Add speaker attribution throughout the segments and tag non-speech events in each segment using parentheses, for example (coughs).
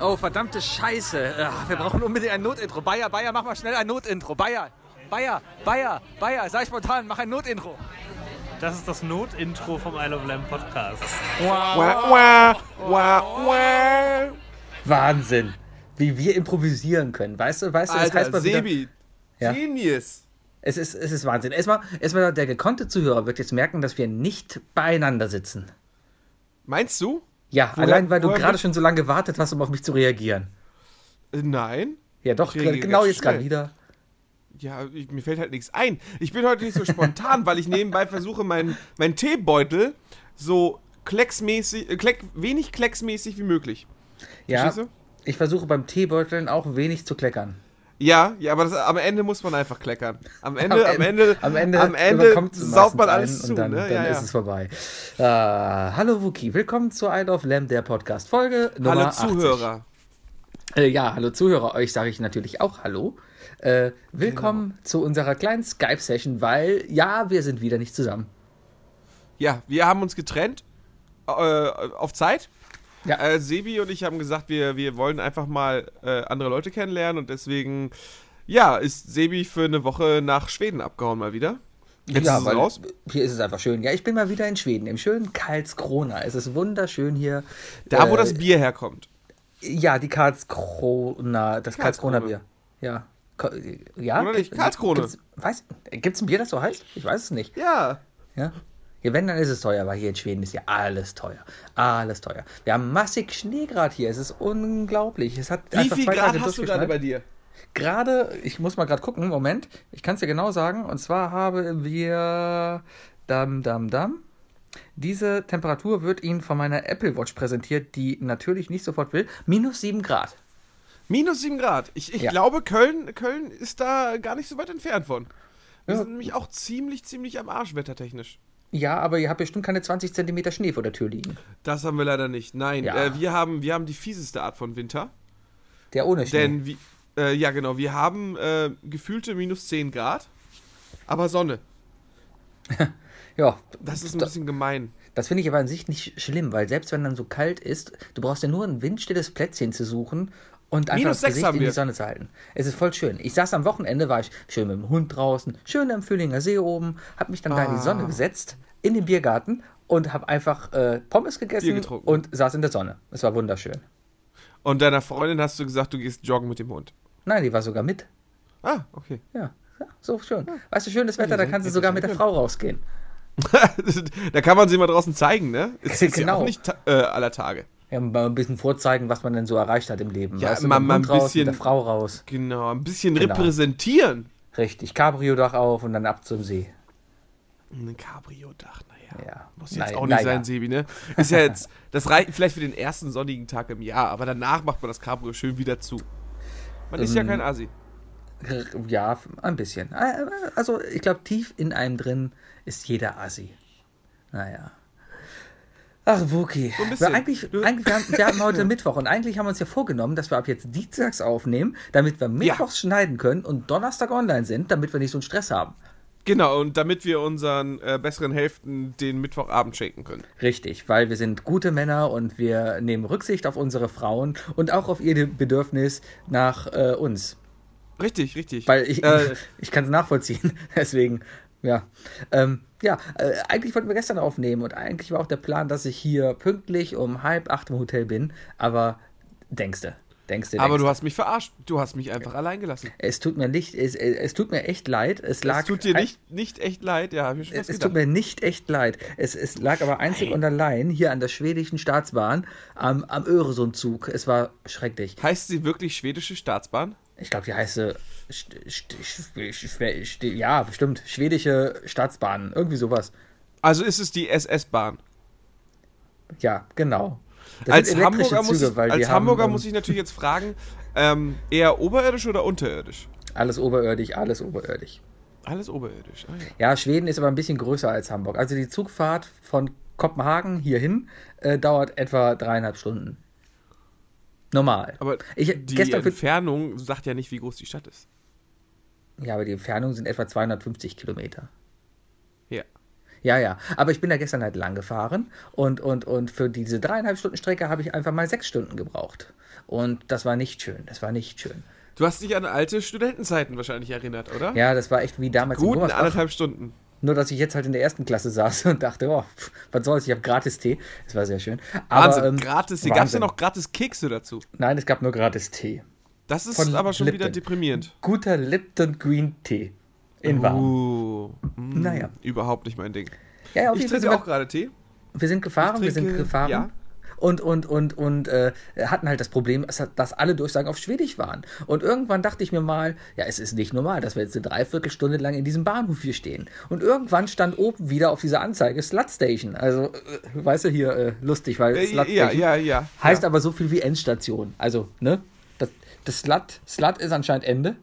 Speaker 1: Oh, verdammte Scheiße. Ach, wir brauchen unbedingt ein Notintro. Bayer, Bayer, mach mal schnell ein Notintro. Bayer, Bayer, Bayer, Bayer, sei spontan, mach ein Notintro.
Speaker 2: Das ist das Notintro vom Isle of Lamb Podcast.
Speaker 3: Wah, wah, wah, wah.
Speaker 1: Wahnsinn, wie wir improvisieren können. Weißt du, weißt du, das heißt
Speaker 3: Alter,
Speaker 1: mal wieder,
Speaker 3: Sebi,
Speaker 1: Ja.
Speaker 3: Genius.
Speaker 1: es ist, es ist Wahnsinn. Erstmal, erstmal der gekonnte Zuhörer wird jetzt merken, dass wir nicht beieinander sitzen.
Speaker 3: Meinst du?
Speaker 1: Ja,
Speaker 3: Woher-
Speaker 1: allein weil du
Speaker 3: woher
Speaker 1: gerade
Speaker 3: wird-
Speaker 1: schon so lange gewartet hast, um auf mich zu reagieren.
Speaker 3: Äh, Nein.
Speaker 1: Ja, doch,
Speaker 3: Ich reagiere
Speaker 1: genau
Speaker 3: ganz
Speaker 1: jetzt gerade
Speaker 3: schnell.
Speaker 1: wieder.
Speaker 3: Ja, ich, mir fällt halt nichts ein. Ich bin heute nicht so spontan, (laughs) weil ich nebenbei versuche, meinen meinen Teebeutel so klecksmäßig, äh, kleck, wenig klecksmäßig wie möglich.
Speaker 1: Ja,
Speaker 3: Verstehst
Speaker 1: ich versuche beim Teebeuteln auch wenig zu kleckern.
Speaker 3: Ja, ja, aber das, am Ende muss man einfach kleckern. Am Ende, am,
Speaker 1: Am
Speaker 3: Ende,
Speaker 1: am Ende,
Speaker 3: am Ende
Speaker 1: überkommt es
Speaker 3: saugt man
Speaker 1: meistens
Speaker 3: alles
Speaker 1: einen
Speaker 3: zu.
Speaker 1: Und dann,
Speaker 3: ne?
Speaker 1: dann
Speaker 3: ja,
Speaker 1: ist
Speaker 3: ja.
Speaker 1: es vorbei. Äh, hallo Wookie, willkommen zu Isle of Lamb, der Podcast Folge Nummer
Speaker 3: Hallo
Speaker 1: 80.
Speaker 3: Zuhörer.
Speaker 1: Äh, ja, hallo Zuhörer, euch sage ich natürlich auch Hallo. Äh, willkommen
Speaker 3: Genau.
Speaker 1: zu unserer kleinen Skype-Session, weil ja, wir sind wieder nicht zusammen.
Speaker 3: Ja, wir haben uns getrennt äh, auf Zeit.
Speaker 1: Ja.
Speaker 3: Äh, Sebi und ich haben gesagt, wir, wir wollen einfach mal äh, andere Leute kennenlernen und deswegen, ja, ist Sebi für eine Woche nach Schweden abgehauen mal wieder. Jetzt ist es
Speaker 1: weil
Speaker 3: raus.
Speaker 1: hier ist es einfach schön. Ja, ich bin mal wieder in Schweden, im schönen Karlskrona. Es ist wunderschön hier.
Speaker 3: Da, wo
Speaker 1: Äh,
Speaker 3: das Bier herkommt.
Speaker 1: Ja, die Karlskrona, das Karlskrona
Speaker 3: Karlskrone.
Speaker 1: Bier. Ja. Ko- Ja?
Speaker 3: Oder nicht?
Speaker 1: gibt's-
Speaker 3: Karlskrone.
Speaker 1: Gibt's, weiß, gibt's ein Bier, das so heißt? Ich weiß es nicht.
Speaker 3: Ja.
Speaker 1: Ja. Hier, wenn, dann ist es teuer, weil hier in Schweden ist ja alles teuer. Alles teuer. Wir haben massig Schnee gerade hier. Es ist unglaublich. Es hat
Speaker 3: Wie
Speaker 1: einfach
Speaker 3: viel
Speaker 1: zwei
Speaker 3: Grad
Speaker 1: Tage
Speaker 3: hast du gerade bei
Speaker 1: durchgeschneit.
Speaker 3: dir?
Speaker 1: Gerade, ich muss mal gerade gucken, Moment. Ich kann es dir genau sagen. Und zwar haben wir. Dam, dam, dam. Diese Temperatur wird Ihnen von meiner Apple Watch präsentiert, die natürlich nicht sofort will. Minus 7 Grad.
Speaker 3: Minus 7 Grad. Ich, ich
Speaker 1: Ja.
Speaker 3: glaube, Köln, Köln ist da gar nicht so weit entfernt von. Wir
Speaker 1: Ja.
Speaker 3: sind nämlich auch ziemlich, ziemlich am Arsch wettertechnisch.
Speaker 1: Ja, aber ihr habt bestimmt keine 20 Zentimeter Schnee vor der Tür liegen.
Speaker 3: Das haben wir leider nicht. Nein,
Speaker 1: Ja.
Speaker 3: äh, wir, haben, wir haben die fieseste Art von Winter.
Speaker 1: Der ohne Schnee.
Speaker 3: Denn, wie, äh, ja genau, wir haben äh, gefühlte minus 10 Grad, aber Sonne.
Speaker 1: ja,
Speaker 3: Das ist ein
Speaker 1: da-
Speaker 3: bisschen gemein.
Speaker 1: Das finde ich aber an sich nicht schlimm, weil selbst wenn dann so kalt ist, du brauchst ja nur ein windstilles Plätzchen zu suchen und einfach
Speaker 3: Minus
Speaker 1: das
Speaker 3: sechs
Speaker 1: Gesicht
Speaker 3: haben
Speaker 1: in die
Speaker 3: wir.
Speaker 1: Sonne zu halten. Es ist voll schön. Ich saß am Wochenende, war ich schön mit dem Hund draußen, schön am Fühlinger See oben, habe mich dann da in die
Speaker 3: Ah.
Speaker 1: Sonne gesetzt, in den Biergarten und habe einfach äh, Pommes
Speaker 3: Bier
Speaker 1: gegessen
Speaker 3: getrunken.
Speaker 1: und saß in der Sonne. Es war wunderschön.
Speaker 3: Und deiner Freundin hast du gesagt, du gehst joggen mit dem Hund.
Speaker 1: Nein, die war sogar mit.
Speaker 3: Ah, okay. (laughs)
Speaker 1: Ja, ja so schön. Weißt du, schönes Wetter, da kannst du sogar mit der Frau rausgehen.
Speaker 3: da kann man sie mal draußen zeigen, ne? Ist, ist ja
Speaker 1: Genau.
Speaker 3: auch nicht ta- äh, aller Tage.
Speaker 1: Ja, mal ein bisschen vorzeigen, was man denn so erreicht hat im Leben.
Speaker 3: Ja,
Speaker 1: weißt du,
Speaker 3: mal-
Speaker 1: mit dem
Speaker 3: mal ein
Speaker 1: Hund raus,
Speaker 3: bisschen-
Speaker 1: mit der Frau raus.
Speaker 3: Genau, ein bisschen
Speaker 1: Genau.
Speaker 3: repräsentieren.
Speaker 1: Richtig, Cabrio-Dach auf und dann ab zum See.
Speaker 3: Ein Cabrio-Dach, naja.
Speaker 1: Ja.
Speaker 3: Muss jetzt
Speaker 1: Nein,
Speaker 3: auch nicht
Speaker 1: naja.
Speaker 3: sein, Sebi, ne? Ist ja jetzt, das reicht vielleicht für den ersten sonnigen Tag im Jahr, aber danach macht man das Cabrio schön wieder zu. Man ist ja
Speaker 1: Ähm,
Speaker 3: kein Asi.
Speaker 1: Ja, ein bisschen. Also, ich glaube, tief in einem drin ist jeder Assi. Naja. Ach, Wookie.
Speaker 3: ein
Speaker 1: wir
Speaker 3: bisschen.
Speaker 1: eigentlich,
Speaker 3: Du-
Speaker 1: eigentlich, wir, haben, wir haben
Speaker 3: (laughs)
Speaker 1: heute Mittwoch und eigentlich haben wir uns ja vorgenommen, dass wir ab jetzt dienstags aufnehmen, damit wir mittwochs schneiden können und Donnerstag online sind, damit wir nicht so einen Stress haben.
Speaker 3: Genau, und damit wir unseren äh, besseren Hälften den Mittwochabend schenken können.
Speaker 1: Richtig, weil wir sind gute Männer und wir nehmen Rücksicht auf unsere Frauen und auch auf ihr Bedürfnis nach äh, uns.
Speaker 3: Richtig, richtig.
Speaker 1: Weil (laughs) ich,
Speaker 3: äh,
Speaker 1: ich kann es nachvollziehen. (laughs) Deswegen, ja. Ähm, ja, äh, eigentlich wollten wir gestern aufnehmen und eigentlich war auch der Plan, dass ich hier pünktlich um halb acht im Hotel bin. Aber denkste, denkste,
Speaker 3: aber
Speaker 1: denkste.
Speaker 3: du hast mich verarscht. Du hast mich einfach allein gelassen.
Speaker 1: es tut mir nicht, es, es tut mir echt leid. Es lag.
Speaker 3: Es tut dir nicht, nicht echt leid, ja, hab ich mir schon
Speaker 1: Äh, Es,
Speaker 3: fast
Speaker 1: es tut
Speaker 3: gedacht.
Speaker 1: mir nicht echt leid. Es, es lag aber einzig und allein hier an der schwedischen Staatsbahn am, am Öresund-Zug. Es war schrecklich.
Speaker 3: Heißt sie wirklich schwedische Staatsbahn?
Speaker 1: Ich glaube, die heiße. St St St St St ja, bestimmt. Schwedische Staatsbahn. Irgendwie sowas.
Speaker 3: Also ist es die SS-Bahn.
Speaker 1: Ja, genau. Das
Speaker 3: Als
Speaker 1: sind elektrische
Speaker 3: Hamburger, muss
Speaker 1: Züge,
Speaker 3: ich,
Speaker 1: weil
Speaker 3: als
Speaker 1: wir
Speaker 3: Hamburger
Speaker 1: haben, ähm,
Speaker 3: muss ich natürlich jetzt fragen, ähm, eher oberirdisch oder unterirdisch?
Speaker 1: alles oberirdisch, alles oberirdisch.
Speaker 3: Alles oberirdisch. Ah, ja.
Speaker 1: Ja, Schweden ist aber ein bisschen größer als Hamburg. Also die Zugfahrt von Kopenhagen hierhin äh, dauert etwa dreieinhalb Stunden. Normal.
Speaker 3: Aber
Speaker 1: ich,
Speaker 3: die äh,
Speaker 1: gestern für,
Speaker 3: Entfernung sagt ja nicht, wie groß die Stadt ist.
Speaker 1: ja, aber die Entfernungen sind etwa 250 Kilometer.
Speaker 3: Ja.
Speaker 1: Ja, ja. Aber ich bin da gestern halt lang gefahren und, und, und für diese dreieinhalb Stunden Strecke habe ich einfach mal sechs Stunden gebraucht. Und das war nicht schön. Das war nicht schön.
Speaker 3: Du hast dich an alte Studentenzeiten wahrscheinlich erinnert, oder?
Speaker 1: Ja, das war echt wie damals
Speaker 3: Guten
Speaker 1: Gummersbach.
Speaker 3: anderthalb Stunden.
Speaker 1: Nur, dass ich jetzt halt in der ersten Klasse saß und dachte, oh, pf, was soll's, ich habe gratis Tee. Das war sehr schön. Aber,
Speaker 3: Wahnsinn,
Speaker 1: ähm,
Speaker 3: gratis. Hier gab es ja
Speaker 1: Wahnsinn.
Speaker 3: noch gratis Kekse dazu.
Speaker 1: Nein, es gab nur gratis Tee.
Speaker 3: Das ist
Speaker 1: Von
Speaker 3: aber schon wieder
Speaker 1: Lipton.
Speaker 3: deprimierend.
Speaker 1: Guter Lipton Green Tee. In warm.
Speaker 3: Uh, mm,
Speaker 1: Naja.
Speaker 3: Überhaupt nicht mein Ding.
Speaker 1: Ja, ja, auf
Speaker 3: Ich
Speaker 1: jeden Fall
Speaker 3: trinke
Speaker 1: sind
Speaker 3: auch
Speaker 1: wir,
Speaker 3: gerade Tee.
Speaker 1: wir sind gefahren, wir sind
Speaker 3: trinke-
Speaker 1: gefahren.
Speaker 3: ja.
Speaker 1: Und, und, und, und äh, hatten halt das Problem, es hat- dass alle Durchsagen auf Schwedisch waren. Und irgendwann dachte ich mir mal, ja, es ist nicht normal, dass wir jetzt eine Dreiviertelstunde lang in diesem Bahnhof hier stehen. Und irgendwann stand oben wieder auf dieser Anzeige Slut Station. Also, äh, weißt du, hier äh, lustig, weil
Speaker 3: Äh,
Speaker 1: Slut Station
Speaker 3: ja, ja, ja.
Speaker 1: Heißt
Speaker 3: ja.
Speaker 1: aber so viel wie Endstation. Also, ne? Das, das Slut, Slut ist anscheinend Ende.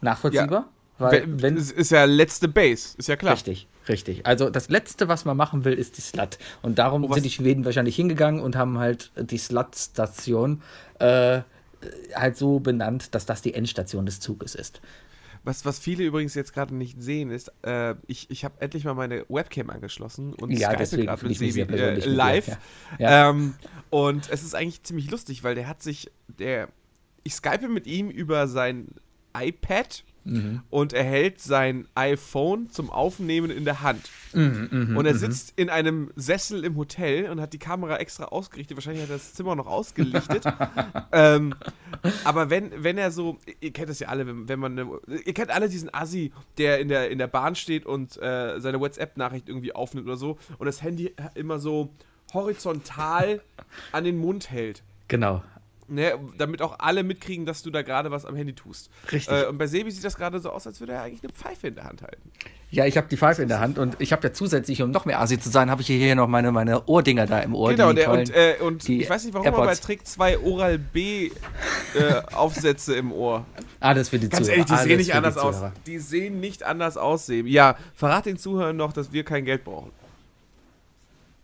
Speaker 1: Nachvollziehbar. Weil, wenn,
Speaker 3: Es ist ja letzte Base, ist ja klar.
Speaker 1: richtig, richtig. Also, das Letzte, was man machen will, ist die Slut. Und darum
Speaker 3: was-
Speaker 1: sind die Schweden wahrscheinlich hingegangen und haben halt die Slut-Station äh, halt so benannt, dass das die Endstation des Zuges ist.
Speaker 3: Was, was viele übrigens jetzt gerade nicht sehen, ist, äh, ich, ich habe endlich mal meine Webcam angeschlossen und
Speaker 1: Ja,
Speaker 3: skype
Speaker 1: deswegen
Speaker 3: gerade
Speaker 1: fühle
Speaker 3: mit
Speaker 1: ich mich
Speaker 3: Sebi
Speaker 1: sehr
Speaker 3: äh,
Speaker 1: persönlich mit dir,
Speaker 3: live.
Speaker 1: ja. Ja.
Speaker 3: Ähm, und es ist eigentlich ziemlich lustig, weil der hat sich, der, ich skype mit ihm über sein iPad
Speaker 1: Mhm.
Speaker 3: und er hält sein iPhone zum Aufnehmen in der Hand.
Speaker 1: Mhm,
Speaker 3: und er sitzt in einem Sessel im Hotel und hat die Kamera extra ausgerichtet. Wahrscheinlich hat er das Zimmer
Speaker 1: (laughs)
Speaker 3: noch ausgelichtet. ähm, aber wenn, wenn er so, ihr kennt das ja alle, wenn, wenn man, eine, ihr kennt alle diesen Assi, der in der, in der Bahn steht und äh, seine WhatsApp-Nachricht irgendwie aufnimmt oder so und das Handy immer so horizontal an den Mund hält.
Speaker 1: Genau.
Speaker 3: Ne, damit auch alle mitkriegen, dass du da gerade was am Handy tust.
Speaker 1: Richtig.
Speaker 3: Äh, und bei Sebi sieht das gerade so aus, als würde er eigentlich eine Pfeife in der Hand halten.
Speaker 1: Ja, ich habe die Pfeife in der Hand und ich habe ja zusätzlich, um noch mehr Asi zu sein, habe ich hier noch meine, meine Ohrdinger da im Ohr.
Speaker 3: Genau,
Speaker 1: Oh, die
Speaker 3: der, und,
Speaker 1: tollen-
Speaker 3: äh, und
Speaker 1: die
Speaker 3: ich weiß nicht warum, aber er
Speaker 1: AirPods.
Speaker 3: trägt zwei Oral B-Aufsätze im Ohr.
Speaker 1: Ah, das für die
Speaker 3: Ganz
Speaker 1: Zuhörer.
Speaker 3: ehrlich, die
Speaker 1: Alles
Speaker 3: sehen nicht
Speaker 1: für
Speaker 3: anders aus.
Speaker 1: Zuhörer.
Speaker 3: Die sehen nicht anders aus, Sebi. Ja, verrat den Zuhörern noch, dass wir kein Geld brauchen.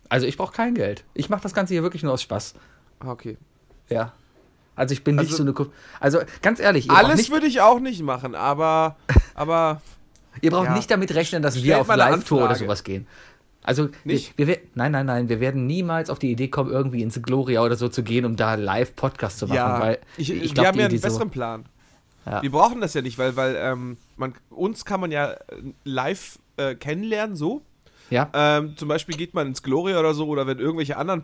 Speaker 1: Also ich brauche kein Geld. Ich mache das Ganze hier wirklich nur aus Spaß.
Speaker 3: Ah, Okay.
Speaker 1: Ja. Also ich bin nicht
Speaker 3: Also-
Speaker 1: so eine... Ko also ganz ehrlich, ihr braucht,
Speaker 3: Alles
Speaker 1: nicht,
Speaker 3: würde ich auch nicht machen,
Speaker 1: (laughs)
Speaker 3: aber, aber
Speaker 1: ihr braucht
Speaker 3: ja.
Speaker 1: nicht damit rechnen, dass
Speaker 3: Stellt
Speaker 1: wir auf
Speaker 3: mal eine
Speaker 1: Live-Tour oder
Speaker 3: Anfrage.
Speaker 1: sowas gehen. Also
Speaker 3: Nicht?
Speaker 1: Wir, wir, wer- nein, nein, nein, wir werden niemals auf die Idee kommen, irgendwie ins Gloria oder so zu gehen, um da live Podcast zu machen.
Speaker 3: ja,
Speaker 1: weil
Speaker 3: ich,
Speaker 1: ich
Speaker 3: wir
Speaker 1: glaube,
Speaker 3: haben
Speaker 1: die
Speaker 3: ja
Speaker 1: Idee
Speaker 3: einen
Speaker 1: so...
Speaker 3: besseren Plan.
Speaker 1: Ja.
Speaker 3: Wir brauchen das ja nicht, weil, weil ähm, man, uns kann man ja äh, live äh, kennenlernen, so.
Speaker 1: Ja,
Speaker 3: Ähm, zum Beispiel geht man ins Gloria oder so, oder wenn irgendwelche anderen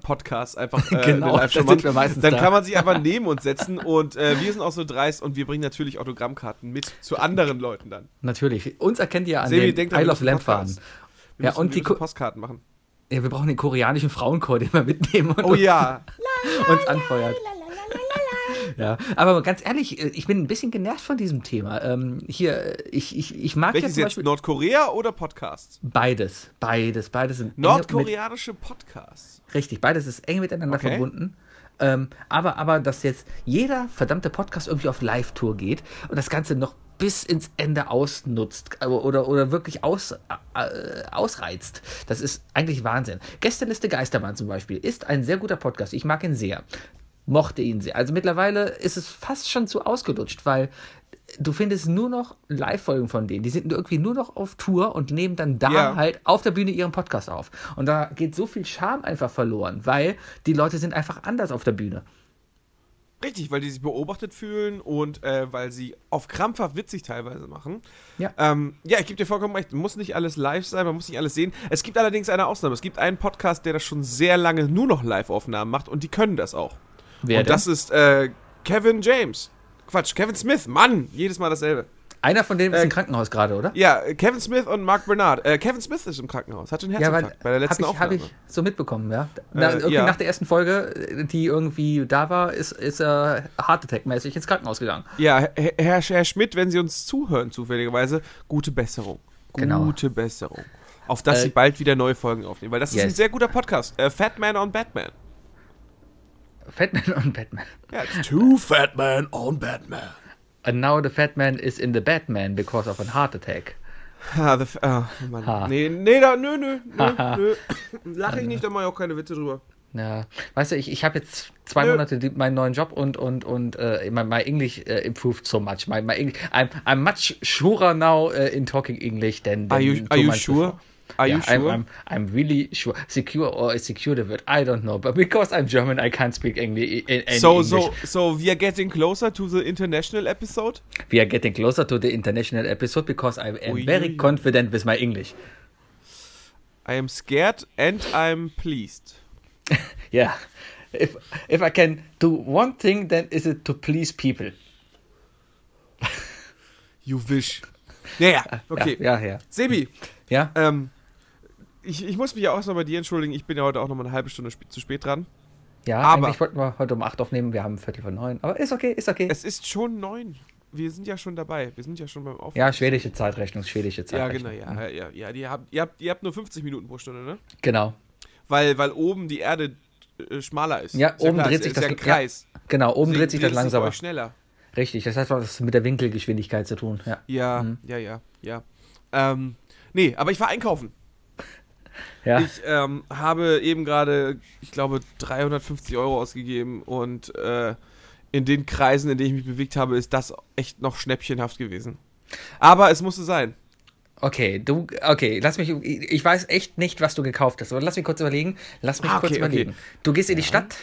Speaker 1: (laughs)
Speaker 3: Podcasts einfach äh,
Speaker 1: Genau,
Speaker 3: eine Live-Show
Speaker 1: da sind
Speaker 3: machen,
Speaker 1: wir meistens
Speaker 3: dann
Speaker 1: da.
Speaker 3: kann man
Speaker 1: (laughs)
Speaker 3: sich einfach neben uns setzen und äh, wir sind auch so dreist und wir bringen natürlich Autogrammkarten mit zu anderen Leuten dann.
Speaker 1: natürlich. Uns erkennt ihr an
Speaker 3: Sebi,
Speaker 1: den
Speaker 3: denkt an
Speaker 1: Isle
Speaker 3: den
Speaker 1: of Lamp fahren.
Speaker 3: Podcast. Wir
Speaker 1: Ja,
Speaker 3: müssen,
Speaker 1: und
Speaker 3: wir
Speaker 1: die...
Speaker 3: müssen
Speaker 1: Ko-
Speaker 3: Postkarten machen.
Speaker 1: (laughs) Ja, wir brauchen den koreanischen Frauenchor, den wir mitnehmen und
Speaker 3: Oh (laughs) ja,
Speaker 1: uns anfeuert. Ja, aber ganz ehrlich, äh, ich bin ein bisschen genervt von diesem Thema. Ähm, hier, äh, ich, ich, ich mag ja
Speaker 3: welches
Speaker 1: zum
Speaker 3: jetzt?
Speaker 1: Beispiel
Speaker 3: Nordkorea oder Podcasts?
Speaker 1: beides. Beides, beides sind eng Äh, Mit,
Speaker 3: Nordkoreanische Podcasts.
Speaker 1: richtig, beides ist eng miteinander
Speaker 3: Okay.
Speaker 1: verbunden. Ähm, aber, aber, dass jetzt jeder verdammte Podcast irgendwie auf Live-Tour geht und das Ganze noch bis ins Ende ausnutzt äh, oder, oder wirklich aus, äh, ausreizt. Das ist eigentlich Wahnsinn. Gästeliste Geistermann zum Beispiel ist ein sehr guter Podcast. Ich mag ihn sehr. Mochte ihn sehr. Also mittlerweile ist es fast schon zu ausgelutscht, weil du findest nur noch Live-Folgen von denen. Die sind irgendwie nur noch auf Tour und nehmen dann da
Speaker 3: Ja.
Speaker 1: halt auf der Bühne ihren Podcast auf. Und da geht so viel Charme einfach verloren, weil die Leute sind einfach anders auf der Bühne.
Speaker 3: Richtig, weil die sich beobachtet fühlen und äh, weil sie auf krampfhaft witzig teilweise machen.
Speaker 1: Ja.
Speaker 3: Ähm, ja, ich gebe dir vollkommen recht. Muss nicht alles live sein, man muss nicht alles sehen. Es gibt allerdings eine Ausnahme. Es gibt einen Podcast, der das schon sehr lange nur noch Live-Aufnahmen macht und die können das auch.
Speaker 1: Wer
Speaker 3: und das ist äh, Kevin James. Quatsch, Kevin Smith. Mann, jedes Mal dasselbe.
Speaker 1: Einer von denen ist
Speaker 3: Äh,
Speaker 1: im Krankenhaus gerade, oder?
Speaker 3: Ja, äh, Kevin Smith und Mark Bernard. Äh, Kevin Smith ist im Krankenhaus. Hat einen Herzinfarkt bei der letzten
Speaker 1: habe ich, hab
Speaker 3: Aufnahme.
Speaker 1: ich so mitbekommen, ja. Na,
Speaker 3: Äh,
Speaker 1: irgendwie
Speaker 3: ja.
Speaker 1: Nach der ersten Folge, äh, die irgendwie da war, ist, ist er Heart Attack-mäßig ins Krankenhaus gegangen.
Speaker 3: Ja, Herr, Herr, Herr Schmidt, wenn Sie uns zuhören, zufälligerweise, gute Besserung.
Speaker 1: Genau.
Speaker 3: Gute Besserung. Auf dass
Speaker 1: Äh,
Speaker 3: Sie bald wieder neue Folgen aufnehmen, weil das ist
Speaker 1: yes.
Speaker 3: ein sehr guter Podcast. Äh, Fat Man on Batman.
Speaker 1: Fatman und Batman.
Speaker 3: Ja, two Fat Man on Batman.
Speaker 1: And now the Fatman is in the Batman because of a heart attack.
Speaker 3: Ha, the, f- ah, Mann.
Speaker 1: Ha.
Speaker 3: Nee, nee, da, nö, nö, nö, nö. Lach ich nicht, da mache ich auch keine Witze drüber.
Speaker 1: Ja, weißt du, ich, ich habe jetzt zwei
Speaker 3: Nö.
Speaker 1: Monate die, meinen neuen Job und und und äh, my, my English äh, improved so much. My, my English, I'm, I'm much surer now äh, in talking English than, than
Speaker 3: Are you,
Speaker 1: two
Speaker 3: are you
Speaker 1: months
Speaker 3: sure?
Speaker 1: before.
Speaker 3: Are
Speaker 1: Yeah,
Speaker 3: you sure?
Speaker 1: I'm, I'm, I'm really sure. Secure or secure the word? I don't know. But because I'm German, I can't speak Engli- in- any
Speaker 3: so,
Speaker 1: English.
Speaker 3: so, so we are getting closer to the international episode.
Speaker 1: We are getting closer to the international episode because I am
Speaker 3: Ui,
Speaker 1: very
Speaker 3: ui.
Speaker 1: confident with my English.
Speaker 3: I am scared and I'm pleased.
Speaker 1: Yeah. If, if I can do one thing, then is it to please people.
Speaker 3: You wish. Naja, okay.
Speaker 1: Ja, ja.
Speaker 3: Sebi,
Speaker 1: Ja?
Speaker 3: ähm, ich, ich muss mich ja auch noch bei dir entschuldigen. Ich bin ja heute auch noch mal eine halbe Stunde sp- zu spät dran.
Speaker 1: Ja,
Speaker 3: Aber-
Speaker 1: eigentlich wollten wir heute um 8 aufnehmen. Wir haben Viertel vor 9. Aber ist okay, ist okay.
Speaker 3: Es ist schon neun. Wir sind ja schon dabei. Wir sind ja schon beim Aufnehmen.
Speaker 1: ja, schwedische Zeitrechnung, schwedische
Speaker 3: Ja,
Speaker 1: Zeitrechnung.
Speaker 3: genau, ja, ja, ja. Die habt, ihr, habt, ihr habt nur 50 Minuten pro Stunde, ne?
Speaker 1: Genau.
Speaker 3: Weil, weil oben die Erde äh, schmaler ist.
Speaker 1: Ja,
Speaker 3: ist
Speaker 1: oben
Speaker 3: klar,
Speaker 1: dreht
Speaker 3: ist-
Speaker 1: sich
Speaker 3: ist
Speaker 1: das-
Speaker 3: ja ein
Speaker 1: ja,
Speaker 3: Kreis.
Speaker 1: Genau, oben
Speaker 3: Deswegen
Speaker 1: dreht sich das
Speaker 3: es
Speaker 1: langsamer.
Speaker 3: bei euch schneller.
Speaker 1: Richtig, das hat was mit der Winkelgeschwindigkeit zu tun. Ja,
Speaker 3: Ja, ja, ja, ja. Ähm, nee, aber ich war einkaufen.
Speaker 1: ja.
Speaker 3: Ich ähm, habe eben gerade, ich glaube, 350 Euro ausgegeben und äh, in den Kreisen, in denen ich mich bewegt habe, ist das echt noch schnäppchenhaft gewesen. Aber es musste sein.
Speaker 1: okay, du, okay, lass mich, ich weiß echt nicht, was du gekauft hast, aber lass mich kurz überlegen, lass mich
Speaker 3: Ah,
Speaker 1: kurz
Speaker 3: okay,
Speaker 1: überlegen. Du gehst in die Stadt,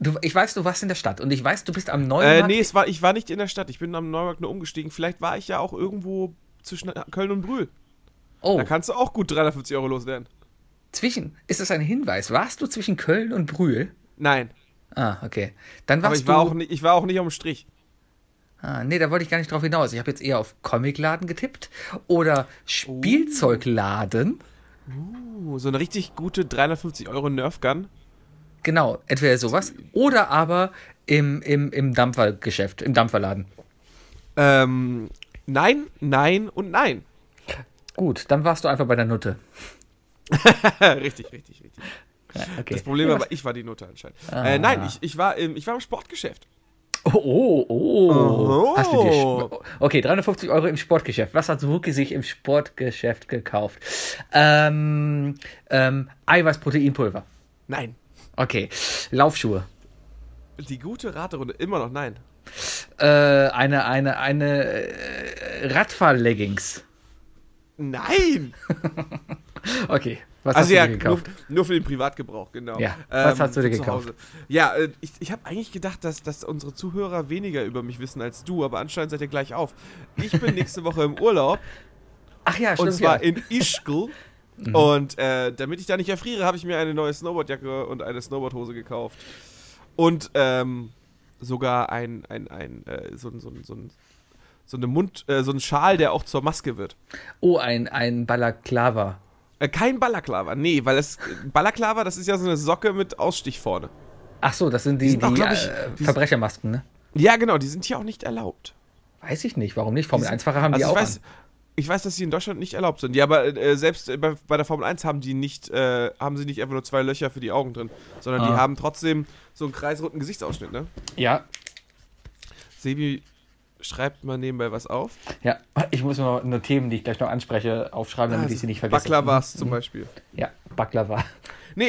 Speaker 1: du, ich weiß, du warst in der Stadt und ich weiß, du bist am
Speaker 3: Äh,
Speaker 1: Neumarkt.
Speaker 3: nee, es war, ich war nicht in der Stadt. Ich bin am Neumarkt nur umgestiegen. Vielleicht war ich ja auch irgendwo zwischen Köln und Brühl.
Speaker 1: oh,
Speaker 3: Da kannst du auch gut 350 Euro loswerden.
Speaker 1: zwischen, ist das ein Hinweis? Warst du zwischen Köln und Brühl?
Speaker 3: Nein,
Speaker 1: Ah, okay. Dann warst
Speaker 3: aber ich
Speaker 1: du,
Speaker 3: war, auch nicht, ich war auch nicht am Strich.
Speaker 1: ah, nee, da wollte ich gar nicht drauf hinaus. Ich habe jetzt eher auf Comicladen getippt oder Spielzeugladen.
Speaker 3: Uh, so eine richtig gute 350 Euro Nerfgun.
Speaker 1: Genau, entweder sowas oder aber im, im, im Dampfergeschäft, im Dampferladen.
Speaker 3: Ähm, nein, nein und nein. (laughs)
Speaker 1: Gut, dann warst du einfach bei der Nutte.
Speaker 3: richtig, richtig, richtig.
Speaker 1: Ja, okay.
Speaker 3: Das Problem war, aber ich war die Note anscheinend.
Speaker 1: Ah.
Speaker 3: Äh, nein, ich, ich, war im, ich war im Sportgeschäft.
Speaker 1: Oh, oh, oh.
Speaker 3: Oh.
Speaker 1: Hast du dir Sp- okay, 350 Euro im Sportgeschäft. Was hat Wookie sich im Sportgeschäft gekauft? Ähm, ähm, Eiweiß-Proteinpulver.
Speaker 3: Nein.
Speaker 1: Okay. Laufschuhe.
Speaker 3: Die gute Raterunde, immer noch nein.
Speaker 1: Äh, eine, eine, eine äh, Radfahr-Leggings.
Speaker 3: Nein!
Speaker 1: Okay. Was hast
Speaker 3: Also
Speaker 1: du
Speaker 3: ja,
Speaker 1: dir
Speaker 3: nur,
Speaker 1: gekauft?
Speaker 3: nur für den Privatgebrauch, genau.
Speaker 1: Ja, was hast du dir
Speaker 3: zu
Speaker 1: gekauft?
Speaker 3: Hause. Ja, äh, ich, ich habe eigentlich gedacht, dass, dass unsere Zuhörer weniger über mich wissen als du, aber anscheinend seid ihr gleich auf. Ich
Speaker 1: (laughs)
Speaker 3: bin nächste Woche im Urlaub
Speaker 1: Ach ja, stimmt.
Speaker 3: und zwar
Speaker 1: ja. Mhm.
Speaker 3: in Ischgl. und äh, damit ich da nicht erfriere, habe ich mir eine neue Snowboardjacke und eine Snowboardhose gekauft. Und ähm, sogar ein, ein, ein, äh, so, ein- so, ein- so, ein- so eine Mund, äh, so ein Schal, der auch zur Maske wird.
Speaker 1: Oh, ein, ein Balaklava.
Speaker 3: Äh, kein Balaklava, nee, weil das Balaklava, das ist ja so eine Socke mit Ausstich vorne.
Speaker 1: Ach so, das sind die, die,
Speaker 3: sind auch, glaub ich,
Speaker 1: äh,
Speaker 3: die sind-
Speaker 1: Verbrechermasken, ne?
Speaker 3: Ja, genau, die sind hier auch nicht erlaubt.
Speaker 1: Weiß ich nicht, warum nicht? Formel-1-Fahrer haben die
Speaker 3: Also
Speaker 1: auch
Speaker 3: ich weiß,
Speaker 1: an.
Speaker 3: ich weiß, dass die in Deutschland nicht erlaubt sind. Ja, aber äh, selbst äh, bei, bei der Formel 1 haben die nicht, äh, haben sie nicht einfach nur zwei Löcher für die Augen drin, sondern die
Speaker 1: Ah.
Speaker 3: haben trotzdem so einen kreisrunden Gesichtsausschnitt, ne?
Speaker 1: Ja,
Speaker 3: Sebi schreibt mal nebenbei was auf.
Speaker 1: Ja, ich muss mir nur Themen, die ich gleich noch anspreche, aufschreiben, damit ich sie nicht vergesse.
Speaker 3: Baklavas zum Beispiel.
Speaker 1: Ja, Baklava.
Speaker 3: Nee,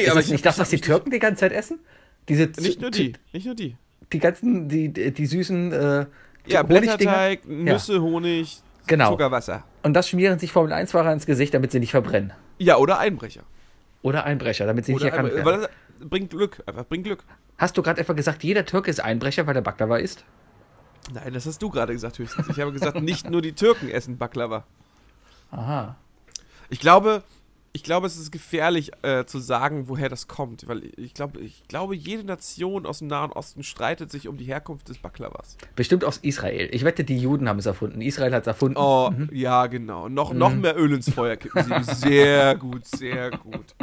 Speaker 1: (laughs) Ist
Speaker 3: aber
Speaker 1: das
Speaker 3: ich,
Speaker 1: nicht das, was die Türken die ganze Zeit essen? Diese Z-
Speaker 3: nicht nur die,
Speaker 1: Z-
Speaker 3: nicht nur die.
Speaker 1: Die ganzen, die, die die süßen äh,
Speaker 3: Ja,
Speaker 1: Honigdinger.
Speaker 3: Blätterteig, Nüsse, Honig,
Speaker 1: Genau.
Speaker 3: Zuckerwasser.
Speaker 1: Und das schmieren sich Formel-1-Fahrer ins Gesicht, damit sie nicht verbrennen.
Speaker 3: Ja, oder Einbrecher.
Speaker 1: Oder Einbrecher, damit sie nicht
Speaker 3: Oder
Speaker 1: erkannt
Speaker 3: Einbrecher.
Speaker 1: werden.
Speaker 3: Weil das bringt Glück, einfach bringt Glück.
Speaker 1: Hast du gerade etwa gesagt, jeder Türke ist Einbrecher, weil er Baklava isst?
Speaker 3: Nein, das hast du gerade gesagt höchstens. Ich habe gesagt, nicht nur die Türken essen Baklava.
Speaker 1: Aha.
Speaker 3: Ich glaube, ich glaube, es ist gefährlich äh, zu sagen, woher das kommt, weil ich glaube, ich glaube, jede Nation aus dem Nahen Osten streitet sich um die Herkunft des Baklavas.
Speaker 1: Bestimmt aus Israel. Ich wette, die Juden haben es erfunden. Israel hat es erfunden.
Speaker 3: Oh,
Speaker 1: Mhm.
Speaker 3: ja, genau. Noch, noch mehr Öl ins Feuer
Speaker 1: (laughs)
Speaker 3: kippen sie. Sehr gut, sehr gut.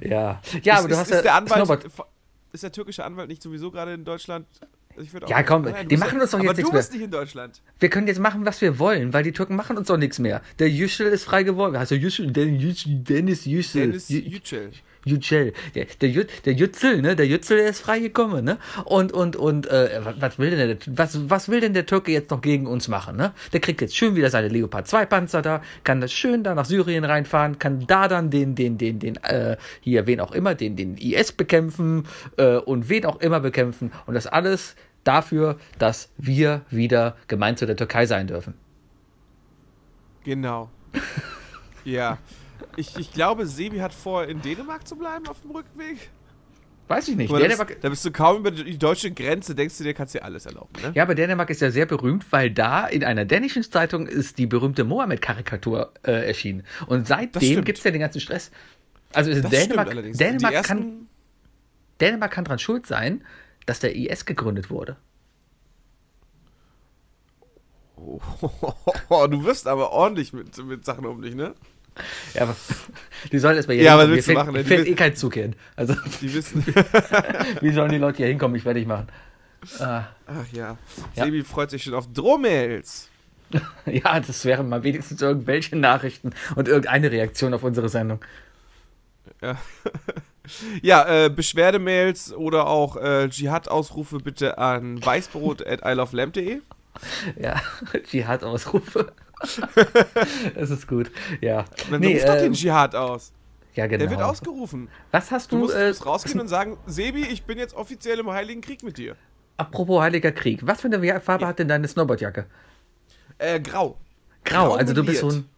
Speaker 1: Ja, ja aber
Speaker 3: ist,
Speaker 1: du
Speaker 3: ist,
Speaker 1: hast
Speaker 3: ist
Speaker 1: ja
Speaker 3: der Anwalt,
Speaker 1: Snowboard-
Speaker 3: ist der türkische Anwalt nicht sowieso gerade in Deutschland? Also ich würd
Speaker 1: Ja, komm,
Speaker 3: Nein, du
Speaker 1: die
Speaker 3: bist
Speaker 1: machen uns doch
Speaker 3: aber
Speaker 1: jetzt nichts
Speaker 3: du bist nicht in Deutschland.
Speaker 1: Wir können jetzt machen, was wir wollen, weil die Türken machen uns doch nichts mehr. Der Yücel ist frei geworden. Also Yücel, Den- Yücel- Dennis Yücel.
Speaker 3: Dennis
Speaker 1: Jü-
Speaker 3: Yücel.
Speaker 1: Yücel. Der, der, Jü- der Yücel, ne? Der Yücel der ist frei gekommen, ne? Und, und, und, äh, wa- was will denn der, was, was will denn der Türke jetzt noch gegen uns machen, ne? Der kriegt jetzt schön wieder seine Leopard 2 Panzer da, kann das schön da nach Syrien reinfahren, kann da dann den, den, den, den, äh, hier, wen auch immer, den, den IS bekämpfen, äh, und wen auch immer bekämpfen. Und das alles dafür, dass wir wieder (laughs) gemein zu der Türkei sein dürfen.
Speaker 3: Genau. ja. Ich, ich glaube, Sebi hat vor, in Dänemark zu bleiben auf dem Rückweg.
Speaker 1: Weiß ich nicht.
Speaker 3: Guck mal, da,
Speaker 1: Dänemark,
Speaker 3: bist, da bist du kaum über die deutsche Grenze, denkst du dir, kannst dir alles erlauben, ne?
Speaker 1: ja, aber Dänemark ist ja sehr berühmt, weil da in einer dänischen Zeitung ist die berühmte Mohammed-Karikatur äh, erschienen. Und seitdem
Speaker 3: stimmt.
Speaker 1: gibt es ja den ganzen Stress. Also
Speaker 3: Das
Speaker 1: Dänemark,
Speaker 3: stimmt allerdings.
Speaker 1: Dänemark,
Speaker 3: die ersten,
Speaker 1: kann,
Speaker 3: (laughs)
Speaker 1: Dänemark kann dran schuld sein, dass der IS gegründet wurde.
Speaker 3: du wirst aber ordentlich mit, mit Sachen um dich, ne?
Speaker 1: Ja, aber (laughs) die sollen erstmal hier
Speaker 3: Ja, was
Speaker 1: Mir
Speaker 3: willst du
Speaker 1: fällt,
Speaker 3: machen, ne?
Speaker 1: mir fällt
Speaker 3: Die-
Speaker 1: eh kein Zug hin. Also, (laughs)
Speaker 3: Die wissen.
Speaker 1: wie sollen die Leute hier hinkommen? Ich werde dich machen. (laughs) Ah,
Speaker 3: Ach ja.
Speaker 1: Ja.
Speaker 3: Sebi freut sich schon auf Drohmails.
Speaker 1: ja, das wären mal wenigstens irgendwelche Nachrichten und irgendeine Reaktion auf unsere Sendung.
Speaker 3: Ja, äh, Beschwerdemails oder auch äh, Dschihad-Ausrufe bitte an weißbrot at ilovelamp.de.
Speaker 1: Ja, (laughs) Dschihad-Ausrufe. (laughs) das ist gut. Ja.
Speaker 3: Dann
Speaker 1: Nee,
Speaker 3: ruf doch den
Speaker 1: ähm,
Speaker 3: Dschihad aus.
Speaker 1: ja, genau.
Speaker 3: Der wird ausgerufen.
Speaker 1: Was hast
Speaker 3: Du
Speaker 1: du,
Speaker 3: musst, du
Speaker 1: äh,
Speaker 3: musst rausgehen und sagen, Sebi, ich bin jetzt offiziell im Heiligen Krieg mit dir.
Speaker 1: apropos Heiliger Krieg, was für eine Farbe hat denn deine Snowboardjacke?
Speaker 3: Äh, grau.
Speaker 1: Grau,
Speaker 3: Grau
Speaker 1: also du bist so
Speaker 3: meliert.
Speaker 1: ein.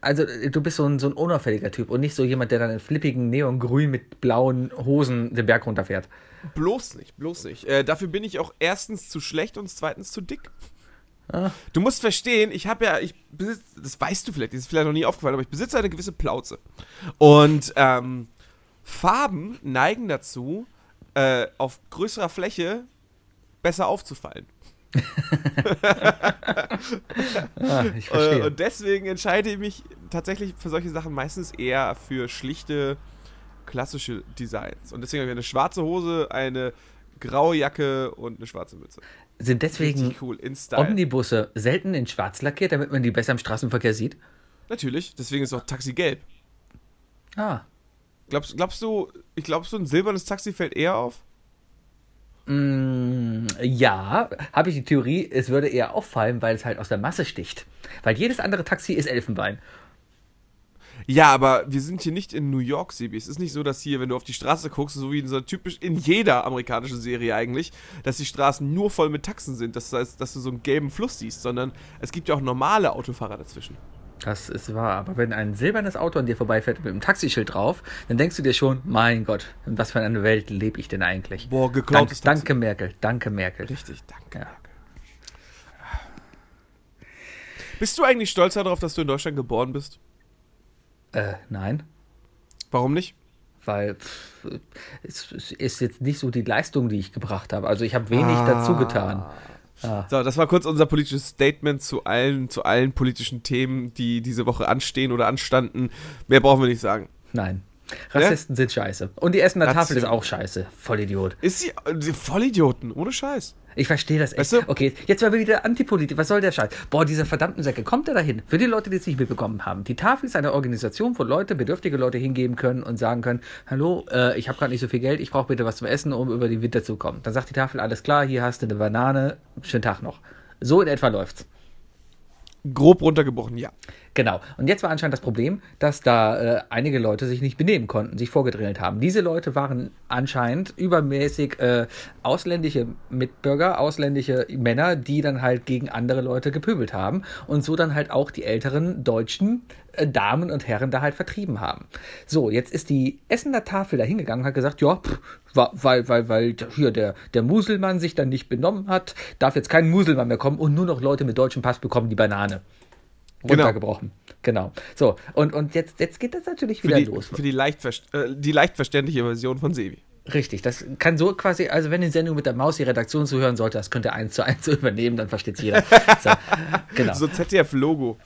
Speaker 1: Also äh, du bist so ein, so ein unauffälliger Typ und nicht so jemand, der dann in flippigen Neongrün mit blauen Hosen den Berg runterfährt.
Speaker 3: Bloß nicht, bloß nicht. Äh, dafür bin ich auch erstens zu schlecht und zweitens zu dick. Du musst verstehen, ich habe ja, ich besitze, das weißt du vielleicht, das ist vielleicht noch nie aufgefallen, aber ich besitze eine gewisse Plauze. Und ähm, Farben neigen dazu, äh, auf größerer Fläche besser aufzufallen.
Speaker 1: Ah, ich verstehe.
Speaker 3: Äh, und deswegen entscheide ich mich tatsächlich für solche Sachen meistens eher für schlichte, klassische Designs. Und deswegen habe ich eine schwarze Hose, eine graue Jacke und eine schwarze Mütze.
Speaker 1: Sind deswegen
Speaker 3: Richtig cool, in Style.
Speaker 1: Omnibusse selten in schwarz lackiert, damit man die besser im Straßenverkehr sieht?
Speaker 3: Natürlich, deswegen ist auch Taxi gelb.
Speaker 1: Ah.
Speaker 3: Glaubst, glaubst du, ich glaube, so ein silbernes Taxi fällt eher auf?
Speaker 1: Mm, ja, habe ich die Theorie, es würde eher auffallen, weil es halt aus der Masse sticht. Weil jedes andere Taxi ist Elfenbein.
Speaker 3: Ja, aber wir sind hier nicht in New York, Sebi. Es ist nicht so, dass hier, wenn du auf die Straße guckst, so wie in so typisch in jeder amerikanischen Serie eigentlich, dass die Straßen nur voll mit Taxen sind. Das heißt, dass du so einen gelben Fluss siehst, sondern es gibt ja auch normale Autofahrer dazwischen.
Speaker 1: Das ist wahr, aber wenn ein silbernes Auto an dir vorbeifährt mit einem Taxischild drauf, dann denkst du dir schon, mein Gott, in was für einer Welt lebe ich denn eigentlich?
Speaker 3: Boah,
Speaker 1: Dank,
Speaker 3: geklautes Taxi.
Speaker 1: danke, Merkel, danke, Merkel.
Speaker 3: Richtig, danke.
Speaker 1: Ja.
Speaker 3: danke. Bist du eigentlich stolz darauf, dass du in Deutschland geboren bist?
Speaker 1: Äh, nein,
Speaker 3: Warum nicht?
Speaker 1: weil pff, es es ist jetzt nicht so die Leistung, die ich gebracht habe. Also ich habe wenig dazu
Speaker 3: Ah.
Speaker 1: getan.
Speaker 3: So, das war kurz unser politisches Statement zu allen, zu allen politischen Themen, die diese Woche anstehen oder anstanden. Mehr brauchen wir nicht sagen.
Speaker 1: Nein.
Speaker 3: Ne?
Speaker 1: Rassisten sind scheiße. Und die Essener
Speaker 3: Rassisten.
Speaker 1: Tafel ist auch scheiße. Vollidiot.
Speaker 3: Ist sie, sie Vollidioten, ohne Scheiß.
Speaker 1: Ich verstehe das echt.
Speaker 3: Weißt du?
Speaker 1: Okay, jetzt war wieder Antipolitik. Was soll der Scheiß? Boah, diese verdammten Säcke. Kommt er dahin? Für die Leute, die es nicht mitbekommen haben. Die Tafel ist eine Organisation, wo Leute, bedürftige Leute hingeben können und sagen können, hallo, äh, ich habe gerade nicht so viel Geld, ich brauche bitte was zum Essen, um über den Winter zu kommen. Dann sagt die Tafel, alles klar, hier hast du eine Banane, schönen Tag noch. So in etwa läuft's.
Speaker 3: Grob runtergebrochen, ja.
Speaker 1: Genau. Und jetzt war anscheinend das Problem, dass da äh, einige Leute sich nicht benehmen konnten, sich vorgedrängelt haben. Diese Leute waren anscheinend übermäßig äh, ausländische Mitbürger, ausländische Männer, die dann halt gegen andere Leute gepöbelt haben und so dann halt auch die älteren deutschen äh, Damen und Herren da halt vertrieben haben. So, jetzt ist die Essener Tafel da hingegangen und hat gesagt, ja, pff, wa- weil, weil, weil hier der, der Muselmann sich dann nicht benommen hat, darf jetzt kein Muselmann mehr kommen und nur noch Leute mit deutschem Pass bekommen die Banane
Speaker 3: Genau.
Speaker 1: runtergebrochen. Genau. So, und, und jetzt, jetzt geht das natürlich
Speaker 3: Für,
Speaker 1: wieder
Speaker 3: die,
Speaker 1: los.
Speaker 3: für die, leicht verst- äh, die leicht verständliche Version von Sebi.
Speaker 1: Richtig, das kann so quasi, also wenn die Sendung mit der Maus die Redaktion zuhören sollte, das könnte eins zu eins (laughs) so übernehmen, dann versteht's jeder. So, genau,
Speaker 3: So ZDF-Logo.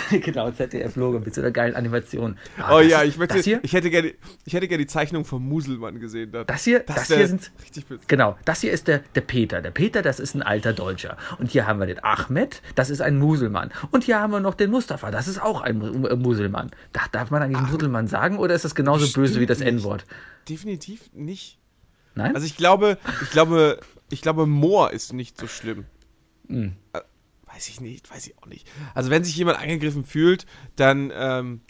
Speaker 1: (laughs) genau, ZDF-Logo mit so einer geilen Animation. Ah,
Speaker 3: Oh
Speaker 1: das-
Speaker 3: ja, ich, möchte,
Speaker 1: das hier,
Speaker 3: ich hätte gerne ich hätte gerne die Zeichnung vom Muselmann gesehen. Dann.
Speaker 1: das hier, das, hier
Speaker 3: wär
Speaker 1: sind,
Speaker 3: Richtig witzig.
Speaker 1: genau, das hier ist der, der Peter. Der Peter, das ist ein alter Deutscher. Und hier haben wir den Ahmed, das ist ein Muselmann. Und hier haben wir noch den Mustafa, das ist auch ein Mu- äh, Muselmann. Da, darf man eigentlich Muselmann sagen oder ist das genauso böse wie das
Speaker 3: Bestimmt nicht.
Speaker 1: N-Wort?
Speaker 3: Definitiv nicht.
Speaker 1: Nein?
Speaker 3: Also ich glaube, ich glaube, ich glaube, Moor ist nicht so schlimm. Äh, Weiß ich nicht, weiß ich auch nicht. Also wenn sich jemand angegriffen fühlt, dann ähm,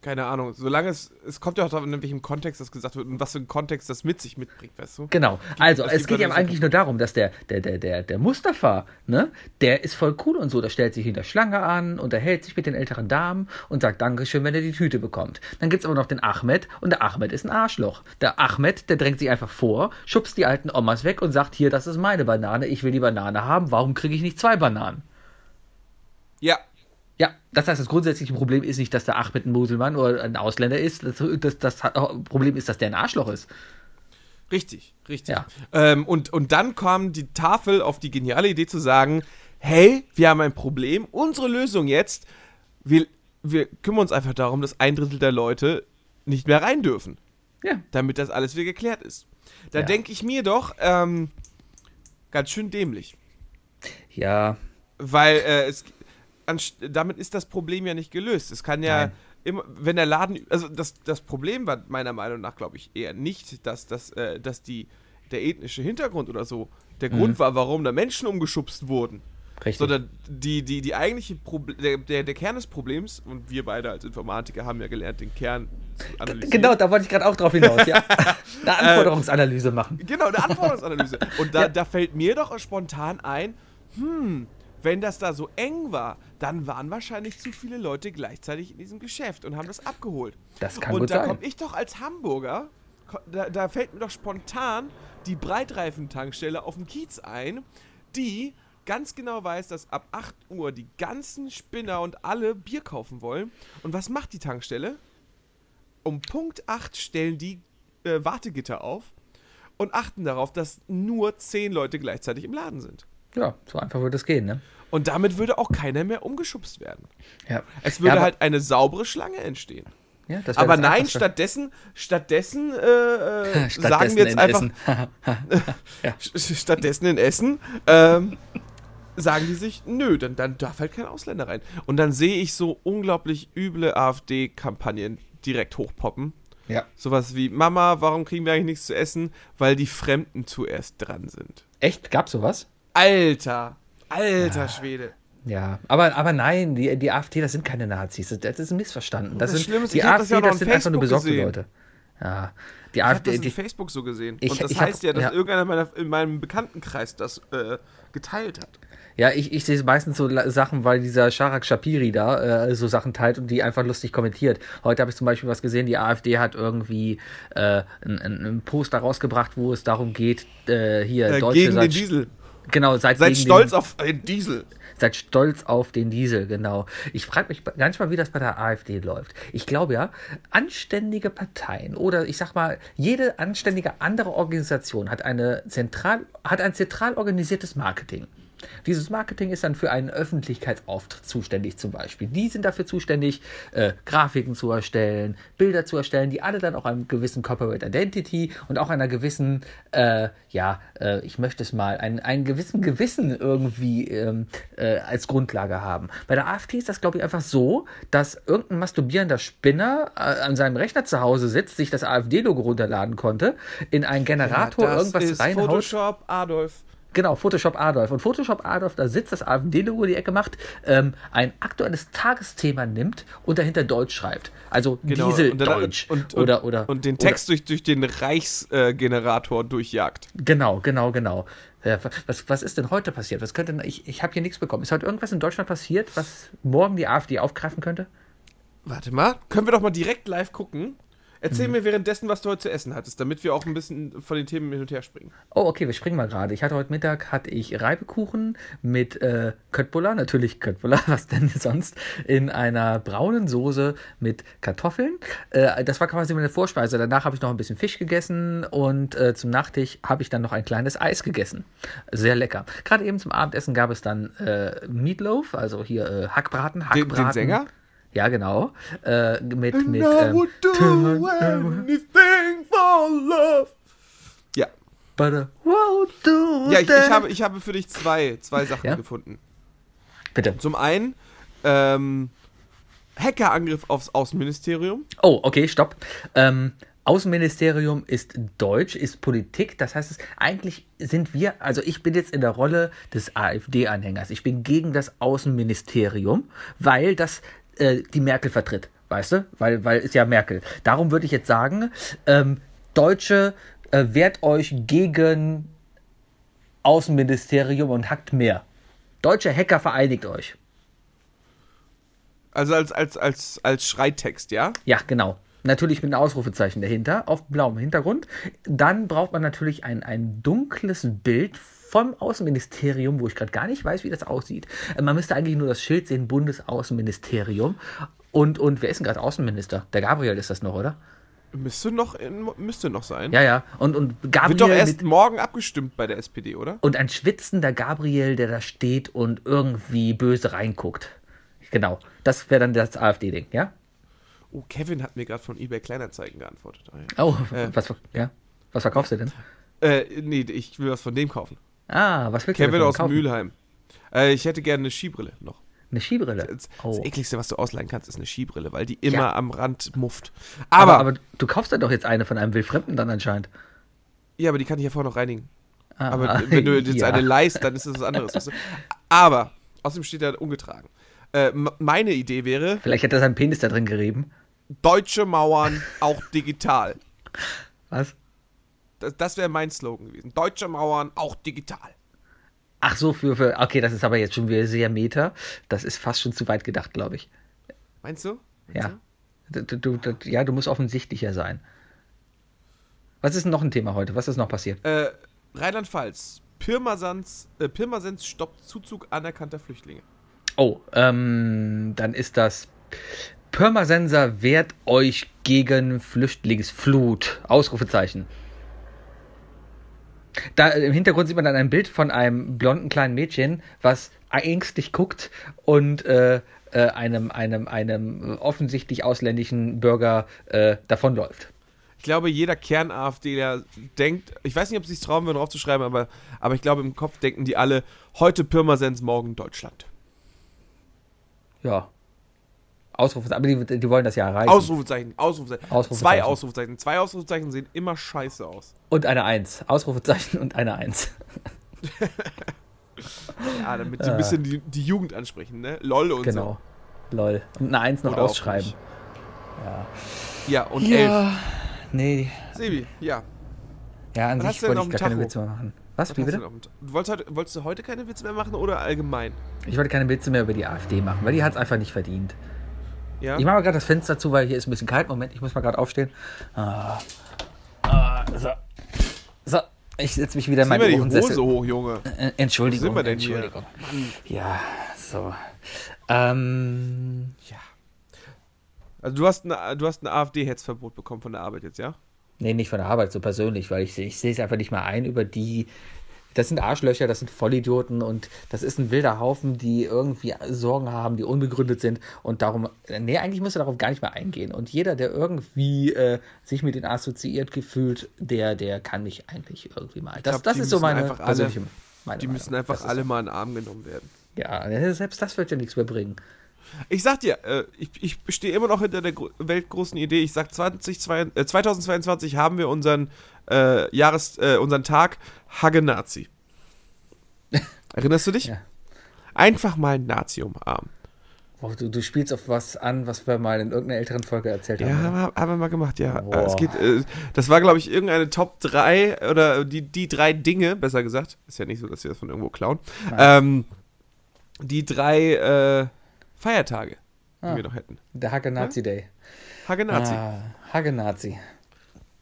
Speaker 3: keine Ahnung, solange es, es kommt ja auch darauf an, in welchem Kontext das gesagt wird und was für einen Kontext das mit sich mitbringt, weißt du?
Speaker 1: Genau. Also,
Speaker 3: das
Speaker 1: es geht
Speaker 3: gibt
Speaker 1: ja
Speaker 3: natürlich so
Speaker 1: eigentlich nur darum, dass der, der, der, der, der Mustafa, ne, der ist voll cool und so. Der stellt sich hinter Schlange an, unterhält sich mit den älteren Damen und sagt Dankeschön, wenn er die Tüte bekommt. Dann gibt's aber noch den Ahmed und der Ahmed ist ein Arschloch. Der Ahmed, der drängt sich einfach vor, schubst die alten Omas weg und sagt, hier, das ist meine Banane, ich will die Banane haben, warum kriege ich nicht zwei Bananen?
Speaker 3: Ja,
Speaker 1: Ja, das heißt, das grundsätzliche Problem ist nicht, dass der Ahmed ein Muselmann oder ein Ausländer ist. Das, das, das Problem ist, dass der ein Arschloch ist.
Speaker 3: richtig, richtig.
Speaker 1: Ja.
Speaker 3: Ähm, und, und dann kam die Tafel auf die geniale Idee zu sagen, hey, wir haben ein Problem, unsere Lösung jetzt, wir, wir kümmern uns einfach darum, dass ein Drittel der Leute nicht mehr rein dürfen.
Speaker 1: Ja.
Speaker 3: damit das alles wieder geklärt ist. Da
Speaker 1: Ja.
Speaker 3: denke ich mir doch, ähm, ganz schön dämlich.
Speaker 1: Ja,
Speaker 3: Weil äh, es, anst- damit ist das Problem ja nicht gelöst. Es kann ja
Speaker 1: Nein.
Speaker 3: immer, wenn der Laden, also das, das Problem war meiner Meinung nach, glaube ich, eher nicht, dass, dass, äh, dass die, der ethnische Hintergrund oder so der Grund war, warum da Menschen umgeschubst wurden.
Speaker 1: Mhm. richtig.
Speaker 3: Sondern die, die, die eigentliche Proble der, der, der Kern des Problems, und wir beide als Informatiker haben ja gelernt, den Kern zu analysieren.
Speaker 1: Genau, da wollte ich gerade auch drauf hinaus,
Speaker 3: (laughs)
Speaker 1: ja.
Speaker 3: Äh,
Speaker 1: Eine Anforderungsanalyse machen.
Speaker 3: Genau, eine
Speaker 1: (laughs)
Speaker 3: Anforderungsanalyse. Und da, da fällt mir doch spontan ein, hm, wenn das da so eng war, dann waren wahrscheinlich zu viele Leute gleichzeitig in diesem Geschäft und haben das abgeholt.
Speaker 1: Das kann
Speaker 3: und
Speaker 1: gut
Speaker 3: da
Speaker 1: sein.
Speaker 3: komme ich doch als Hamburger, ko- da, da fällt mir doch spontan die Breitreifentankstelle auf dem Kiez ein, die ganz genau weiß, dass ab 8 Uhr die ganzen Spinner und alle Bier kaufen wollen. Und was macht die Tankstelle? Um Punkt 8 stellen die äh, Wartegitter auf und achten darauf, dass nur 10 Leute gleichzeitig im Laden sind.
Speaker 1: Ja, so einfach würde es gehen, ne?
Speaker 3: Und damit würde auch keiner mehr umgeschubst werden.
Speaker 1: Ja.
Speaker 3: Es würde
Speaker 1: ja, aber-
Speaker 3: halt eine saubere Schlange entstehen.
Speaker 1: Ja, das wäre
Speaker 3: Aber
Speaker 1: das
Speaker 3: nein,
Speaker 1: Einfachste.
Speaker 3: stattdessen, stattdessen, äh,
Speaker 1: (laughs)
Speaker 3: äh,
Speaker 1: Stattdessen
Speaker 3: sagen wir jetzt
Speaker 1: in
Speaker 3: einfach,
Speaker 1: Essen.
Speaker 3: st- st- (laughs) stattdessen in Essen, ähm, sagen die sich, nö, dann, dann darf halt kein Ausländer rein. Und dann sehe ich so unglaublich üble AfD-Kampagnen direkt hochpoppen.
Speaker 1: (laughs) Ja.
Speaker 3: Sowas wie, Mama, warum kriegen wir eigentlich nichts zu essen? Weil die Fremden zuerst dran sind.
Speaker 1: Echt? Gab's sowas?
Speaker 3: Alter, alter Schwede.
Speaker 1: Ja, aber, aber nein, die, die AfD, das sind keine Nazis. Das- Das ist missverstanden. Das,
Speaker 3: Das
Speaker 1: sind,
Speaker 3: Schlimme ist,
Speaker 1: die
Speaker 3: ich hab das ja
Speaker 1: AfD,
Speaker 3: noch
Speaker 1: das
Speaker 3: auf
Speaker 1: sind einfach nur
Speaker 3: Facebook
Speaker 1: besorgte
Speaker 3: gesehen.
Speaker 1: Leute. Ja, die
Speaker 3: Ich habe das
Speaker 1: AfD,
Speaker 3: in
Speaker 1: die,
Speaker 3: Facebook so gesehen.
Speaker 1: Ich-
Speaker 3: und das
Speaker 1: ich hab-
Speaker 3: heißt ja, dass
Speaker 1: ja.
Speaker 3: irgendeiner meiner, in meinem Bekanntenkreis das äh, geteilt hat.
Speaker 1: ja, ich, ich sehe meistens so La- Sachen, weil dieser Sharak Shapiri da äh, so Sachen teilt und die einfach lustig kommentiert. Heute habe ich zum Beispiel was gesehen, die AfD hat irgendwie äh, ein, ein, ein Poster rausgebracht, wo es darum geht, äh, hier
Speaker 3: Äh,
Speaker 1: Deutsche
Speaker 3: gegen den
Speaker 1: seid st-
Speaker 3: Diesel.
Speaker 1: Genau, seid,
Speaker 3: Seid
Speaker 1: gegen
Speaker 3: stolz
Speaker 1: den,
Speaker 3: auf den Diesel.
Speaker 1: seid stolz auf den Diesel, genau. Ich frage mich manchmal, wie das bei der AfD läuft. Ich glaube ja, anständige Parteien oder ich sag mal, jede anständige andere Organisation hat, eine zentral, hat ein zentral organisiertes Marketing. Dieses Marketing ist dann für einen Öffentlichkeitsauftritt zuständig zum Beispiel. Die sind dafür zuständig, äh, Grafiken zu erstellen, Bilder zu erstellen, die alle dann auch einem gewissen Corporate Identity und auch einer gewissen, äh, ja, äh, ich möchte es mal, einen, einen gewissen Gewissen irgendwie ähm, äh, als Grundlage haben. Bei der AfD ist das, glaube ich, einfach so, dass irgendein masturbierender Spinner äh, an seinem Rechner zu Hause sitzt, sich das AfD-Logo runterladen konnte, in einen Generator irgendwas reinhaut.
Speaker 3: Photoshop Adolf.
Speaker 1: Genau, Photoshop Adolf. Und Photoshop Adolf, da sitzt das AfD-Logo in die Ecke macht, ähm, ein aktuelles Tagesthema nimmt und dahinter Deutsch schreibt. Also
Speaker 3: Genau.
Speaker 1: Diesel
Speaker 3: und dann-
Speaker 1: Deutsch.
Speaker 3: und, und,
Speaker 1: oder, oder,
Speaker 3: und den
Speaker 1: oder-
Speaker 3: Text durch, durch den Reichsgenerator äh, Generator durchjagt.
Speaker 1: Genau, genau, genau. Ja, was, was ist denn heute passiert? Was könnte denn, ich ich habe hier nichts bekommen. Ist heute irgendwas in Deutschland passiert, was morgen die AfD aufgreifen könnte?
Speaker 3: Warte mal, können wir doch mal direkt live gucken.
Speaker 1: Mhm.
Speaker 3: Erzähl mir währenddessen, was du heute zu essen hattest, damit wir auch ein bisschen von den Themen hin und her springen.
Speaker 1: Oh, okay, wir springen mal gerade. Ich hatte heute Mittag hatte ich Reibekuchen mit äh, Köttbullar, natürlich Köttbullar, (laughs) was denn sonst, in einer braunen Soße mit Kartoffeln. Äh, das war quasi meine Vorspeise. Danach habe ich noch ein bisschen Fisch gegessen und äh, zum Nachtisch habe ich dann noch ein kleines Eis gegessen. Sehr lecker. Gerade eben zum Abendessen gab es dann äh, Meatloaf, also hier äh, Hackbraten,
Speaker 3: Den,
Speaker 1: Hackbraten.
Speaker 3: den Sänger?
Speaker 1: Ja, genau. Äh, mit mit
Speaker 3: And I
Speaker 1: ähm,
Speaker 3: would do anything for love. Ja,
Speaker 1: Butter. Won't do
Speaker 3: ja ich, ich,
Speaker 1: that.
Speaker 3: habe, ich habe für dich zwei, zwei Sachen
Speaker 1: Ja?
Speaker 3: gefunden.
Speaker 1: Bitte.
Speaker 3: Zum einen ähm, Hackerangriff aufs Außenministerium.
Speaker 1: Oh, okay, stopp. Ähm, Außenministerium ist Deutsch, ist Politik. Das heißt, es, eigentlich sind wir, also ich bin jetzt in der Rolle des AfD-Anhängers. Ich bin gegen das Außenministerium, weil das äh, die Merkel vertritt. weißt du? Weil, weil ist ja Merkel. Darum würde ich jetzt sagen, ähm, Deutsche, äh, wehrt euch gegen Außenministerium und hackt mehr. Deutsche Hacker vereinigt euch.
Speaker 3: Also als, als, als, als Schreitext, ja?
Speaker 1: Ja, genau. Natürlich mit einem Ausrufezeichen dahinter, auf blauem Hintergrund. Dann braucht man natürlich ein, ein dunkles Bild vom Außenministerium, wo ich gerade gar nicht weiß, wie das aussieht. Äh, Man müsste eigentlich nur das Schild sehen, Bundesaußenministerium. Und, und wer ist denn gerade Außenminister? Der Gabriel ist das noch, oder?
Speaker 3: Müsste noch, in, müsste noch sein.
Speaker 1: Ja, ja. Und, und Gabriel
Speaker 3: Wird doch erst
Speaker 1: mit,
Speaker 3: morgen abgestimmt bei der SPD, oder?
Speaker 1: und ein schwitzender Gabriel, der da steht und irgendwie böse reinguckt. Genau. Das wäre dann das AfD-Ding, ja?
Speaker 3: Oh, Kevin hat mir gerade von eBay Kleinanzeigen geantwortet. Ah, ja.
Speaker 1: Oh, was, ver- ja. was verkaufst du denn?
Speaker 3: Äh, nee, ich will was von dem kaufen.
Speaker 1: Ah, was willst du
Speaker 3: Kevin
Speaker 1: davon
Speaker 3: aus Mülheim. Äh, ich hätte gerne eine Skibrille noch.
Speaker 1: Eine Skibrille.
Speaker 3: Das,
Speaker 1: Oh.
Speaker 3: das ekligste, was du ausleihen kannst, ist eine Skibrille, weil die immer
Speaker 1: Ja.
Speaker 3: am Rand mufft.
Speaker 1: Aber,
Speaker 3: Aber,
Speaker 1: aber du kaufst ja doch jetzt eine von einem Wildfremden dann anscheinend.
Speaker 3: ja, aber die kann ich ja vorher noch reinigen.
Speaker 1: Ah,
Speaker 3: Aber wenn du jetzt
Speaker 1: ja.
Speaker 3: eine leist, dann ist das was anderes. weißt du? Aber, außerdem steht da ungetragen. Äh, m- meine Idee wäre,
Speaker 1: Vielleicht hat er seinen Penis da drin gerieben.
Speaker 3: deutsche Mauern auch digital.
Speaker 1: Was?
Speaker 3: Das, das wäre mein Slogan gewesen. Deutsche Mauern auch digital.
Speaker 1: Ach so, für, für. Okay, das ist aber jetzt schon wieder sehr Meter. Das ist fast schon zu weit gedacht, glaube ich.
Speaker 3: Meinst du?
Speaker 1: Ja. Du, du, du, ja, du musst offensichtlicher sein. Was ist denn noch ein Thema heute? Was ist noch passiert?
Speaker 3: Äh, Rheinland-Pfalz. Pirmasens, äh, Pirmasens stoppt Zuzug anerkannter Flüchtlinge.
Speaker 1: Oh, ähm, dann ist das Pirmasensor wehrt euch gegen Flüchtlingsflut. Ausrufezeichen. Da äh, im Hintergrund sieht man dann ein Bild von einem blonden kleinen Mädchen, was ängstlich guckt und äh, äh, einem, einem, einem offensichtlich ausländischen Bürger äh, davonläuft.
Speaker 3: Ich glaube, jeder Kern-AfDler denkt, ich weiß nicht, ob sie es trauen würden, draufzuschreiben, aber, aber ich glaube, im Kopf denken die alle, heute Pirmasens, morgen Deutschland.
Speaker 1: Ja. Ausrufezeichen. Aber die, die wollen das ja erreichen.
Speaker 3: Ausrufezeichen, Ausrufezeichen,
Speaker 1: Ausrufezeichen.
Speaker 3: Zwei Ausrufezeichen. Zwei Ausrufezeichen sehen immer scheiße aus.
Speaker 1: und eine Eins. Ausrufezeichen und eine Eins.
Speaker 3: Ja, damit sie ein bisschen die, die Jugend ansprechen, ne? LOL und
Speaker 1: Genau. Lol. Und eine Eins
Speaker 3: so.
Speaker 1: noch
Speaker 3: Oder auch
Speaker 1: ausschreiben.
Speaker 3: nicht. Ja, und
Speaker 1: Nee.
Speaker 3: elf. Sebi, ja.
Speaker 1: Ja, an
Speaker 3: Was hast
Speaker 1: sich
Speaker 3: du denn
Speaker 1: wollte
Speaker 3: auf
Speaker 1: ich gar
Speaker 3: dem
Speaker 1: keine
Speaker 3: Tacho?
Speaker 1: Witze mehr machen. Was,
Speaker 3: Was
Speaker 1: wie
Speaker 3: hast
Speaker 1: bitte?
Speaker 3: du noch? Du wolltest, heute, wolltest du heute keine Witze mehr machen oder allgemein?
Speaker 1: Ich wollte keine Witze mehr über die AfD machen, weil die hat es einfach nicht verdient.
Speaker 3: Ja?
Speaker 1: Ich mache mal gerade das Fenster zu, weil hier ist ein bisschen kalt. Moment, ich muss mal gerade aufstehen. Ah.
Speaker 2: Also,
Speaker 1: Ah, so. So, ich setze mich wieder in
Speaker 3: Zieh mal
Speaker 1: meinen
Speaker 3: die Hose
Speaker 1: Ohrensessel.
Speaker 3: hoch, Junge.
Speaker 1: Äh, Entschuldigung,
Speaker 3: sind wir denn hier?
Speaker 1: Entschuldigung. Ja, so. Ähm,
Speaker 3: Also du hast ein, du hast ein AfD-Hetzverbot bekommen von der Arbeit jetzt, ja?
Speaker 1: nee, nicht von der Arbeit, so persönlich, weil ich, ich sehe es einfach nicht mal ein, über die. Das sind Arschlöcher, das sind Vollidioten und das ist ein wilder Haufen, die irgendwie Sorgen haben, die unbegründet sind und darum, nee, eigentlich müsste darauf gar nicht mehr eingehen. Und jeder, der irgendwie äh, sich mit denen assoziiert gefühlt, der, der kann mich eigentlich irgendwie mal. Das,
Speaker 3: glaub,
Speaker 1: das
Speaker 3: die
Speaker 1: ist so
Speaker 3: müssen
Speaker 1: meine
Speaker 3: einfach alle-
Speaker 1: persönliche meine
Speaker 3: Die
Speaker 1: Meinung.
Speaker 3: müssen einfach
Speaker 1: Das ist-
Speaker 3: alle mal in den Arm genommen werden.
Speaker 1: Ja, ne, selbst das wird ja nichts mehr bringen.
Speaker 3: Ich sag dir, äh, ich, ich stehe immer noch hinter der gro- weltgroßen Idee. Ich sag, 20, äh, 2022 haben wir unseren äh, Jahres, äh, unseren Tag
Speaker 1: (laughs)
Speaker 3: Hagge-Nazi. Erinnerst du dich?
Speaker 1: Ja.
Speaker 3: Einfach mal einen Nazi umarmen.
Speaker 1: Boah, du, du spielst auf was an, was wir mal in irgendeiner älteren Folge erzählt
Speaker 3: Ja,
Speaker 1: haben.
Speaker 3: haben, wir, haben wir mal gemacht, ja.
Speaker 1: Boah.
Speaker 3: Es geht, äh, das war, glaube ich, irgendeine Top 3 oder die, die drei Dinge, besser gesagt. Ist ja nicht so, dass wir das von irgendwo klauen. Ähm, die drei äh, Feiertage, die
Speaker 1: Ah.
Speaker 3: wir noch hätten.
Speaker 1: Der Hacke-Nazi-Day.
Speaker 3: Hagge-Nazi.
Speaker 1: Ah, Hagge-Nazi.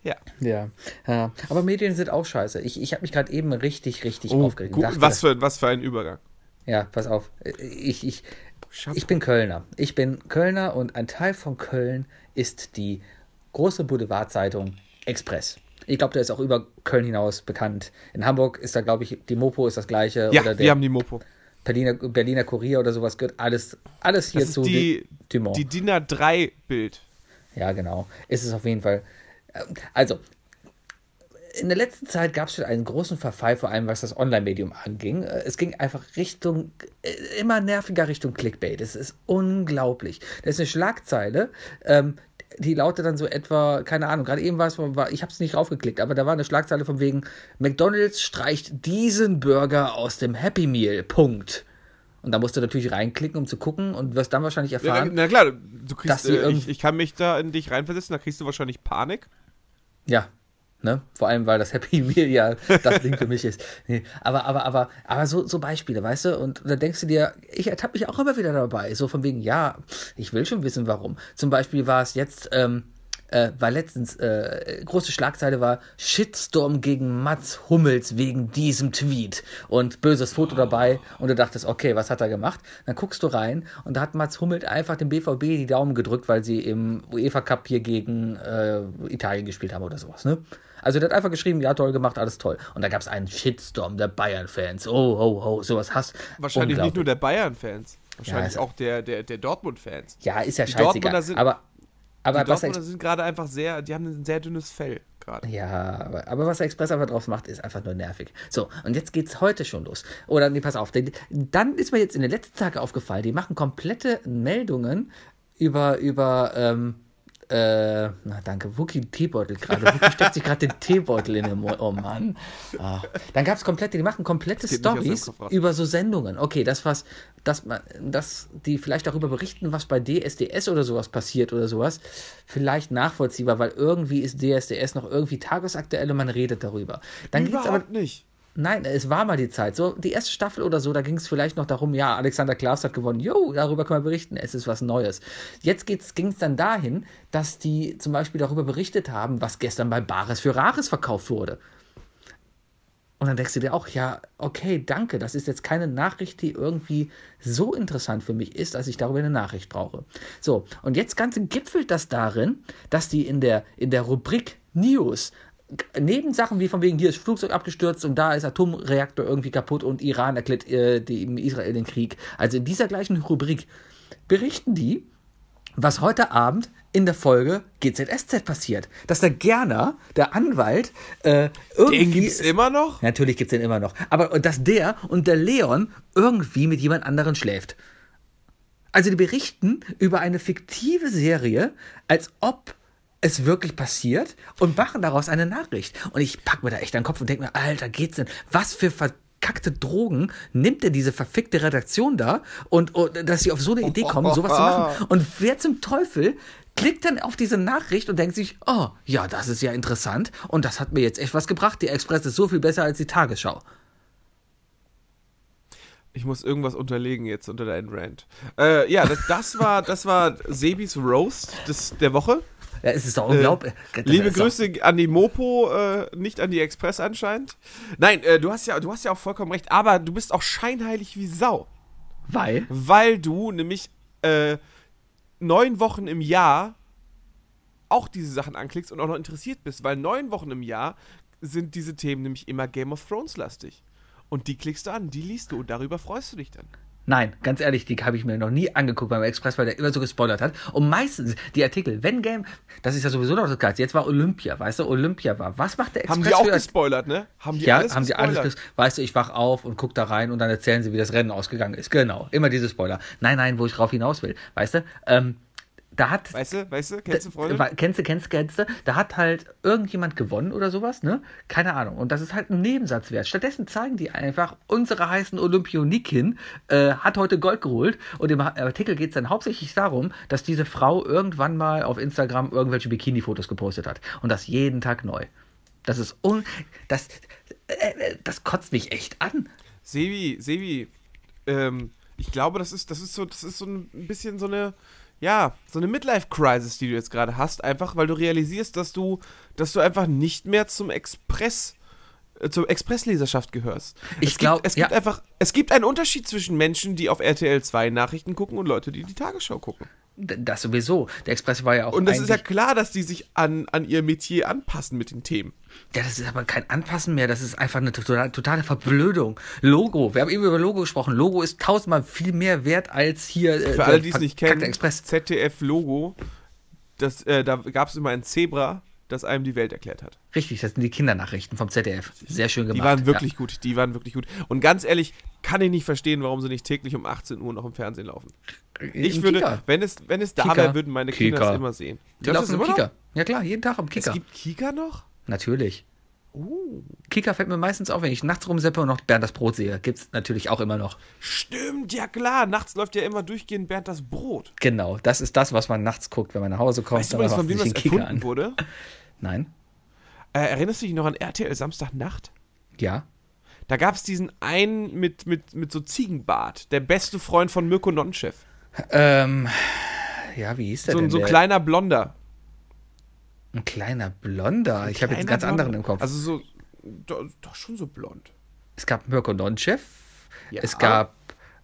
Speaker 3: Ja.
Speaker 1: Ja. ja. Aber Medien sind auch scheiße. Ich, ich habe mich gerade eben richtig, richtig
Speaker 3: Oh,
Speaker 1: aufgeregt. und
Speaker 3: gut,
Speaker 1: dachte,
Speaker 3: was, für, was für ein Übergang.
Speaker 1: Ja, pass auf. Ich, ich,
Speaker 3: Schatz.
Speaker 1: ich bin Kölner. Ich bin Kölner und ein Teil von Köln ist die große Boulevardzeitung Express. Ich glaube, der ist auch über Köln hinaus bekannt. In Hamburg ist da, glaube ich, die Mopo ist das gleiche.
Speaker 3: Ja,
Speaker 1: oder
Speaker 3: wir
Speaker 1: der
Speaker 3: haben die Mopo.
Speaker 1: Berliner, Berliner Kurier oder sowas gehört alles, alles
Speaker 3: Das ist
Speaker 1: hierzu.
Speaker 3: die,
Speaker 1: Dumont.
Speaker 3: die DIN A3-Bild.
Speaker 1: Ja, genau. Ist es auf jeden Fall. Ähm, Also, in der letzten Zeit gab es schon einen großen Verfall, vor allem was das Online-Medium anging. Äh, Es ging einfach Richtung, äh, immer nerviger Richtung Clickbait. Es ist unglaublich. Da ist eine Schlagzeile, ähm, die lautet dann so etwa, keine Ahnung, gerade eben war es, war, ich habe es nicht raufgeklickt, aber da war eine Schlagzeile von wegen, McDonalds streicht diesen Burger aus dem Happy Meal, Punkt. Und da musst du natürlich reinklicken, um zu gucken und wirst dann wahrscheinlich
Speaker 3: Ja, na,
Speaker 1: erfahren,
Speaker 3: na klar, du- du
Speaker 1: Dass
Speaker 3: kriegst,
Speaker 1: sie
Speaker 3: äh,
Speaker 1: irgend-
Speaker 3: ich, ich kann mich da in dich reinversetzen, da kriegst du wahrscheinlich Panik.
Speaker 1: Ja, ne? Vor allem, weil das Happy (laughs) Meal ja das Ding für mich ist. Nee, aber, aber, aber, aber so, so Beispiele, weißt du? Und da denkst du dir, ich ertappe mich auch immer wieder dabei. So von wegen, ja, ich will schon wissen, warum. Zum Beispiel war es jetzt, ähm, äh, war letztens, äh, große Schlagzeile war Shitstorm gegen Mats Hummels wegen diesem Tweet und böses Foto dabei und du dachtest, okay, was hat er gemacht? Dann guckst du rein und da hat Mats Hummels einfach dem BVB die Daumen gedrückt, weil sie im UEFA Cup hier gegen äh, Italien gespielt haben oder sowas, ne? Also der hat einfach geschrieben, ja, toll gemacht, alles toll. Und da gab es einen Shitstorm der Bayern-Fans. Oh, oh, oh, sowas hast
Speaker 3: Wahrscheinlich nicht nur
Speaker 1: Unglaublich.
Speaker 3: der Bayern-Fans, wahrscheinlich
Speaker 1: ist-
Speaker 3: auch der, der, der Dortmund-Fans.
Speaker 1: Ja, ist ja
Speaker 3: Die
Speaker 1: scheißegal.
Speaker 3: Dortmunder sind-
Speaker 1: Aber, aber
Speaker 3: Die
Speaker 1: was er
Speaker 3: Dortmunder sind gerade einfach sehr, die haben ein sehr dünnes Fell gerade.
Speaker 1: Ja, aber, aber was der Express einfach drauf macht, ist einfach nur nervig. So, und jetzt geht's heute schon los. Oder nee, pass auf, denn, dann ist mir jetzt in den letzten Tagen aufgefallen, die machen komplette Meldungen über, über, ähm, äh, na danke, Wookie Teebeutel gerade. Wookie
Speaker 3: (laughs)
Speaker 1: steckt sich gerade den Teebeutel in den Mund. Oh Mann. Ah. Dann gab's komplette, die machen komplette
Speaker 3: geht nicht aus dem
Speaker 1: Stories
Speaker 3: Kopf raus.
Speaker 1: über so Sendungen. Okay, das was, dass man, dass die vielleicht darüber berichten, was bei DSDS oder sowas passiert oder sowas, vielleicht nachvollziehbar, weil irgendwie ist DSDS noch irgendwie tagesaktuell und man redet darüber. Dann geht's aber,
Speaker 3: Überhaupt nicht.
Speaker 1: nein, es war mal die Zeit. So die erste Staffel oder so, da ging es vielleicht noch darum, ja, Alexander Klaas hat gewonnen. Jo, darüber können wir berichten. Es ist was Neues. Jetzt ging es dann dahin, dass die zum Beispiel darüber berichtet haben, was gestern bei Bares für Rares verkauft wurde. Und dann denkst du dir auch, ja, okay, danke, das ist jetzt keine Nachricht, die irgendwie so interessant für mich ist, dass ich darüber eine Nachricht brauche. So, und jetzt Ganze gipfelt das darin, dass die in der, in der Rubrik News g- neben Sachen wie von wegen, hier ist Flugzeug abgestürzt und da ist Atomreaktor irgendwie kaputt und Iran erklärt äh, dem Israel den Krieg, also in dieser gleichen Rubrik, berichten die, was heute Abend in der Folge GZSZ passiert. Dass der Gerner, der Anwalt, äh, irgendwie...
Speaker 3: Den gibt's immer noch?
Speaker 1: Natürlich gibt es den immer noch. Aber dass der und der Leon irgendwie mit jemand anderen schläft. Also die berichten über eine fiktive Serie, als ob es wirklich passiert und machen daraus eine Nachricht. Und ich pack mir da echt an den Kopf und denke mir, Alter, geht's denn? Was für verkackte Drogen nimmt denn diese verfickte Redaktion da und, und dass sie auf so eine Idee kommen, sowas zu machen? Und wer zum Teufel klickt dann auf diese Nachricht und denkt sich, oh, ja, das ist ja interessant und das hat mir jetzt echt was gebracht. Die Express ist so viel besser als die Tagesschau.
Speaker 3: Ich muss irgendwas unterlegen jetzt unter deinen Rant. Äh, ja, das, das war das war Sebis Roast des, der Woche.
Speaker 1: Ja, es ist doch unglaublich.
Speaker 3: Äh, Liebe
Speaker 1: Das ist doch-
Speaker 3: Grüße an die Mopo, äh, nicht an die Express anscheinend. Nein, äh, du hast ja du hast ja auch vollkommen recht, aber du bist auch scheinheilig wie Sau,
Speaker 1: Weil.
Speaker 3: weil du nämlich äh, neun Wochen im Jahr auch diese Sachen anklickst und auch noch interessiert bist, weil neun Wochen im Jahr sind diese Themen nämlich immer Game of Thrones lastig. Und die klickst du an, die liest du und darüber freust du dich dann.
Speaker 1: Nein, ganz ehrlich, die habe ich mir noch nie angeguckt beim Express, weil der immer so gespoilert hat. Und meistens die Artikel, wenn Game, das ist ja sowieso noch das Geilste. Jetzt war Olympia, weißt du, Olympia war. Was macht der Express?
Speaker 3: Haben die auch
Speaker 1: für-
Speaker 3: gespoilert, ne? Haben die
Speaker 1: ja,
Speaker 3: alles
Speaker 1: haben die
Speaker 3: gespoilert?
Speaker 1: alles ges Weißt du, ich wach auf und guck da rein und dann erzählen sie, wie das Rennen ausgegangen ist. Genau, immer diese Spoiler. Nein, nein, wo ich drauf hinaus will. Weißt du, ähm, da hat
Speaker 3: Weißt du, weißt du, kennst du Freunde?
Speaker 1: Wa- Kennst du, kennst du, kennst du? Da hat halt irgendjemand gewonnen oder sowas, ne? Keine Ahnung. Und das ist halt ein Nebensatz wert. Stattdessen zeigen die einfach, unsere heißen Olympionikin äh, hat heute Gold geholt. Und im Ha- Artikel geht es dann hauptsächlich darum, dass diese Frau irgendwann mal auf Instagram irgendwelche Bikini-Fotos gepostet hat. Und das jeden Tag neu. Das ist un. Das, äh, äh, das kotzt mich echt an.
Speaker 3: Sevi, Sevi, ähm, ich glaube, das ist, das ist so, das ist so ein bisschen so eine, ja, so eine Midlife-Crisis, die du jetzt gerade hast, einfach, weil du realisierst, dass du, dass du einfach nicht mehr zum Express, äh, zur Expressleserschaft gehörst.
Speaker 1: Ich
Speaker 3: es
Speaker 1: glaub,
Speaker 3: gibt, es
Speaker 1: ja.
Speaker 3: gibt einfach, es gibt einen Unterschied zwischen Menschen, die auf RTL 2 Nachrichten gucken und Leute, die die Tagesschau gucken.
Speaker 1: D- Das sowieso. Der Express war ja auch.
Speaker 3: Und das ist ja
Speaker 1: eigentlich-
Speaker 3: klar, dass die sich an, an ihr Metier anpassen mit den Themen.
Speaker 1: Ja, das ist aber kein Anpassen mehr, das ist einfach eine totale, totale Verblödung. Logo, wir haben eben über Logo gesprochen. Logo ist tausendmal viel mehr wert als hier. Äh,
Speaker 3: Für alle, die es nicht
Speaker 1: verkackte
Speaker 3: kennen,
Speaker 1: Express.
Speaker 3: ZDF-Logo, das, äh, da gab es immer ein Zebra, das einem die Welt erklärt hat.
Speaker 1: Richtig, das sind die Kindernachrichten vom ZDF. Sehr schön
Speaker 3: Die
Speaker 1: gemacht.
Speaker 3: waren wirklich gut, die waren wirklich gut. Und ganz ehrlich, kann ich nicht verstehen, warum sie nicht täglich um 18 Uhr noch im Fernsehen laufen.
Speaker 1: Ja.
Speaker 3: Ich
Speaker 1: Im
Speaker 3: würde,
Speaker 1: Kika.
Speaker 3: wenn es, wenn es da
Speaker 1: Kika.
Speaker 3: wäre, würden meine Kinder
Speaker 1: Kika.
Speaker 3: es immer sehen.
Speaker 1: Die
Speaker 3: Läuft
Speaker 1: laufen im
Speaker 3: immer noch?
Speaker 1: Kika. Ja klar, jeden Tag am
Speaker 3: Es Oh.
Speaker 1: Kicker.
Speaker 3: gibt Kika noch?
Speaker 1: Natürlich. Kika fällt mir meistens auf, wenn ich nachts rumseppe und noch Bernd das Brot sehe. Gibt's natürlich auch immer noch.
Speaker 3: Stimmt, ja klar. Nachts läuft ja immer durchgehend Bernd das Brot.
Speaker 1: Genau, das ist das, was man nachts guckt, wenn man nach Hause kommt.
Speaker 3: Weißt du
Speaker 1: dann
Speaker 3: übrigens, von wem
Speaker 1: macht man sich
Speaker 3: das
Speaker 1: den Kicker
Speaker 3: erfunden wurde?
Speaker 1: Nein?
Speaker 3: Äh, erinnerst du dich noch an RTL Samstagnacht?
Speaker 1: Ja?
Speaker 3: Da gab es diesen einen mit, mit, mit so Ziegenbart, der beste Freund von Mirko Nonchef.
Speaker 1: Ähm, ja, wie hieß der
Speaker 3: So,
Speaker 1: denn?
Speaker 3: ein- so ein
Speaker 1: der?
Speaker 3: kleiner Blonder.
Speaker 1: ein kleiner Blonder. Ich habe jetzt einen ganz
Speaker 3: Kleiner
Speaker 1: anderen im Kopf.
Speaker 3: Also so, doch, doch schon so blond.
Speaker 1: es gab Mirko Nonchev.
Speaker 3: Ja.
Speaker 1: Es gab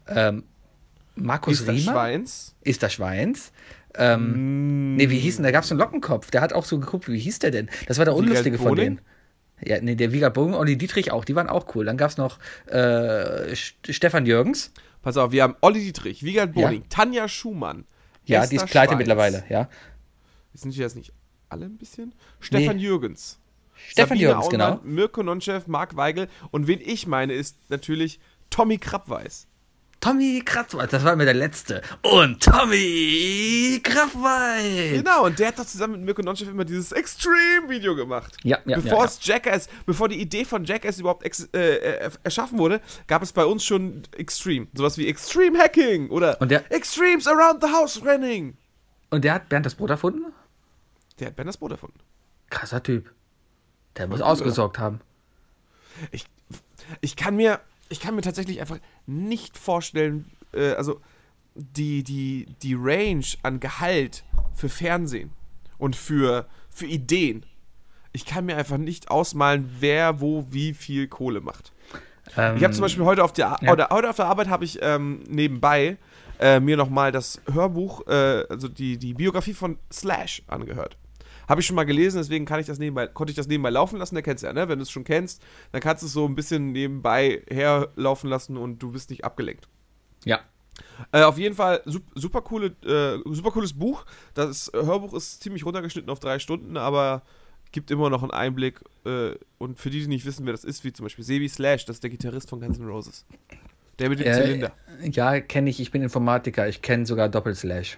Speaker 1: ähm, Markus
Speaker 3: Ist das
Speaker 1: Riemer.
Speaker 3: Schweins?
Speaker 1: Ist das Schweins?
Speaker 3: Mm.
Speaker 1: Ähm, Nee, wie hieß denn? Da gab es einen Lockenkopf. Der hat auch so geguckt, wie hieß der denn? Das war der
Speaker 3: Wiegald
Speaker 1: Unlustige von
Speaker 3: Boning?
Speaker 1: denen. Ja, nee, der Wiegald Bogen und die Dietrich auch. Die waren auch cool. Dann gab es noch äh, St- Stefan Jürgens.
Speaker 3: Pass auf, wir haben Olli Dietrich, Wiegald
Speaker 1: Ja.
Speaker 3: Boning, Tanja Schumann.
Speaker 1: Ja,
Speaker 3: Esther
Speaker 1: die ist pleite
Speaker 3: Schweins.
Speaker 1: mittlerweile. Ja.
Speaker 3: Sind die das nicht alle ein bisschen? Stefan Jürgens.
Speaker 1: Stefan
Speaker 3: Sabine
Speaker 1: Jürgens, genau.
Speaker 3: Auenland, Mirko Nonchef, Marc Weigel. Und wen ich meine, ist natürlich Tommy Krappweiß.
Speaker 1: Tommy Kratzweiß, das war mir der letzte. Und Tommy Kraftweiß.
Speaker 3: Genau, und der hat doch zusammen mit Mirko Nonchef immer dieses Extreme-Video gemacht.
Speaker 1: Ja, ja,
Speaker 3: bevor
Speaker 1: ja,
Speaker 3: es Jackass, bevor die Idee von Jackass überhaupt ex äh, äh, erschaffen wurde, gab es bei uns schon Extreme. Sowas wie Extreme Hacking oder
Speaker 1: Und der-
Speaker 3: Extremes Around the House Running.
Speaker 1: Und der hat Bernd das Brot erfunden?
Speaker 3: Der hat Ben das Boot erfunden.
Speaker 1: Krasser Typ. Der muss ausgesorgt haben.
Speaker 3: Ich, ich, kann mir, ich kann mir tatsächlich einfach nicht vorstellen, äh, also die, die, die Range an Gehalt für Fernsehen und für, für Ideen. Ich kann mir einfach nicht ausmalen, wer wo wie viel Kohle macht. Ich habe zum Beispiel heute auf der, Ar-
Speaker 1: Ähm, ja.
Speaker 3: oder, heute auf der Arbeit habe ich ähm, nebenbei äh, mir nochmal das Hörbuch, äh, also die, die Biografie von Slash angehört. Habe ich schon mal gelesen, deswegen kann ich das nebenbei, konnte ich das nebenbei laufen lassen, der kennst ja, ne? Wenn du es schon kennst, dann kannst du es so ein bisschen nebenbei herlaufen lassen und du bist nicht abgelenkt.
Speaker 1: Ja.
Speaker 3: Äh, auf jeden Fall sup super, coole, äh, super cooles Buch. Das Hörbuch ist ziemlich runtergeschnitten auf drei Stunden, aber gibt immer noch einen Einblick. Äh, und für die, die nicht wissen, wer das ist, wie zum Beispiel Sebi Slash, das ist der Gitarrist von Guns N' Roses. Der mit dem
Speaker 1: Äh,
Speaker 3: Zylinder.
Speaker 1: ja, kenne ich. Ich bin Informatiker. Ich kenne sogar Doppelslash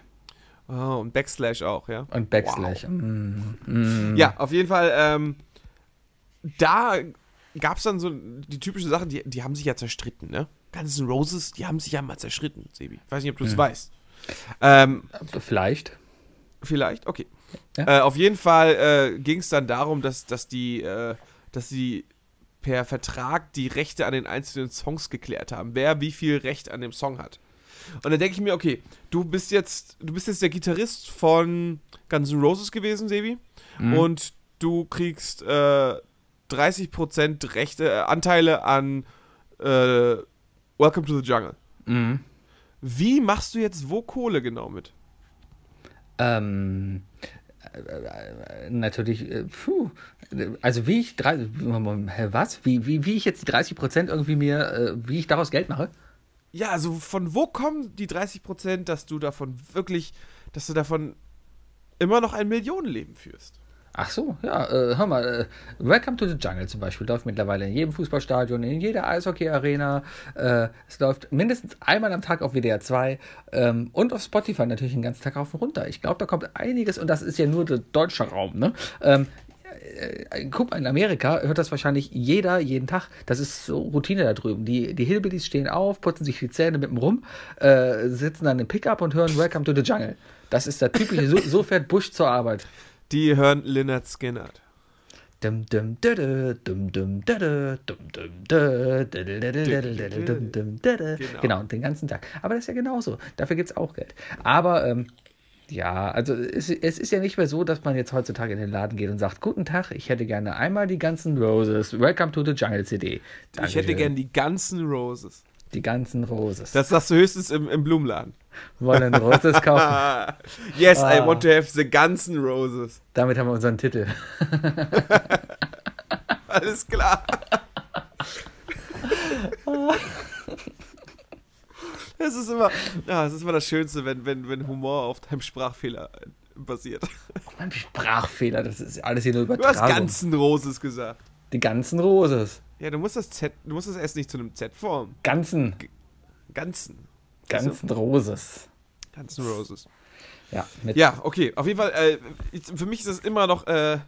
Speaker 3: Ah, und Backslash auch, ja.
Speaker 1: und Backslash. Mm, mm.
Speaker 3: Ja, auf jeden Fall, ähm, da gab es dann so die typische Sache, die, die haben sich ja zerstritten, ne? Guns N' Roses, die haben sich ja mal zerstritten, Sebi. Ich weiß nicht, ob du es weißt. Ähm,
Speaker 1: Vielleicht.
Speaker 3: Vielleicht, okay.
Speaker 1: Ja.
Speaker 3: Äh, auf jeden Fall äh, ging es dann darum, dass, dass die, äh, dass sie per Vertrag die Rechte an den einzelnen Songs geklärt haben, wer wie viel Recht an dem Song hat. Und dann denke ich mir, okay, du bist jetzt, du bist jetzt der Gitarrist von Guns N' Roses gewesen, Sebi, und du kriegst äh, 30% Rechte, äh, Anteile an äh, Welcome to the Jungle.
Speaker 1: Mm.
Speaker 3: Wie machst du jetzt wo Kohle genau mit?
Speaker 1: Ähm, äh, äh, natürlich, äh, puh, also wie ich, drei, hä, was? Wie, wie, wie ich jetzt die 30 Prozent irgendwie mir, äh, wie ich daraus Geld mache?
Speaker 3: Ja, also von wo kommen die 30 Prozent, dass du davon wirklich, dass du davon immer noch ein Millionenleben führst?
Speaker 1: Ach so, ja, äh, hör mal, äh, Welcome to the Jungle zum Beispiel läuft mittlerweile in jedem Fußballstadion, in jeder Eishockey-Arena. Äh, es läuft mindestens einmal am Tag auf WDR 2 ähm, und auf Spotify natürlich den ganzen Tag rauf und runter. Ich glaube, da kommt einiges und das ist ja nur der deutsche Raum, ne? Ähm, äh, Guck mal, in Amerika hört das wahrscheinlich jeder jeden Tag. Das ist so Routine da drüben. Die, die Hillbillies stehen auf, putzen sich die Zähne mit dem Rum, äh, sitzen dann im Pickup und hören Welcome to the Jungle. Das ist der typische, so, so fährt Bush zur Arbeit.
Speaker 3: Die hören Lynyrd Skynyrd.
Speaker 1: Dum dum dödö, dum dum dödö, dum dum dö, dödö, dödö, dödö, dödö, dum dum dödö.
Speaker 3: Genau.
Speaker 1: Genau, den ganzen Tag. Aber das ist ja genauso. Dafür gibt es auch Geld. Aber ähm, ja, also es, es ist ja nicht mehr so, dass man jetzt heutzutage in den Laden geht und sagt, guten Tag, ich hätte gerne einmal die ganzen Roses. Welcome to the Jungle CD.
Speaker 3: Ich hätte
Speaker 1: Dankeschön.
Speaker 3: gern die ganzen Roses.
Speaker 1: die ganzen Roses.
Speaker 3: Das sagst du höchstens im, im Blumenladen. (laughs)
Speaker 1: Wollen Roses kaufen.
Speaker 3: Ah, yes, I want to have the ganzen Roses.
Speaker 1: Damit haben wir unseren Titel.
Speaker 3: Alles klar. Das ist immer, ja, das ist immer das Schönste, wenn, wenn, wenn Humor auf deinem Sprachfehler basiert.
Speaker 1: Ein Sprachfehler, das ist alles hier nur
Speaker 3: Du hast
Speaker 1: Übertragung.
Speaker 3: ganzen Roses gesagt.
Speaker 1: die ganzen Roses.
Speaker 3: Ja, du musst das Z, du musst das S nicht zu einem Z formen.
Speaker 1: Ganzen,
Speaker 3: Also Ganzen.
Speaker 1: ganzen Roses.
Speaker 3: Ganzen Roses.
Speaker 1: Ja, mit
Speaker 3: Ja, okay. Auf jeden Fall, äh, ich- für mich ist das immer noch äh,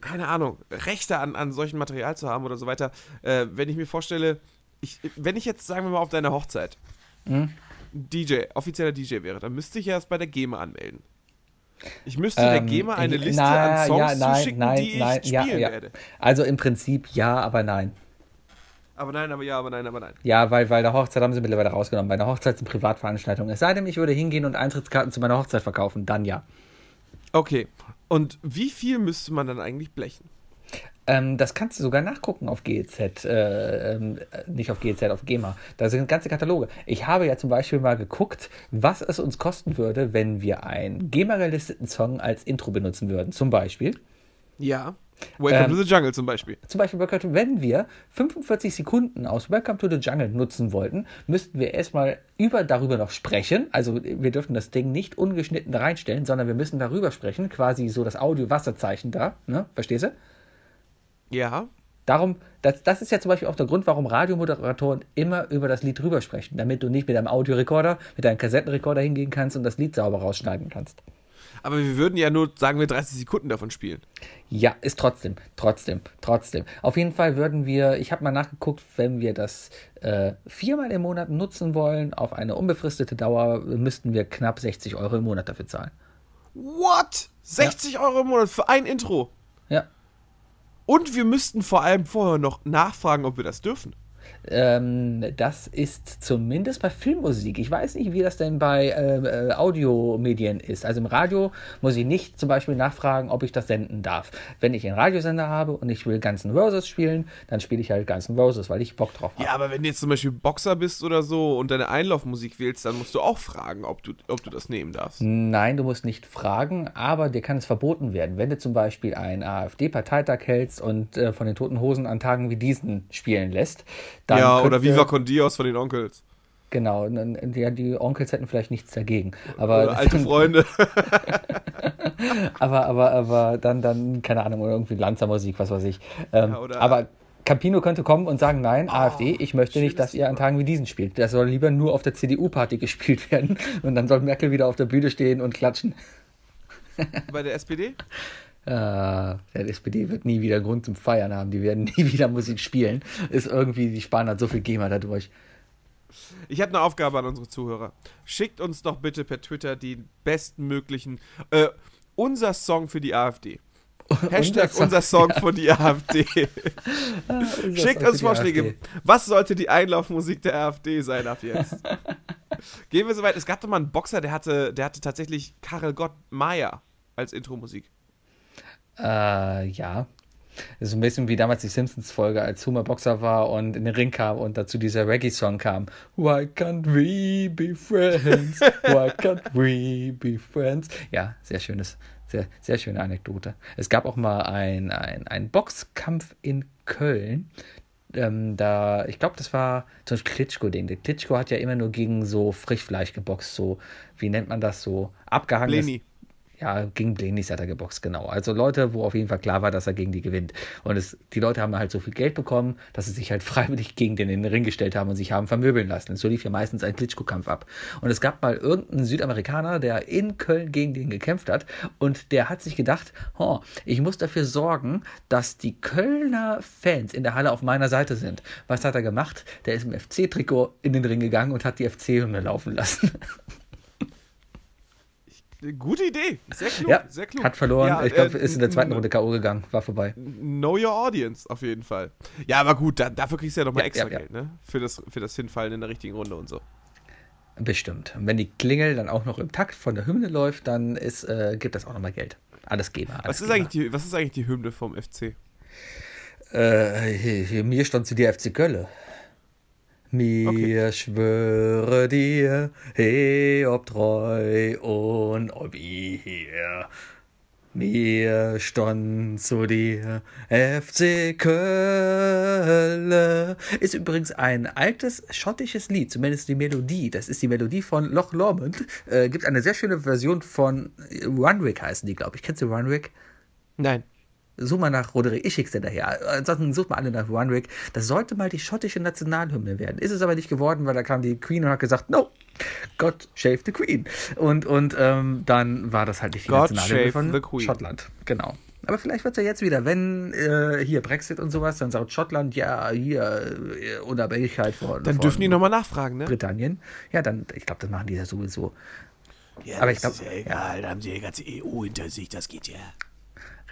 Speaker 3: keine Ahnung, Rechte an, an solchem Material zu haben oder so weiter. Äh, wenn ich mir vorstelle, ich, wenn ich jetzt, sagen wir mal, auf deiner Hochzeit
Speaker 1: Mhm.
Speaker 3: DJ, offizieller DJ wäre, dann müsste ich ja erst bei der GEMA anmelden. Ich müsste der
Speaker 1: Ähm,
Speaker 3: GEMA eine
Speaker 1: ja,
Speaker 3: Liste
Speaker 1: na,
Speaker 3: an Songs
Speaker 1: ja, nein,
Speaker 3: zuschicken,
Speaker 1: nein,
Speaker 3: die ich
Speaker 1: nein, ja,
Speaker 3: spielen
Speaker 1: ja.
Speaker 3: werde.
Speaker 1: Also im Prinzip ja, aber nein.
Speaker 3: Aber nein, aber ja, aber nein, aber nein.
Speaker 1: Ja, weil bei der Hochzeit haben sie mittlerweile rausgenommen. Bei einer Hochzeit sind Privatveranstaltungen. Es sei denn, ich würde hingehen und Eintrittskarten zu meiner Hochzeit verkaufen, dann ja.
Speaker 3: Okay. Und wie viel müsste man dann eigentlich blechen?
Speaker 1: Ähm, das kannst du sogar nachgucken auf GEZ, äh, ähm, äh, nicht auf GEZ, auf GEMA. Da sind ganze Kataloge. Ich habe ja zum Beispiel mal geguckt, was es uns kosten würde, wenn wir einen GEMA-gelisteten Song als Intro benutzen würden. Zum Beispiel,
Speaker 3: Ja. Welcome
Speaker 1: Ähm,
Speaker 3: to the Jungle zum Beispiel.
Speaker 1: zum Beispiel Welcome to, wenn wir 45 Sekunden aus Welcome to the Jungle nutzen wollten, müssten wir erstmal über darüber noch sprechen. Also wir dürfen das Ding nicht ungeschnitten da reinstellen, sondern wir müssen darüber sprechen, quasi so das Audio-Wasserzeichen da. Ne? Verstehst du?
Speaker 3: Ja.
Speaker 1: Darum, das, das ist ja zum Beispiel auch der Grund, warum Radiomoderatoren immer über das Lied drüber sprechen, damit du nicht mit deinem Audiorekorder, mit deinem Kassettenrekorder hingehen kannst und das Lied sauber rausschneiden kannst.
Speaker 3: Aber wir würden ja nur, sagen wir, 30 Sekunden davon spielen.
Speaker 1: Ja, ist trotzdem, trotzdem, trotzdem. Auf jeden Fall würden wir, ich habe mal nachgeguckt, wenn wir das äh, viermal im Monat nutzen wollen, auf eine unbefristete Dauer, müssten wir knapp 60 Euro im Monat dafür zahlen.
Speaker 3: What? 60 Euro im Monat für ein Intro.
Speaker 1: Ja.
Speaker 3: Und wir müssten vor allem vorher noch nachfragen, ob wir das dürfen.
Speaker 1: Ähm, das ist zumindest bei Filmmusik. Ich weiß nicht, wie das denn bei ähm, äh, Audiomedien ist. Also im Radio muss ich nicht zum Beispiel nachfragen, ob ich das senden darf. Wenn ich einen Radiosender habe und ich will Guns N' Roses spielen, dann spiele ich halt Guns N' Roses, weil ich Bock drauf habe.
Speaker 3: Ja, aber wenn du jetzt zum Beispiel Boxer bist oder so und deine Einlaufmusik wählst, dann musst du auch fragen, ob du, ob du das nehmen darfst.
Speaker 1: Nein, du musst nicht fragen, aber dir kann es verboten werden. Wenn du zum Beispiel einen AfD-Parteitag hältst und äh, von den Toten Hosen an Tagen wie diesen spielen lässt, dann
Speaker 3: ja, oder
Speaker 1: könnte-
Speaker 3: Viva Con Dios von den Onkels.
Speaker 1: Genau, n- n- ja, die Onkels hätten vielleicht nichts dagegen. Aber
Speaker 3: Oder (laughs) alte Freunde.
Speaker 1: (laughs) Aber, aber, aber dann, dann, keine Ahnung, oder irgendwie Lanzermusik, was weiß ich. Ähm,
Speaker 3: Ja, oder- Oh,
Speaker 1: aber Campino könnte kommen und sagen, nein, AfD, ich möchte nicht, dass
Speaker 3: schönes
Speaker 1: ihr an Tagen wie diesen spielt. Das soll lieber nur auf der CDU-Party gespielt (laughs) werden. Und dann soll Merkel wieder auf der Bühne stehen und klatschen.
Speaker 3: Bei der SPD?
Speaker 1: Äh, der SPD wird nie wieder Grund zum Feiern haben. Die werden (laughs) nie wieder Musik spielen. Ist irgendwie, die sparen halt so viel GEMA dadurch.
Speaker 3: Ich habe eine Aufgabe an unsere Zuhörer. Schickt uns doch bitte per Twitter die bestmöglichen. Äh, unser Song für
Speaker 1: (laughs)
Speaker 3: die AfD. Hashtag
Speaker 1: Song-
Speaker 3: unser Song für die AfD. (laughs) Schickt uns Vorschläge. Was sollte die Einlaufmusik der AfD sein ab
Speaker 1: (laughs)
Speaker 3: jetzt? Gehen wir soweit. Es gab doch mal einen Boxer, der hatte, der hatte tatsächlich Karel Gott Maya als Intromusik.
Speaker 1: Äh, ja. Das ist ein bisschen wie damals die Simpsons-Folge, als Homer Boxer war und in den Ring kam und dazu dieser Reggae-Song kam. Why can't we be friends? Why can't we be friends? Ja, sehr schönes, sehr, sehr schöne Anekdote. Es gab auch mal ein, ein, ein Boxkampf in Köln. Ähm, da, ich glaube, das war zum Beispiel Klitschko-Ding. Der Klitschko hat ja immer nur gegen so Frischfleisch geboxt, so, wie nennt man das so? Abgehangenes
Speaker 3: Leni.
Speaker 1: ja, gegen Blenis hat er geboxt, genau. Also Leute, wo auf jeden Fall klar war, dass er gegen die gewinnt. Und es, die Leute haben halt so viel Geld bekommen, dass sie sich halt (laughs) freiwillig gegen den in den Ring gestellt haben und sich haben vermöbeln lassen. So lief ja meistens ein Klitschko-Kampf ab. Und es gab mal irgendeinen Südamerikaner, der in Köln gegen den gekämpft hat. Und der hat sich gedacht, oh, ich muss dafür sorgen, dass die Kölner Fans in der Halle auf meiner Seite sind. Was hat er gemacht? Der ist im FC-Trikot in den Ring gegangen und hat die FC-Hymne laufen lassen.
Speaker 3: Gute Idee. Sehr klug.
Speaker 1: ja,
Speaker 3: sehr klug.
Speaker 1: hat verloren.
Speaker 3: Ja,
Speaker 1: ich glaube,
Speaker 3: äh,
Speaker 1: ist in der zweiten Runde K.O. gegangen. War vorbei.
Speaker 3: Know your audience, auf jeden Fall. Ja, aber gut, da, dafür kriegst du ja nochmal
Speaker 1: Ja,
Speaker 3: extra
Speaker 1: ja, ja.
Speaker 3: Geld, ne? Für das, für das Hinfallen in der richtigen Runde und so.
Speaker 1: Bestimmt. Und wenn die Klingel dann auch noch im Takt von der Hymne läuft, dann ist, äh, gibt das auch nochmal Geld. Alles Geber. Alles
Speaker 3: Was ist,
Speaker 1: Geber.
Speaker 3: eigentlich die, was ist eigentlich die Hymne vom FC?
Speaker 1: Äh, hier, hier, mir stand zu dir FC Gölle. Mir
Speaker 3: Okay.
Speaker 1: schwöre dir, he ob treu und ob ihr. Mir stand zu dir FC Kölle. Ist übrigens ein altes schottisches Lied, zumindest die Melodie. Das ist die Melodie von Loch Lomond. Äh, gibt eine sehr schöne Version von äh, Runwick heißen die, glaube ich. Kennst du Runwick?
Speaker 3: Nein.
Speaker 1: Such mal nach Roderick, ich schick's dir daher. Ansonsten sucht mal alle nach Runrick. Das sollte mal die schottische Nationalhymne werden. Ist es aber nicht geworden, weil da kam die Queen und hat gesagt, no, God shave the Queen. Und, und ähm, dann war das halt nicht die
Speaker 3: God
Speaker 1: Nationalhymne
Speaker 3: shave the
Speaker 1: von
Speaker 3: Queen.
Speaker 1: Schottland. Genau. Aber vielleicht wird es ja jetzt wieder, wenn äh, hier Brexit und sowas, dann sagt Schottland, ja, hier äh, Unabhängigkeit von,
Speaker 3: Dann
Speaker 1: von
Speaker 3: dürfen die nochmal nachfragen, ne?
Speaker 1: Britannien. Ja, dann, ich glaube, das machen die ja sowieso.
Speaker 4: Ja,
Speaker 1: Aber
Speaker 4: aber
Speaker 1: ich
Speaker 4: ich
Speaker 1: glaub-
Speaker 4: glaube. Ja egal, da haben sie ja die ganze EU hinter sich, das geht ja.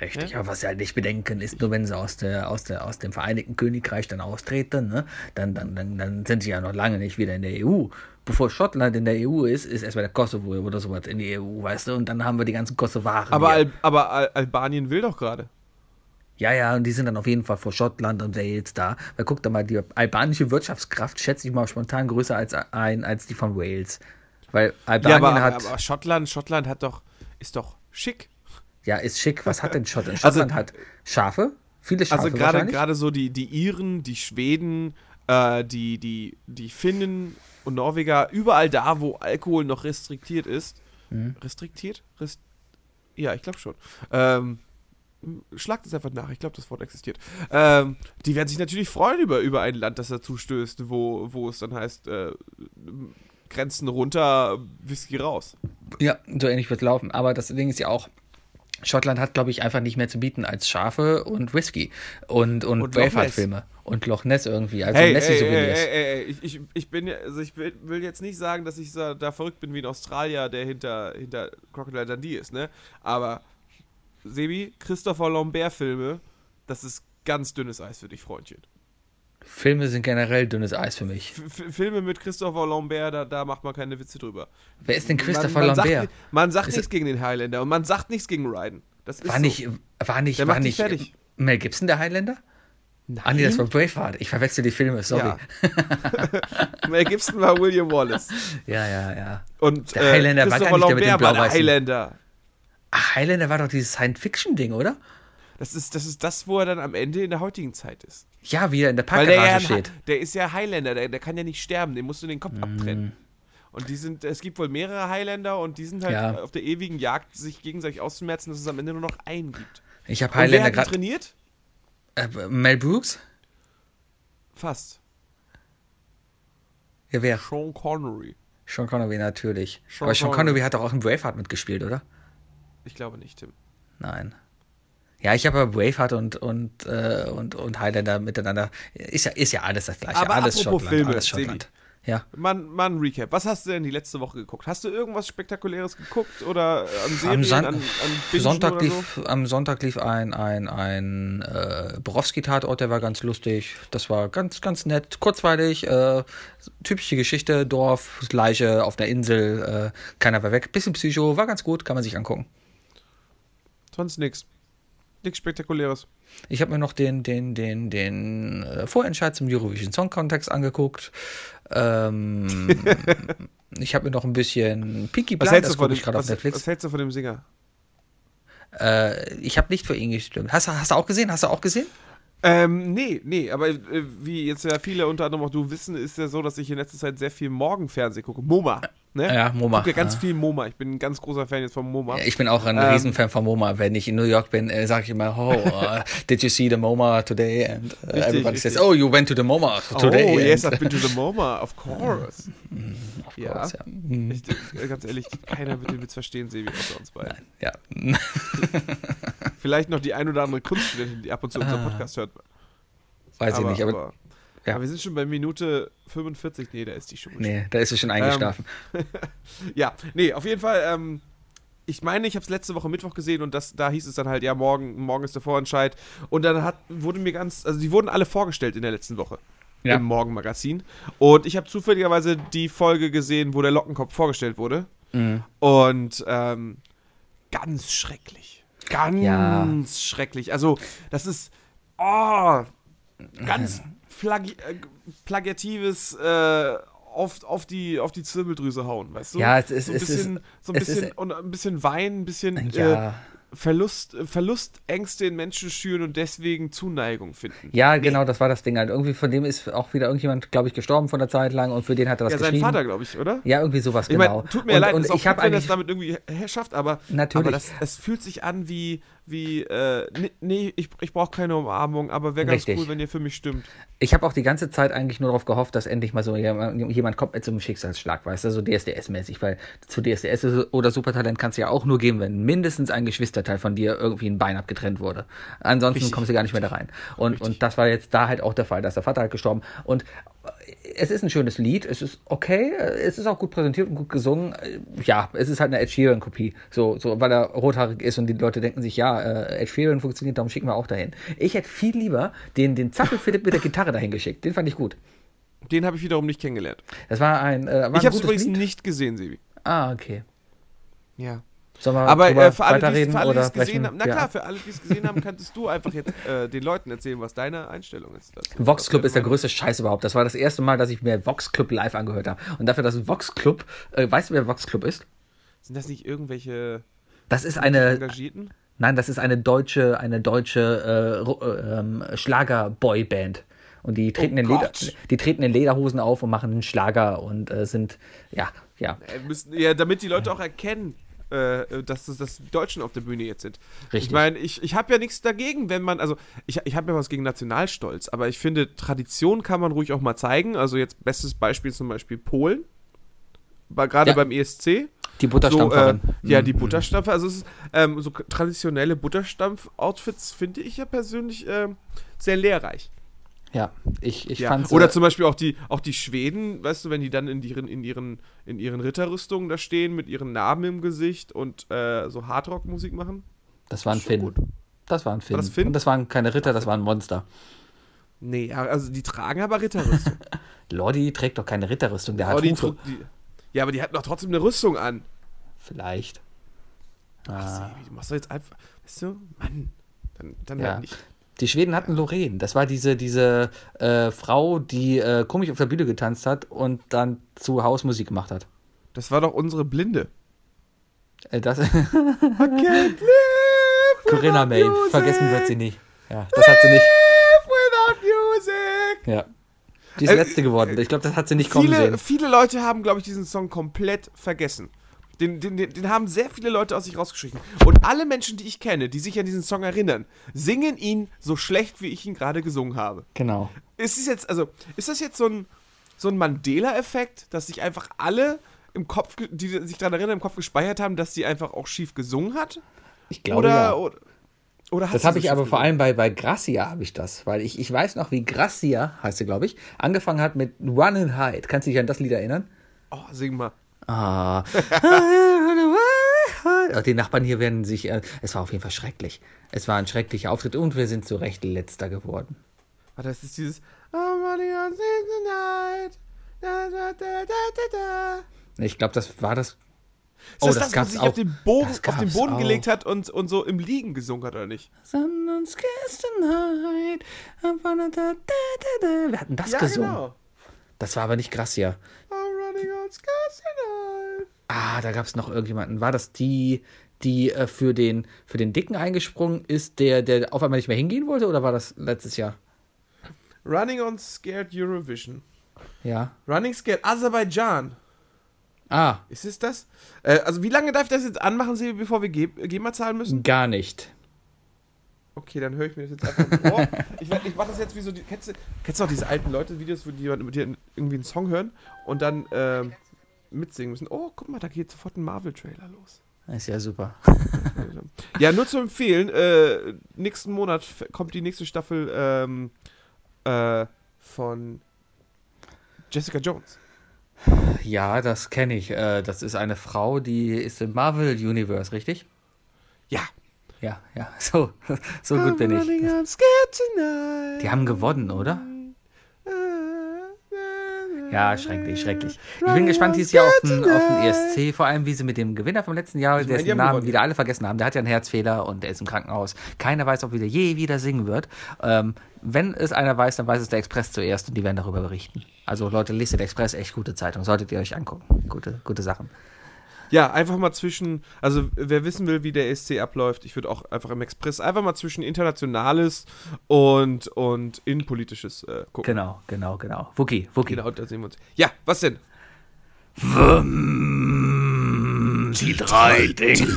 Speaker 1: Richtig, aber was sie halt nicht bedenken, ist nur, wenn sie aus, der, aus, der, aus dem Vereinigten Königreich dann austreten, ne, dann, dann, dann, dann sind sie ja noch lange nicht wieder in der EU. Bevor Schottland in der EU ist, ist erstmal der Kosovo oder sowas in die EU, weißt du, und dann haben wir die ganzen Kosovaren.
Speaker 3: Aber,
Speaker 1: hier.
Speaker 3: Al aber Al Albanien will doch gerade.
Speaker 1: ja, ja, und die sind dann auf jeden Fall vor Schottland und Wales da. Weil guck doch mal, die albanische Wirtschaftskraft schätze ich mal spontan größer als, ein als die von Wales. Weil
Speaker 3: Ja,
Speaker 1: Albanien
Speaker 3: aber,
Speaker 1: hat,
Speaker 3: aber Schottland, Schottland hat doch, ist doch schick.
Speaker 1: ja, ist schick. Was hat denn
Speaker 3: (laughs)
Speaker 1: Schottland? Schottland hat Schafe, viele Schafe
Speaker 3: Also gerade
Speaker 1: wahrscheinlich.
Speaker 3: gerade so die, die Iren, die Schweden, äh, die, die, die Finnen und Norweger, überall da, wo Alkohol noch restriktiert ist. Restriktiert? Rest ja, ich glaube schon. Ähm, schlagt es einfach nach, ich glaube, das Wort existiert. Ähm, die werden sich natürlich freuen über, über ein Land, das dazu stößt, wo, wo es dann heißt, äh, Grenzen runter, Whisky raus.
Speaker 1: Ja, so ähnlich wird laufen. Aber das Ding ist ja auch, Schottland hat, glaube ich, einfach nicht mehr zu bieten als Schafe und Whisky und, und,
Speaker 3: Und Loch Ness.
Speaker 1: Weltfahrtfilme. Und Loch Ness irgendwie, also
Speaker 3: Hey, hey, hey,
Speaker 1: Nessie-Souvenirs.
Speaker 3: hey, hey, ich, ich, ich bin, ja- also ich will, will jetzt nicht sagen, dass ich so, da verrückt bin wie ein Australier, der hinter, hinter Crocodile Dundee ist, ne? Aber Sebi, Christopher Lambert-Filme, das ist ganz dünnes Eis für dich, Freundchen.
Speaker 1: Filme sind generell dünnes Eis für mich.
Speaker 3: F F- Filme mit Christopher Lambert, da, da macht man keine Witze drüber.
Speaker 1: Wer ist denn Christopher
Speaker 3: man, man
Speaker 1: Lambert?
Speaker 3: Sagt, ni- man sagt
Speaker 1: Ist
Speaker 3: nichts gegen den Highlander und man sagt nichts gegen Ryden. Das ist
Speaker 1: War
Speaker 3: so.
Speaker 1: nicht, war nicht,
Speaker 3: Der
Speaker 1: war
Speaker 3: macht dich
Speaker 1: nicht
Speaker 3: fertig.
Speaker 1: Mel Gibson der Highlander?
Speaker 3: Nein.
Speaker 1: Ah nee, das war Braveheart. Ich verwechsel die Filme, sorry.
Speaker 3: Mel Gibson war William Wallace.
Speaker 1: (laughs) Ja, ja, ja.
Speaker 3: Und äh,
Speaker 1: Der Highlander war gar
Speaker 3: Christopher
Speaker 1: nicht der mit dem
Speaker 3: Lambert war der
Speaker 1: blau-weißen.
Speaker 3: Highlander.
Speaker 1: Ach, Ah, Highlander war doch dieses Science-Fiction-Ding, oder?
Speaker 3: Das ist, das ist das, wo er dann am Ende in der heutigen Zeit ist.
Speaker 1: Ja, wie er in der
Speaker 3: Weil der, ja
Speaker 1: Parkgarage
Speaker 3: ein
Speaker 1: steht. Mhm.
Speaker 3: Ha- der ist ja Highlander, der, der kann ja nicht sterben, dem musst du den Kopf abtrennen. Und die sind, es gibt wohl mehrere Highlander und die sind halt
Speaker 1: Ja.
Speaker 3: auf der ewigen Jagd, sich gegenseitig auszumerzen, dass es am Ende nur noch einen gibt.
Speaker 1: Ich habe
Speaker 3: und wer
Speaker 1: Highlander
Speaker 3: hat ihn
Speaker 1: gerade...
Speaker 3: trainiert?
Speaker 1: Äh, Mel Brooks?
Speaker 3: Fast.
Speaker 1: Ja, wer?
Speaker 3: Sean Connery.
Speaker 1: Sean Connery natürlich.
Speaker 3: Sean
Speaker 1: Aber Sean
Speaker 3: Connery.
Speaker 1: Connery hat doch auch in Braveheart mitgespielt, oder?
Speaker 3: Ich glaube nicht, Tim.
Speaker 1: Nein. Ja, ich habe ja Braveheart und, und, äh, und, und Highlander miteinander. Ist ja, ist ja alles das gleiche.
Speaker 3: Aber
Speaker 1: alles
Speaker 3: apropos
Speaker 1: Schottland.
Speaker 3: Filme,
Speaker 1: alles Schottland. Ja.
Speaker 3: Mann, Mann, Recap. Was hast du denn die letzte Woche geguckt? Hast du irgendwas Spektakuläres geguckt oder äh, an Serien,
Speaker 1: Am, Son-
Speaker 3: an, an Bingen
Speaker 1: Sonntag
Speaker 3: oder so?
Speaker 1: lief, am Sonntag lief ein, ein, ein äh, Borowski-Tatort, der war ganz lustig. Das war ganz, ganz nett, kurzweilig. Äh, typische Geschichte: Dorf, Leiche auf einer Insel, äh, keiner war weg. Bisschen Psycho, war ganz gut, kann man sich angucken.
Speaker 3: Sonst nix. Nix Spektakuläres.
Speaker 1: Ich habe mir noch den, den, den, den äh, Vorentscheid zum Eurovision Song Contest angegucckt.
Speaker 3: (laughs)
Speaker 1: Ähm, ich habe mir noch ein bisschen Peaky
Speaker 3: Was
Speaker 1: Blinders
Speaker 3: hältst, du von
Speaker 1: gucke ich
Speaker 3: dem,
Speaker 1: gerade auf
Speaker 3: was,
Speaker 1: Netflix.
Speaker 3: was hältst du von dem Singer?
Speaker 1: Äh, ich habe nicht für ihn gestimmt. Hast, du- hast du auch gesehen? Hast du auch gesehen?
Speaker 3: Ähm, nee, nee, aber äh, wie jetzt ja viele unter anderem auch du wissen, ist ja so, dass ich in letzter Zeit sehr viel Morgenfernsehen gucke. MoMA, ne?
Speaker 1: Ja, MoMA,
Speaker 3: Ich gucke ja ganz
Speaker 1: ja.
Speaker 3: viel MoMA. Ich bin ein ganz großer Fan jetzt von MoMA.
Speaker 1: Ja, Ich bin auch ein
Speaker 3: Ähm.
Speaker 1: Riesenfan von MoMA. Wenn ich in New York bin, äh, sage ich immer,
Speaker 3: (laughs)
Speaker 1: oh, uh, did you see the MoMA today? And uh,
Speaker 3: Richtig,
Speaker 1: everybody
Speaker 3: richtig.
Speaker 1: says, oh, you went to the MoMA today.
Speaker 3: oh,
Speaker 1: and,
Speaker 3: yes, I've been to the MoMA, of
Speaker 1: (laughs)
Speaker 3: course.
Speaker 1: Mm, of
Speaker 3: ja.
Speaker 1: course, ja. Mhm.
Speaker 3: Ich, äh, ganz ehrlich, keiner wird den Witz verstehen, Sebi, außer uns beiden.
Speaker 1: äh, ja.
Speaker 3: Vielleicht noch die ein oder andere Kunststudentin, die ab und zu unseren Podcast hört.
Speaker 1: Weiß Ah, ich nicht, aber,
Speaker 3: aber,
Speaker 1: ja.
Speaker 3: aber wir sind schon bei Minute 45. Nee, da ist die schon.
Speaker 1: nee, da ist es schon eingeschlafen.
Speaker 3: Ja, nee, auf jeden Fall. Ähm, ich meine, ich habe es letzte Woche Mittwoch gesehen und das, da hieß es dann halt, ja, morgen, morgen ist der Vorentscheid. Und dann hat, wurde mir ganz, also die wurden alle vorgestellt in der letzten Woche
Speaker 1: Ja.
Speaker 3: Ähm, im Morgenmagazin. Und ich habe zufälligerweise die Folge gesehen, wo der Lockenkopf vorgestellt wurde.
Speaker 1: Mhm.
Speaker 3: Und ähm, ganz schrecklich. Ganz
Speaker 1: Ja.
Speaker 3: schrecklich. Also, das ist, oh,
Speaker 1: (laughs)
Speaker 3: ganz plagi äh, plagiatives äh, auf, auf, die, auf die Zirbeldrüse hauen, weißt du?
Speaker 1: Ja, es ist-
Speaker 3: so ein
Speaker 1: es
Speaker 3: bisschen,
Speaker 1: ist-
Speaker 3: so ein
Speaker 1: es
Speaker 3: bisschen,
Speaker 1: ist-
Speaker 3: und ein bisschen Wein, ein bisschen äh,
Speaker 1: Ja.
Speaker 3: Verlust, äh, Verlustängste in Menschen schüren und deswegen Zuneigung finden.
Speaker 1: Ja, genau, das war das Ding halt. Irgendwie von dem ist auch wieder irgendjemand, glaube ich, gestorben von der Zeit lang und für den hat er das
Speaker 3: Ja, sein
Speaker 1: geschrieben.
Speaker 3: Vater, glaube ich, oder?
Speaker 1: ja, irgendwie sowas,
Speaker 3: Ich
Speaker 1: genau.
Speaker 3: meine, tut mir
Speaker 1: und,
Speaker 3: leid,
Speaker 1: und
Speaker 3: ist auch
Speaker 1: ich habe
Speaker 3: gut, wenn er es
Speaker 1: eigentlich,
Speaker 3: damit irgendwie her- schafft, aber,
Speaker 1: Natürlich.
Speaker 3: aber das, es fühlt sich an wie, wie, äh, nee, nee ich, ich brauche keine Umarmung, aber wäre ganz
Speaker 5: Richtig.
Speaker 3: cool, wenn ihr für mich stimmt.
Speaker 5: Ich habe auch die ganze Zeit eigentlich nur darauf gehofft, dass endlich mal so jemand jemand kommt mit so einem Schicksalsschlag, weißt du, so DSDS-mäßig, weil zu DSDS oder Supertalent kannst du ja auch nur gehen, wenn mindestens ein Geschwisterteil von dir irgendwie ein Bein abgetrennt wurde. Ansonsten kommst du gar nicht mehr da rein. Und, und das war jetzt da halt auch der Fall, dass der Vater halt gestorben und es ist ein schönes Lied, es ist okay, es ist auch gut präsentiert und gut gesungen. Ja, es ist halt eine Ed Sheeran-Kopie, so, so, weil er rothaarig ist und die Leute denken sich, ja, äh, Ed Sheeran funktioniert, darum schicken wir auch dahin. Ich hätte viel lieber den, den Zappel-Philipp mit der Gitarre dahin geschickt, den fand ich gut.
Speaker 3: Den habe ich wiederum nicht kennengelernt.
Speaker 5: Das war ein, äh, war
Speaker 3: Ich
Speaker 5: ein
Speaker 3: habe es
Speaker 5: gutes
Speaker 3: übrigens
Speaker 5: Lied.
Speaker 3: nicht gesehen, Sebi.
Speaker 5: Ah, okay.
Speaker 3: Ja.
Speaker 5: Sollen wir
Speaker 3: Aber
Speaker 5: drüber
Speaker 3: äh, für alle, die
Speaker 5: weiterreden oder
Speaker 3: es
Speaker 5: sprechen?
Speaker 3: gesehen haben, na
Speaker 5: Ja.
Speaker 3: klar, für alle, die es gesehen haben, kannst du einfach jetzt äh, den Leuten erzählen, was deine Einstellung ist. dazu.
Speaker 5: Vox Club ist der größte Scheiß überhaupt. Das war das erste Mal, dass ich mir Vox Club live angehört habe. Und dafür, dass Vox Club, äh, weißt du, wer Vox Club ist?
Speaker 3: Sind das nicht irgendwelche
Speaker 5: Das ist eine,
Speaker 3: Engagierten?
Speaker 5: Nein, das ist eine deutsche, eine deutsche äh, Ru- äh, ähm, Schlager-Boy-Band. Und die treten, in Leder,
Speaker 3: Gott.
Speaker 5: die treten in Lederhosen auf und machen einen Schlager und äh, sind, ja, ja,
Speaker 3: Äh, müssen, ja, damit die Leute auch erkennen, äh, dass das dass die Deutschen auf der Bühne jetzt sind.
Speaker 5: Richtig.
Speaker 3: Ich meine, ich, ich habe ja nichts dagegen, wenn man, also ich, ich habe ja was gegen Nationalstolz, aber ich finde, Tradition kann man ruhig auch mal zeigen. Also jetzt bestes Beispiel zum Beispiel Polen, Bei- gerade
Speaker 5: Ja.
Speaker 3: beim ESC. So,
Speaker 5: die
Speaker 3: äh,
Speaker 5: Butterstampferin. Mhm.
Speaker 3: ja, die Butterstampfer, also es ist, ähm, so k- traditionelle Butterstampf-Outfits finde ich ja persönlich ähm, sehr lehrreich.
Speaker 5: ja, ich, ich
Speaker 3: Ja.
Speaker 5: fand's.
Speaker 3: Oder
Speaker 5: äh,
Speaker 3: zum Beispiel auch die, auch die Schweden, weißt du, wenn die dann in ihren, in ihren, in ihren Ritterrüstungen da stehen, mit ihren Namen im Gesicht und äh, so Hardrock-Musik machen.
Speaker 5: das war ein Finn. Das war ein Finn.
Speaker 3: das Finn?
Speaker 5: Und das waren keine Ritter, das waren Monster.
Speaker 3: Nee, ja, also die tragen aber Ritterrüstung.
Speaker 5: (laughs) Lodi trägt doch keine Ritterrüstung, der
Speaker 3: aber
Speaker 5: hat
Speaker 3: die,
Speaker 5: Hufe.
Speaker 3: trug- die, ja, aber die hatten doch trotzdem eine Rüstung an.
Speaker 5: Vielleicht.
Speaker 3: Ach, Sebi, du machst doch jetzt einfach. Weißt du, Mann. Dann, dann
Speaker 5: Ja.
Speaker 3: halt nicht.
Speaker 5: Die Schweden hatten Loreen. Das war diese, diese äh, Frau, die äh, komisch auf der Bühne getanzt hat und dann zu Hausmusik gemacht hat.
Speaker 3: Das war doch unsere Blinde.
Speaker 5: Äh, das. (laughs)
Speaker 3: Can't live without
Speaker 5: Corinna May.
Speaker 3: music.
Speaker 5: Vergessen wird sie nicht. Ja, das hat sie nicht.
Speaker 3: Live without music.
Speaker 5: Ja. Die ist
Speaker 3: Äh,
Speaker 5: letzte geworden. Ich glaube, das hat sie nicht kommen
Speaker 3: Viele,
Speaker 5: sehen.
Speaker 3: viele Leute haben, glaube ich, diesen Song komplett vergessen. Den, den, den, den haben sehr viele Leute aus sich rausgeschrieben. Und alle Menschen, die ich kenne, die sich an diesen Song erinnern, singen ihn so schlecht, wie ich ihn gerade gesungen habe.
Speaker 5: Genau.
Speaker 3: Ist es jetzt, also, ist das jetzt so ein, so ein Mandela-Effekt, dass sich einfach alle im Kopf, ge- die sich daran erinnern, im Kopf gespeichert haben, dass sie einfach auch schief gesungen hat?
Speaker 5: Ich glaube
Speaker 3: oder,
Speaker 5: ja.
Speaker 3: oder, oder hat
Speaker 5: Das
Speaker 3: sie
Speaker 5: habe
Speaker 3: so
Speaker 5: ich
Speaker 3: schief
Speaker 5: aber vor
Speaker 3: gesungen?
Speaker 5: allem bei, bei Gracia habe ich das, weil ich, ich weiß noch, wie Gracia, heißt sie, glaube ich, angefangen hat mit Run and Hide. Kannst du dich an das Lied (laughs) erinnern?
Speaker 3: Oh, sing mal.
Speaker 5: Ah. Oh, Die Nachbarn hier werden sich. Äh, es war auf jeden Fall schrecklich. Es war ein schrecklicher Auftritt und wir sind zu Recht letzter geworden.
Speaker 3: Warte, das ist dieses I'm running on tonight. Da, da, da, da, da, da.
Speaker 5: Ich glaube, das war das.
Speaker 3: Ist das, das, was sich auf den Bogen,
Speaker 5: Das
Speaker 3: auf den
Speaker 5: gab's
Speaker 3: Boden
Speaker 5: auch.
Speaker 3: gelegt hat und, und so im Liegen gesungen hat, oder nicht?
Speaker 5: Someone's kiss tonight. I'm gonna da, da, da, da. Wir hatten das gesungen. genau. Das war aber nicht Gracia.
Speaker 3: I'm running on scars tonight.
Speaker 5: Ah, da gab es noch irgendjemanden. War das die, die äh, für, den, für den Dicken eingesprungen ist, der, der auf einmal nicht mehr hingehen wollte? Oder war das letztes Jahr?
Speaker 3: Running on Scared Eurovision.
Speaker 5: Ja.
Speaker 3: Running Scared Aserbaidschan.
Speaker 5: Ah,
Speaker 3: Ist es das? Äh, also, wie lange darf ich das jetzt anmachen, Sebi, bevor wir Ge GEMA zahlen müssen?
Speaker 5: gar nicht.
Speaker 3: Okay, dann höre ich mir das jetzt einfach im Ohr.
Speaker 5: (laughs)
Speaker 3: Ich, werd- ich mache das jetzt wie so. Die, kennst, du, kennst du auch diese alten Leute-Videos, wo die jemand mit dir irgendwie einen Song hören und dann ähm, mitsingen müssen? Oh, guck mal, da geht sofort ein Marvel-Trailer los. Also,
Speaker 5: Ist ja super.
Speaker 3: Ja, nur zu empfehlen, äh, nächsten Monat f- kommt die nächste Staffel ähm, äh, von Jessica Jones.
Speaker 5: Ja, das kenne ich. Äh, das ist eine Frau, die ist im Marvel Universe, richtig?
Speaker 3: Ja.
Speaker 5: Ja, ja. (laughs) So, so gut bin ich.
Speaker 3: running on scared tonight.
Speaker 5: Die haben gewonnen, oder? Ja, schrecklich, schrecklich. Ich bin gespannt dieses Jahr auf den, auf den ESC, vor allem wie sie mit dem Gewinner vom letzten Jahr,
Speaker 3: meine, die
Speaker 5: dessen
Speaker 3: haben
Speaker 5: Namen
Speaker 3: gewonnen.
Speaker 5: wieder alle vergessen haben. Der hat ja einen Herzfehler und er ist im Krankenhaus. Keiner weiß, ob er je wieder singen wird. Ähm, wenn es einer weiß, dann weiß es der Express zuerst und die werden darüber berichten. Also Leute, lest den Express, echt gute Zeitung. Solltet ihr euch angucken. Gute, gute Sachen.
Speaker 3: Ja, einfach mal zwischen, also wer wissen will, wie der ESC abläuft, ich würde auch einfach im Express einfach mal zwischen internationales und, und innenpolitisches äh, gucken.
Speaker 5: Genau, genau, genau. Wookie, Wookie.
Speaker 3: Genau, da sehen wir uns. Ja, was denn? (laughs)
Speaker 4: Die drei Dinge.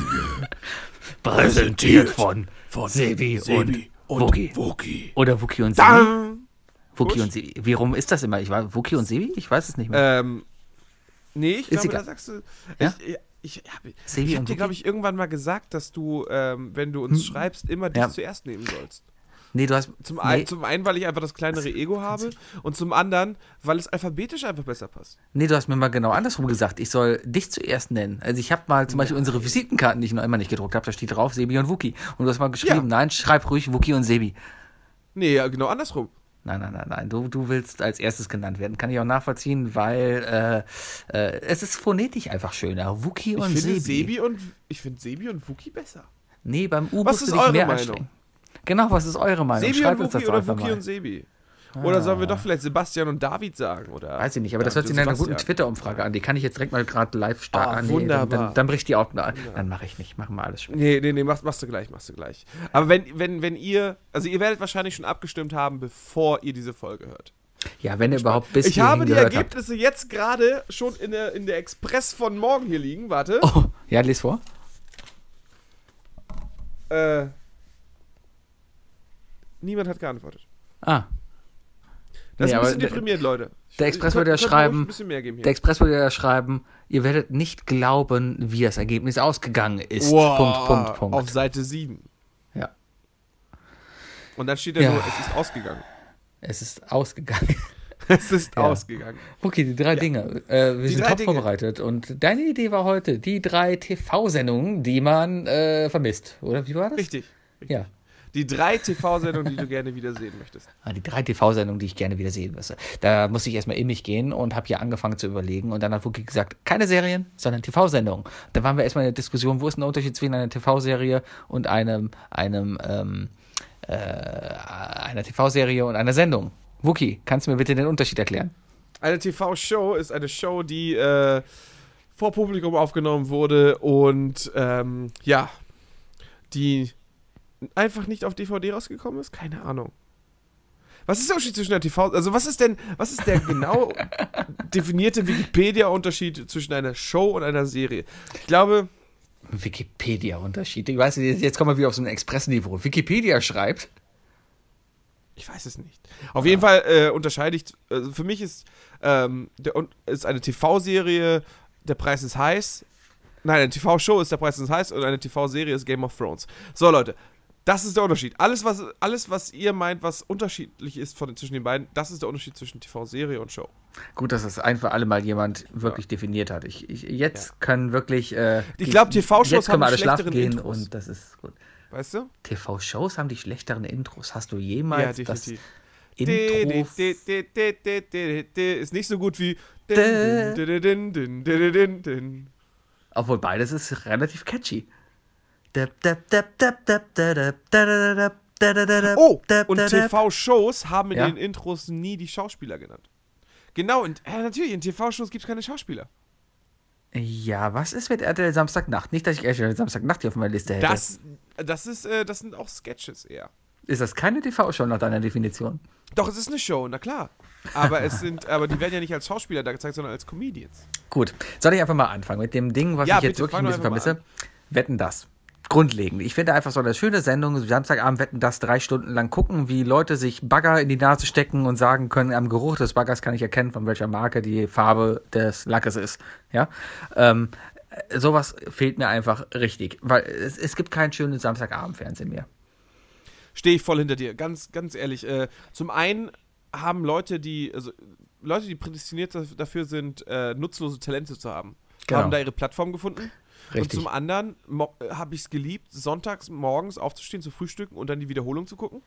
Speaker 4: Präsentiert von Von
Speaker 1: E
Speaker 5: Sebi und Wookie.
Speaker 4: Wookie.
Speaker 5: Oder Wookie und Sebi?
Speaker 3: Dann,
Speaker 5: Wookie
Speaker 3: Gut.
Speaker 5: und Sebi. Wie rum ist das immer? Ich war Wookie und Sebi? Ich weiß es nicht mehr.
Speaker 3: ähm, nee, ich glaube,
Speaker 5: egal.
Speaker 3: da sagst du.
Speaker 5: Ja?
Speaker 3: Ich, ich, ich habe
Speaker 5: Sebi
Speaker 3: ich hab
Speaker 5: und Hm.
Speaker 3: dir, glaube ich, irgendwann mal gesagt, dass du, ähm, wenn du uns schreibst, immer dich
Speaker 5: Ja.
Speaker 3: zuerst nehmen sollst.
Speaker 5: nee, du hast.
Speaker 3: Zum,
Speaker 5: nee,
Speaker 3: ein, zum einen, weil ich einfach das kleinere Ego habe und zum anderen, weil es alphabetisch einfach besser passt.
Speaker 5: nee, du hast mir mal genau andersrum gesagt. Ich soll dich zuerst nennen. Also, ich habe mal zum Beispiel unsere Visitenkarten, die ich noch immer nicht gedruckt habe, da steht drauf Sebi und Wookie. Und du hast mal geschrieben,
Speaker 3: Ja.
Speaker 5: nein, schreib ruhig Wookie und Sebi.
Speaker 3: Nee, ja, genau andersrum.
Speaker 5: Nein, nein, nein, nein. Du, du willst als erstes genannt werden. Kann ich auch nachvollziehen, weil äh, äh, es ist phonetisch einfach schöner. Wookie
Speaker 3: Ich
Speaker 5: und
Speaker 3: finde
Speaker 5: Sebi.
Speaker 3: Sebi und ich finde Sebi und Wookie besser.
Speaker 5: Nee, beim U
Speaker 3: Was
Speaker 5: musst du
Speaker 3: ist
Speaker 5: dich
Speaker 3: eure
Speaker 5: mehr
Speaker 3: Meinung?
Speaker 5: anstrengen. Genau, was ist eure Meinung?
Speaker 3: Sebi
Speaker 5: Schreibt
Speaker 3: und
Speaker 5: uns das
Speaker 3: Wookie
Speaker 5: doch
Speaker 3: oder
Speaker 5: einfach
Speaker 3: Wookie
Speaker 5: mal. Ah.
Speaker 3: und Sebi. Oder sollen wir doch vielleicht Sebastian und David sagen? Oder
Speaker 5: Weiß ich nicht, aber das hört sich in einer guten Twitter-Umfrage an. Die kann ich jetzt direkt mal gerade live starten.
Speaker 3: Ah,
Speaker 5: Ah, nee,
Speaker 3: wunderbar.
Speaker 5: Dann, dann, dann bricht die auch. Na, dann mache ich nicht. Machen wir alles schön.
Speaker 3: Nee, nee, nee, machst, machst du gleich, machst du gleich. Aber wenn, wenn, wenn ihr, also ihr werdet wahrscheinlich schon abgestimmt haben, bevor ihr diese Folge hört.
Speaker 5: Ja, wenn ihr überhaupt bis
Speaker 3: ich habe
Speaker 5: hierhin
Speaker 3: die
Speaker 5: gehört habt.
Speaker 3: Ergebnisse jetzt gerade schon in der, in der Express von morgen hier liegen. Warte.
Speaker 5: Oh, ja, les vor. Oh.
Speaker 3: Äh, niemand hat geantwortet.
Speaker 5: Ah,
Speaker 3: Das
Speaker 5: Nee,
Speaker 3: ist ein
Speaker 5: aber
Speaker 3: bisschen
Speaker 5: der-
Speaker 3: deprimiert, Leute.
Speaker 5: der
Speaker 3: Könnt-
Speaker 5: Express würde ja
Speaker 3: könnt ruhig
Speaker 5: schreiben,
Speaker 3: Ein bisschen mehr geben hier.
Speaker 5: der Express würde ja schreiben, ihr werdet nicht glauben, wie das Ergebnis ausgegangen ist.
Speaker 3: Wow,
Speaker 5: Punkt, Punkt, Punkt.
Speaker 3: Auf Seite 7.
Speaker 5: Ja.
Speaker 3: Und dann steht ja,
Speaker 5: Ja.
Speaker 3: nur, es ist ausgegangen. (laughs)
Speaker 5: Es ist ausgegangen. (laughs)
Speaker 3: Es ist
Speaker 5: Ja.
Speaker 3: ausgegangen.
Speaker 5: Okay, die drei Dinge. Äh, wir sind
Speaker 3: drei
Speaker 5: top
Speaker 3: Dinge.
Speaker 5: vorbereitet. Und deine Idee war heute die drei TV-Sendungen, die man äh, vermisst. Oder wie war das?
Speaker 3: Richtig. richtig.
Speaker 5: Ja.
Speaker 3: Die drei TV-Sendungen, die du gerne wiedersehen möchtest.
Speaker 5: Ah, Die drei TV-Sendungen, die ich gerne wieder sehen müsste. Da musste ich erstmal in mich gehen und habe hier angefangen zu überlegen. Und dann hat Wookie gesagt, keine Serien, sondern TV-Sendungen. Da waren wir erstmal in der Diskussion, wo ist denn der Unterschied zwischen einer TV-Serie und einem, einem, ähm, äh, einer TV-Serie und einer Sendung? Wookie, kannst du mir bitte den Unterschied erklären?
Speaker 3: Eine TV-Show ist eine Show, die äh, vor Publikum aufgenommen wurde und ähm, ja, die einfach nicht auf DVD rausgekommen ist? Keine Ahnung. Was ist der Unterschied zwischen der TV? Also was ist denn, was ist der genau definierte Wikipedia-Unterschied zwischen einer Show und einer Serie? Ich glaube,
Speaker 5: Wikipedia-Unterschied. Ich weiß, nicht, jetzt kommen wir wieder auf so ein Express-Niveau. Wikipedia schreibt,
Speaker 3: Ich weiß es nicht. Auf jeden Fall äh, unterscheide ich. Also für mich ist, ähm, der, und- ist eine TV-Serie Der Preis ist heiß. Nein, eine TV-Show ist Der Preis ist heiß und eine TV-Serie ist Game of Thrones. So, Leute, das ist der Unterschied. Alles, was, alles, was ihr meint, was unterschiedlich ist von, zwischen den beiden, das ist der Unterschied zwischen TV-Serie und Show.
Speaker 5: gut, dass das ein für alle Mal jemand wirklich definiert hat. Ich, ich, jetzt können wirklich. Äh,
Speaker 3: Ich glaub, TV-Shows
Speaker 5: jetzt können
Speaker 3: haben
Speaker 5: wir alle
Speaker 3: schlechteren
Speaker 5: schlafen gehen
Speaker 3: Intros.
Speaker 5: und das ist gut.
Speaker 3: Weißt du?
Speaker 5: TV-Shows haben die schlechteren Intros. Hast du jemals das
Speaker 3: De-
Speaker 5: Intro?
Speaker 3: de- de- de- de- de- de- de- Ist nicht so gut wie.
Speaker 5: Dä.
Speaker 3: Ja,
Speaker 5: Obwohl beides ist relativ catchy. Oh,
Speaker 3: Oh, und TV-Shows haben in
Speaker 5: Ja.
Speaker 3: den Intros nie die Schauspieler genannt. Genau, und äh, natürlich, in TV-Shows gibt es keine Schauspieler.
Speaker 5: Ja, was ist mit RTL Samstagnacht? Nicht, dass ich RTL Samstagnacht hier auf meiner Liste hätte.
Speaker 3: Das, das, ist, äh, das sind auch Sketches eher.
Speaker 5: ist das keine TV-Show nach deiner Definition?
Speaker 3: Doch, es ist eine Show, na klar. Aber es sind, aber die werden ja nicht als Schauspieler da gezeigt, sondern als Comedians.
Speaker 5: Gut, soll ich einfach mal anfangen mit dem Ding, was
Speaker 3: Ja,
Speaker 5: ich jetzt
Speaker 3: bitte,
Speaker 5: wirklich
Speaker 3: fang
Speaker 5: ein
Speaker 3: doch
Speaker 5: bisschen
Speaker 3: einfach mal
Speaker 5: vermisse? Wetten das. Grundlegend. Ich finde einfach so eine schöne Sendung, Samstagabend wetten das drei Stunden lang gucken, wie Leute sich Bagger in die Nase stecken und sagen können, am Geruch des Baggers kann ich erkennen, von welcher Marke die Farbe des Lackes ist. Ja. Ähm, äh, sowas fehlt mir einfach richtig. Weil es, es gibt kein schönes Samstagabendfernsehen mehr.
Speaker 3: Stehe ich voll hinter dir, ganz, ganz ehrlich. Äh, zum einen haben Leute, die, also Leute, die prädestiniert daf- dafür sind, äh, nutzlose Talente zu haben,
Speaker 5: Genau.
Speaker 3: haben da ihre Plattform gefunden.
Speaker 5: Richtig.
Speaker 3: Und zum anderen habe ich es geliebt, sonntags morgens aufzustehen, zu frühstücken und dann die Wiederholung zu gucken.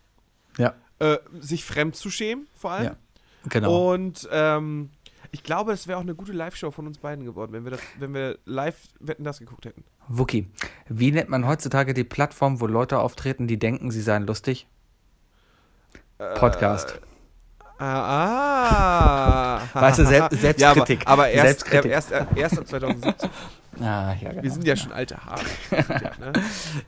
Speaker 5: Ja.
Speaker 3: Äh, sich fremd zu schämen, vor allem.
Speaker 5: Ja, Genau.
Speaker 3: Und ähm, ich glaube, das wäre auch eine gute Live-Show von uns beiden geworden, wenn wir, das, wenn wir live Wetten das geguckt hätten.
Speaker 5: Wookie, wie nennt man heutzutage die Plattform, wo Leute auftreten, die denken, sie seien lustig?
Speaker 3: Äh,
Speaker 5: Podcast.
Speaker 3: Ah, ah.
Speaker 5: Weißt du, Selbst- Selbstkritik.
Speaker 3: (laughs) Ja, aber, aber erst,
Speaker 5: Selbstkritik. (laughs)
Speaker 3: Erst, erst ab 2017.
Speaker 5: Ah, ja, genau.
Speaker 3: Wir sind ja schon alte
Speaker 5: (laughs)
Speaker 3: Haare. ja, ne?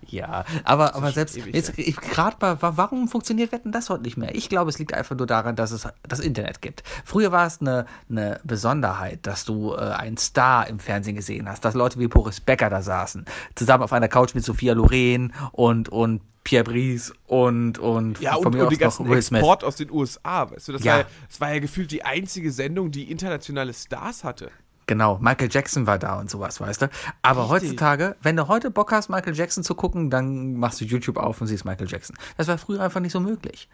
Speaker 5: Ja, aber, aber selbst
Speaker 3: ewig
Speaker 5: jetzt gerade bei, wa- warum funktioniert Wetten das heute nicht mehr? Ich glaube, es liegt einfach nur daran, dass es das Internet gibt. Früher war es eine, eine Besonderheit, dass du äh, einen Star im Fernsehen gesehen hast, dass Leute wie Boris Becker da saßen, zusammen auf einer Couch mit Sophia Loren und, und Pierre Brice und, und
Speaker 3: Ja,
Speaker 5: von
Speaker 3: und,
Speaker 5: mir
Speaker 3: und
Speaker 5: aus
Speaker 3: den
Speaker 5: noch
Speaker 3: ganzen
Speaker 5: Will Smith.
Speaker 3: Export aus den USA, weißt du, das,
Speaker 5: Ja.
Speaker 3: war ja, das war ja gefühlt die einzige Sendung, die internationale Stars hatte.
Speaker 5: Genau, Michael Jackson war da und sowas, weißt du. Aber heutzutage, wenn du heute Bock hast, Michael Jackson zu gucken, dann machst du YouTube auf und siehst Michael Jackson. Das war früher einfach nicht so möglich.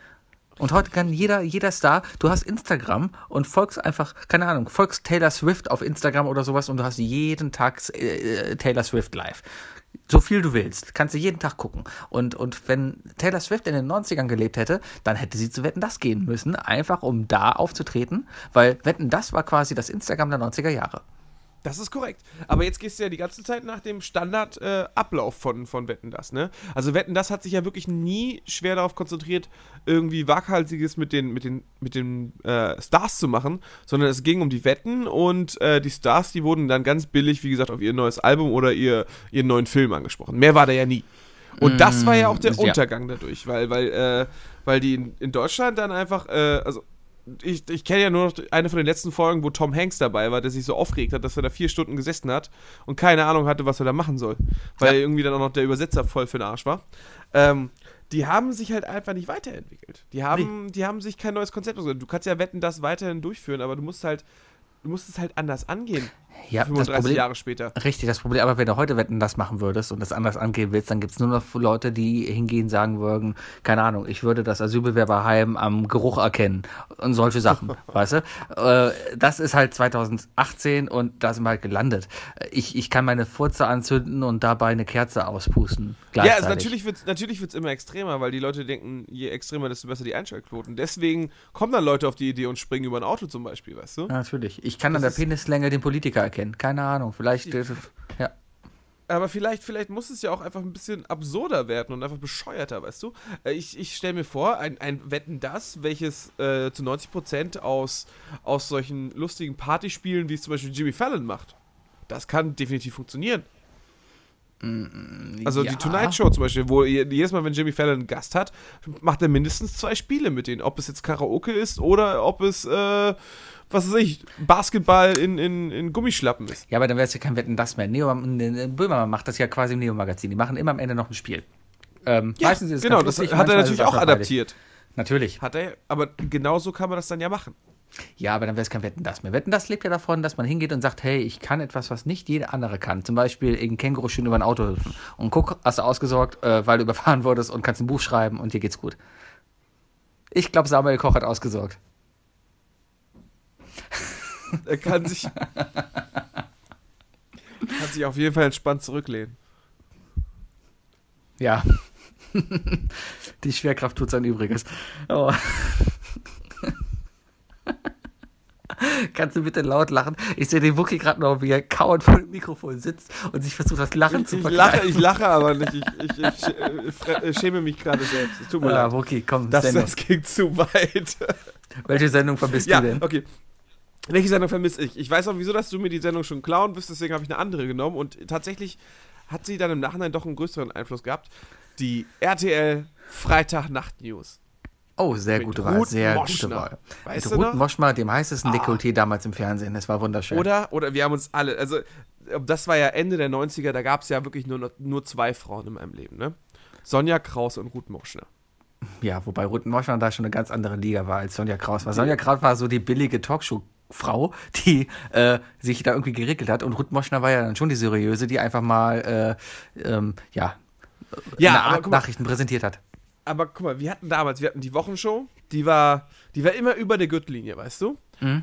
Speaker 5: Und heute kann jeder, jeder Star, du hast Instagram und folgst einfach, keine Ahnung, folgst Taylor Swift auf Instagram oder sowas und du hast jeden Tag äh, Taylor Swift live. So viel du willst. Kannst du jeden Tag gucken. Und, und wenn Taylor Swift in den 90ern gelebt hätte, dann hätte sie zu Wetten das gehen müssen, einfach um da aufzutreten, weil Wetten das war quasi das Instagram der 90er Jahre.
Speaker 3: Das ist korrekt. Aber jetzt gehst du ja die ganze Zeit nach dem Standardablauf äh, Ablauf von, von Wetten das, ne? Also Wetten das hat sich ja wirklich nie schwer darauf konzentriert, irgendwie Waghalsiges mit den, mit den, mit den äh, Stars zu machen, sondern es ging um die Wetten und äh, die Stars, die wurden dann ganz billig, wie gesagt, auf ihr neues Album oder ihr, ihren neuen Film angesprochen. Mehr war da ja nie. Und das war ja auch der
Speaker 5: Mm, ja.
Speaker 3: Untergang dadurch, weil, weil, äh, weil die in, in Deutschland dann einfach, äh, also ich, ich kenne ja nur noch eine von den letzten Folgen, wo Tom Hanks dabei war, der sich so aufgeregt hat, dass er da vier Stunden gesessen hat und keine Ahnung hatte, was er da machen soll. Weil
Speaker 5: Ja.
Speaker 3: irgendwie dann auch noch der Übersetzer voll für den Arsch war. Ähm, die haben sich halt einfach nicht weiterentwickelt. Die haben, die haben sich kein neues Konzept ausgedacht. Du kannst ja wetten, das weiterhin durchführen, aber du musst halt, du musst es halt anders angehen.
Speaker 5: Ja, das
Speaker 3: 35
Speaker 5: Problem,
Speaker 3: Jahre später.
Speaker 5: Richtig, das Problem, aber wenn du heute Wetten das machen würdest und das anders angehen willst, dann gibt es nur noch Leute, die hingehen sagen würden, keine Ahnung, ich würde das Asylbewerberheim am Geruch erkennen und
Speaker 3: (laughs)
Speaker 5: solche Sachen, weißt du? Äh, das ist halt 2018 und da sind wir halt gelandet. Ich, ich kann meine Furze anzünden und dabei eine Kerze auspusten.
Speaker 3: Ja, also
Speaker 5: gleichzeitig.
Speaker 3: natürlich wird es natürlich wird's immer extremer, weil die Leute denken, je extremer, desto besser die Einschaltquoten. Deswegen kommen dann Leute auf die Idee und springen über ein Auto zum Beispiel, weißt du?
Speaker 5: Ja, natürlich. Ich kann an der
Speaker 3: Das ist-
Speaker 5: Penislänge den Politiker erkennen. Keine Ahnung, vielleicht. Ja.
Speaker 3: Aber vielleicht, vielleicht muss es ja auch einfach ein bisschen absurder werden und einfach bescheuerter, weißt du? Äh, Ich, ich stelle mir vor, ein, ein Wetten das, welches äh, zu 90% aus, aus solchen lustigen Partyspielen, wie es zum Beispiel Jimmy Fallon macht. Das kann definitiv funktionieren. Also
Speaker 5: ja.
Speaker 3: die Tonight Show zum Beispiel, wo je- jedes Mal, wenn Jimmy Fallon einen Gast hat, macht er mindestens zwei Spiele mit denen. Ob es jetzt Karaoke ist oder ob es, äh, was weiß ich, Basketball in, in, in Gummischlappen ist.
Speaker 5: Ja, aber dann wäre es ja kein Wetten das mehr. Neo, äh, Böhmermann macht das ja quasi im Neo-Magazin. Die machen immer am Ende noch ein Spiel. Ähm, meistens ist es
Speaker 3: genau,
Speaker 5: ganz
Speaker 3: das
Speaker 5: lustig,
Speaker 3: hat er
Speaker 5: manchmal ist es
Speaker 3: natürlich auch
Speaker 5: langweilig.
Speaker 3: adaptiert.
Speaker 5: Natürlich.
Speaker 3: Hat er, aber genauso kann man das dann ja machen.
Speaker 5: Ja, aber dann wäre es kein Wetten das mehr. Wetten das lebt ja davon, dass man hingeht und sagt, hey, ich kann etwas, was nicht jeder andere kann. Zum Beispiel irgendein Känguru schön über ein Auto hüpfen. Und guck, hast du ausgesorgt, äh, weil du überfahren wurdest und kannst ein Buch schreiben und dir geht's gut. Ich glaube, Samuel Koch hat ausgesorgt.
Speaker 3: Er kann sich, kann sich auf jeden Fall entspannt zurücklehnen.
Speaker 5: Ja. (laughs) Die Schwerkraft tut sein Übriges. Oh. (laughs) Kannst du bitte laut lachen? Ich sehe den Wookie gerade noch, wie er kauernd vor dem Mikrofon sitzt und sich versucht, das Lachen
Speaker 3: Ich,
Speaker 5: zu
Speaker 3: ich
Speaker 5: verkneifen.
Speaker 3: lache, ich lache aber nicht. Ich, ich, ich sch- äh, fre- äh, schäme mich gerade selbst. Es tut mir
Speaker 5: Ah,
Speaker 3: leid.
Speaker 5: Wookie, komm,
Speaker 3: Das,
Speaker 5: Sendung.
Speaker 3: das ging zu weit.
Speaker 5: Welche Sendung vermisst
Speaker 3: ja,
Speaker 5: du denn?
Speaker 3: okay. Welche Sendung vermisse ich? Ich weiß auch, wieso, dass du mir die Sendung schon klauen wirst, deswegen habe ich eine andere genommen und tatsächlich hat sie dann im Nachhinein doch einen größeren Einfluss gehabt. Die RTL Freitagnacht News.
Speaker 5: Oh, sehr
Speaker 3: Mit
Speaker 5: gute Wahl,
Speaker 3: Ruth
Speaker 5: sehr
Speaker 3: Moschner.
Speaker 5: gute Wahl.
Speaker 3: Weißt
Speaker 5: Mit
Speaker 3: du
Speaker 5: Ruth
Speaker 3: noch? Ah.
Speaker 5: Moschner, dem heißesten Dekolleté damals im Fernsehen. Das war wunderschön.
Speaker 3: Oder, oder wir haben uns alle, also das war ja Ende der 90er, da gab es ja wirklich nur, noch- nur zwei Frauen in meinem Leben, ne? Sonja Kraus und Ruth Moschner.
Speaker 5: Ja, wobei Ruth Moschner da schon eine ganz andere Liga war als Sonja Kraus. Weil Sonja Kraus war so die billige Talkshow-Frau, die äh, sich da irgendwie gerickelt hat. Und Ruth Moschner war ja dann schon die seriöse, die einfach mal, äh, ähm, ja, eine
Speaker 3: aber
Speaker 5: Art
Speaker 3: guck mal,
Speaker 5: Nachrichten präsentiert hat.
Speaker 3: aber guck mal, wir hatten damals, wir hatten die Wochenshow, die war, die war immer über der Gürtellinie, weißt du?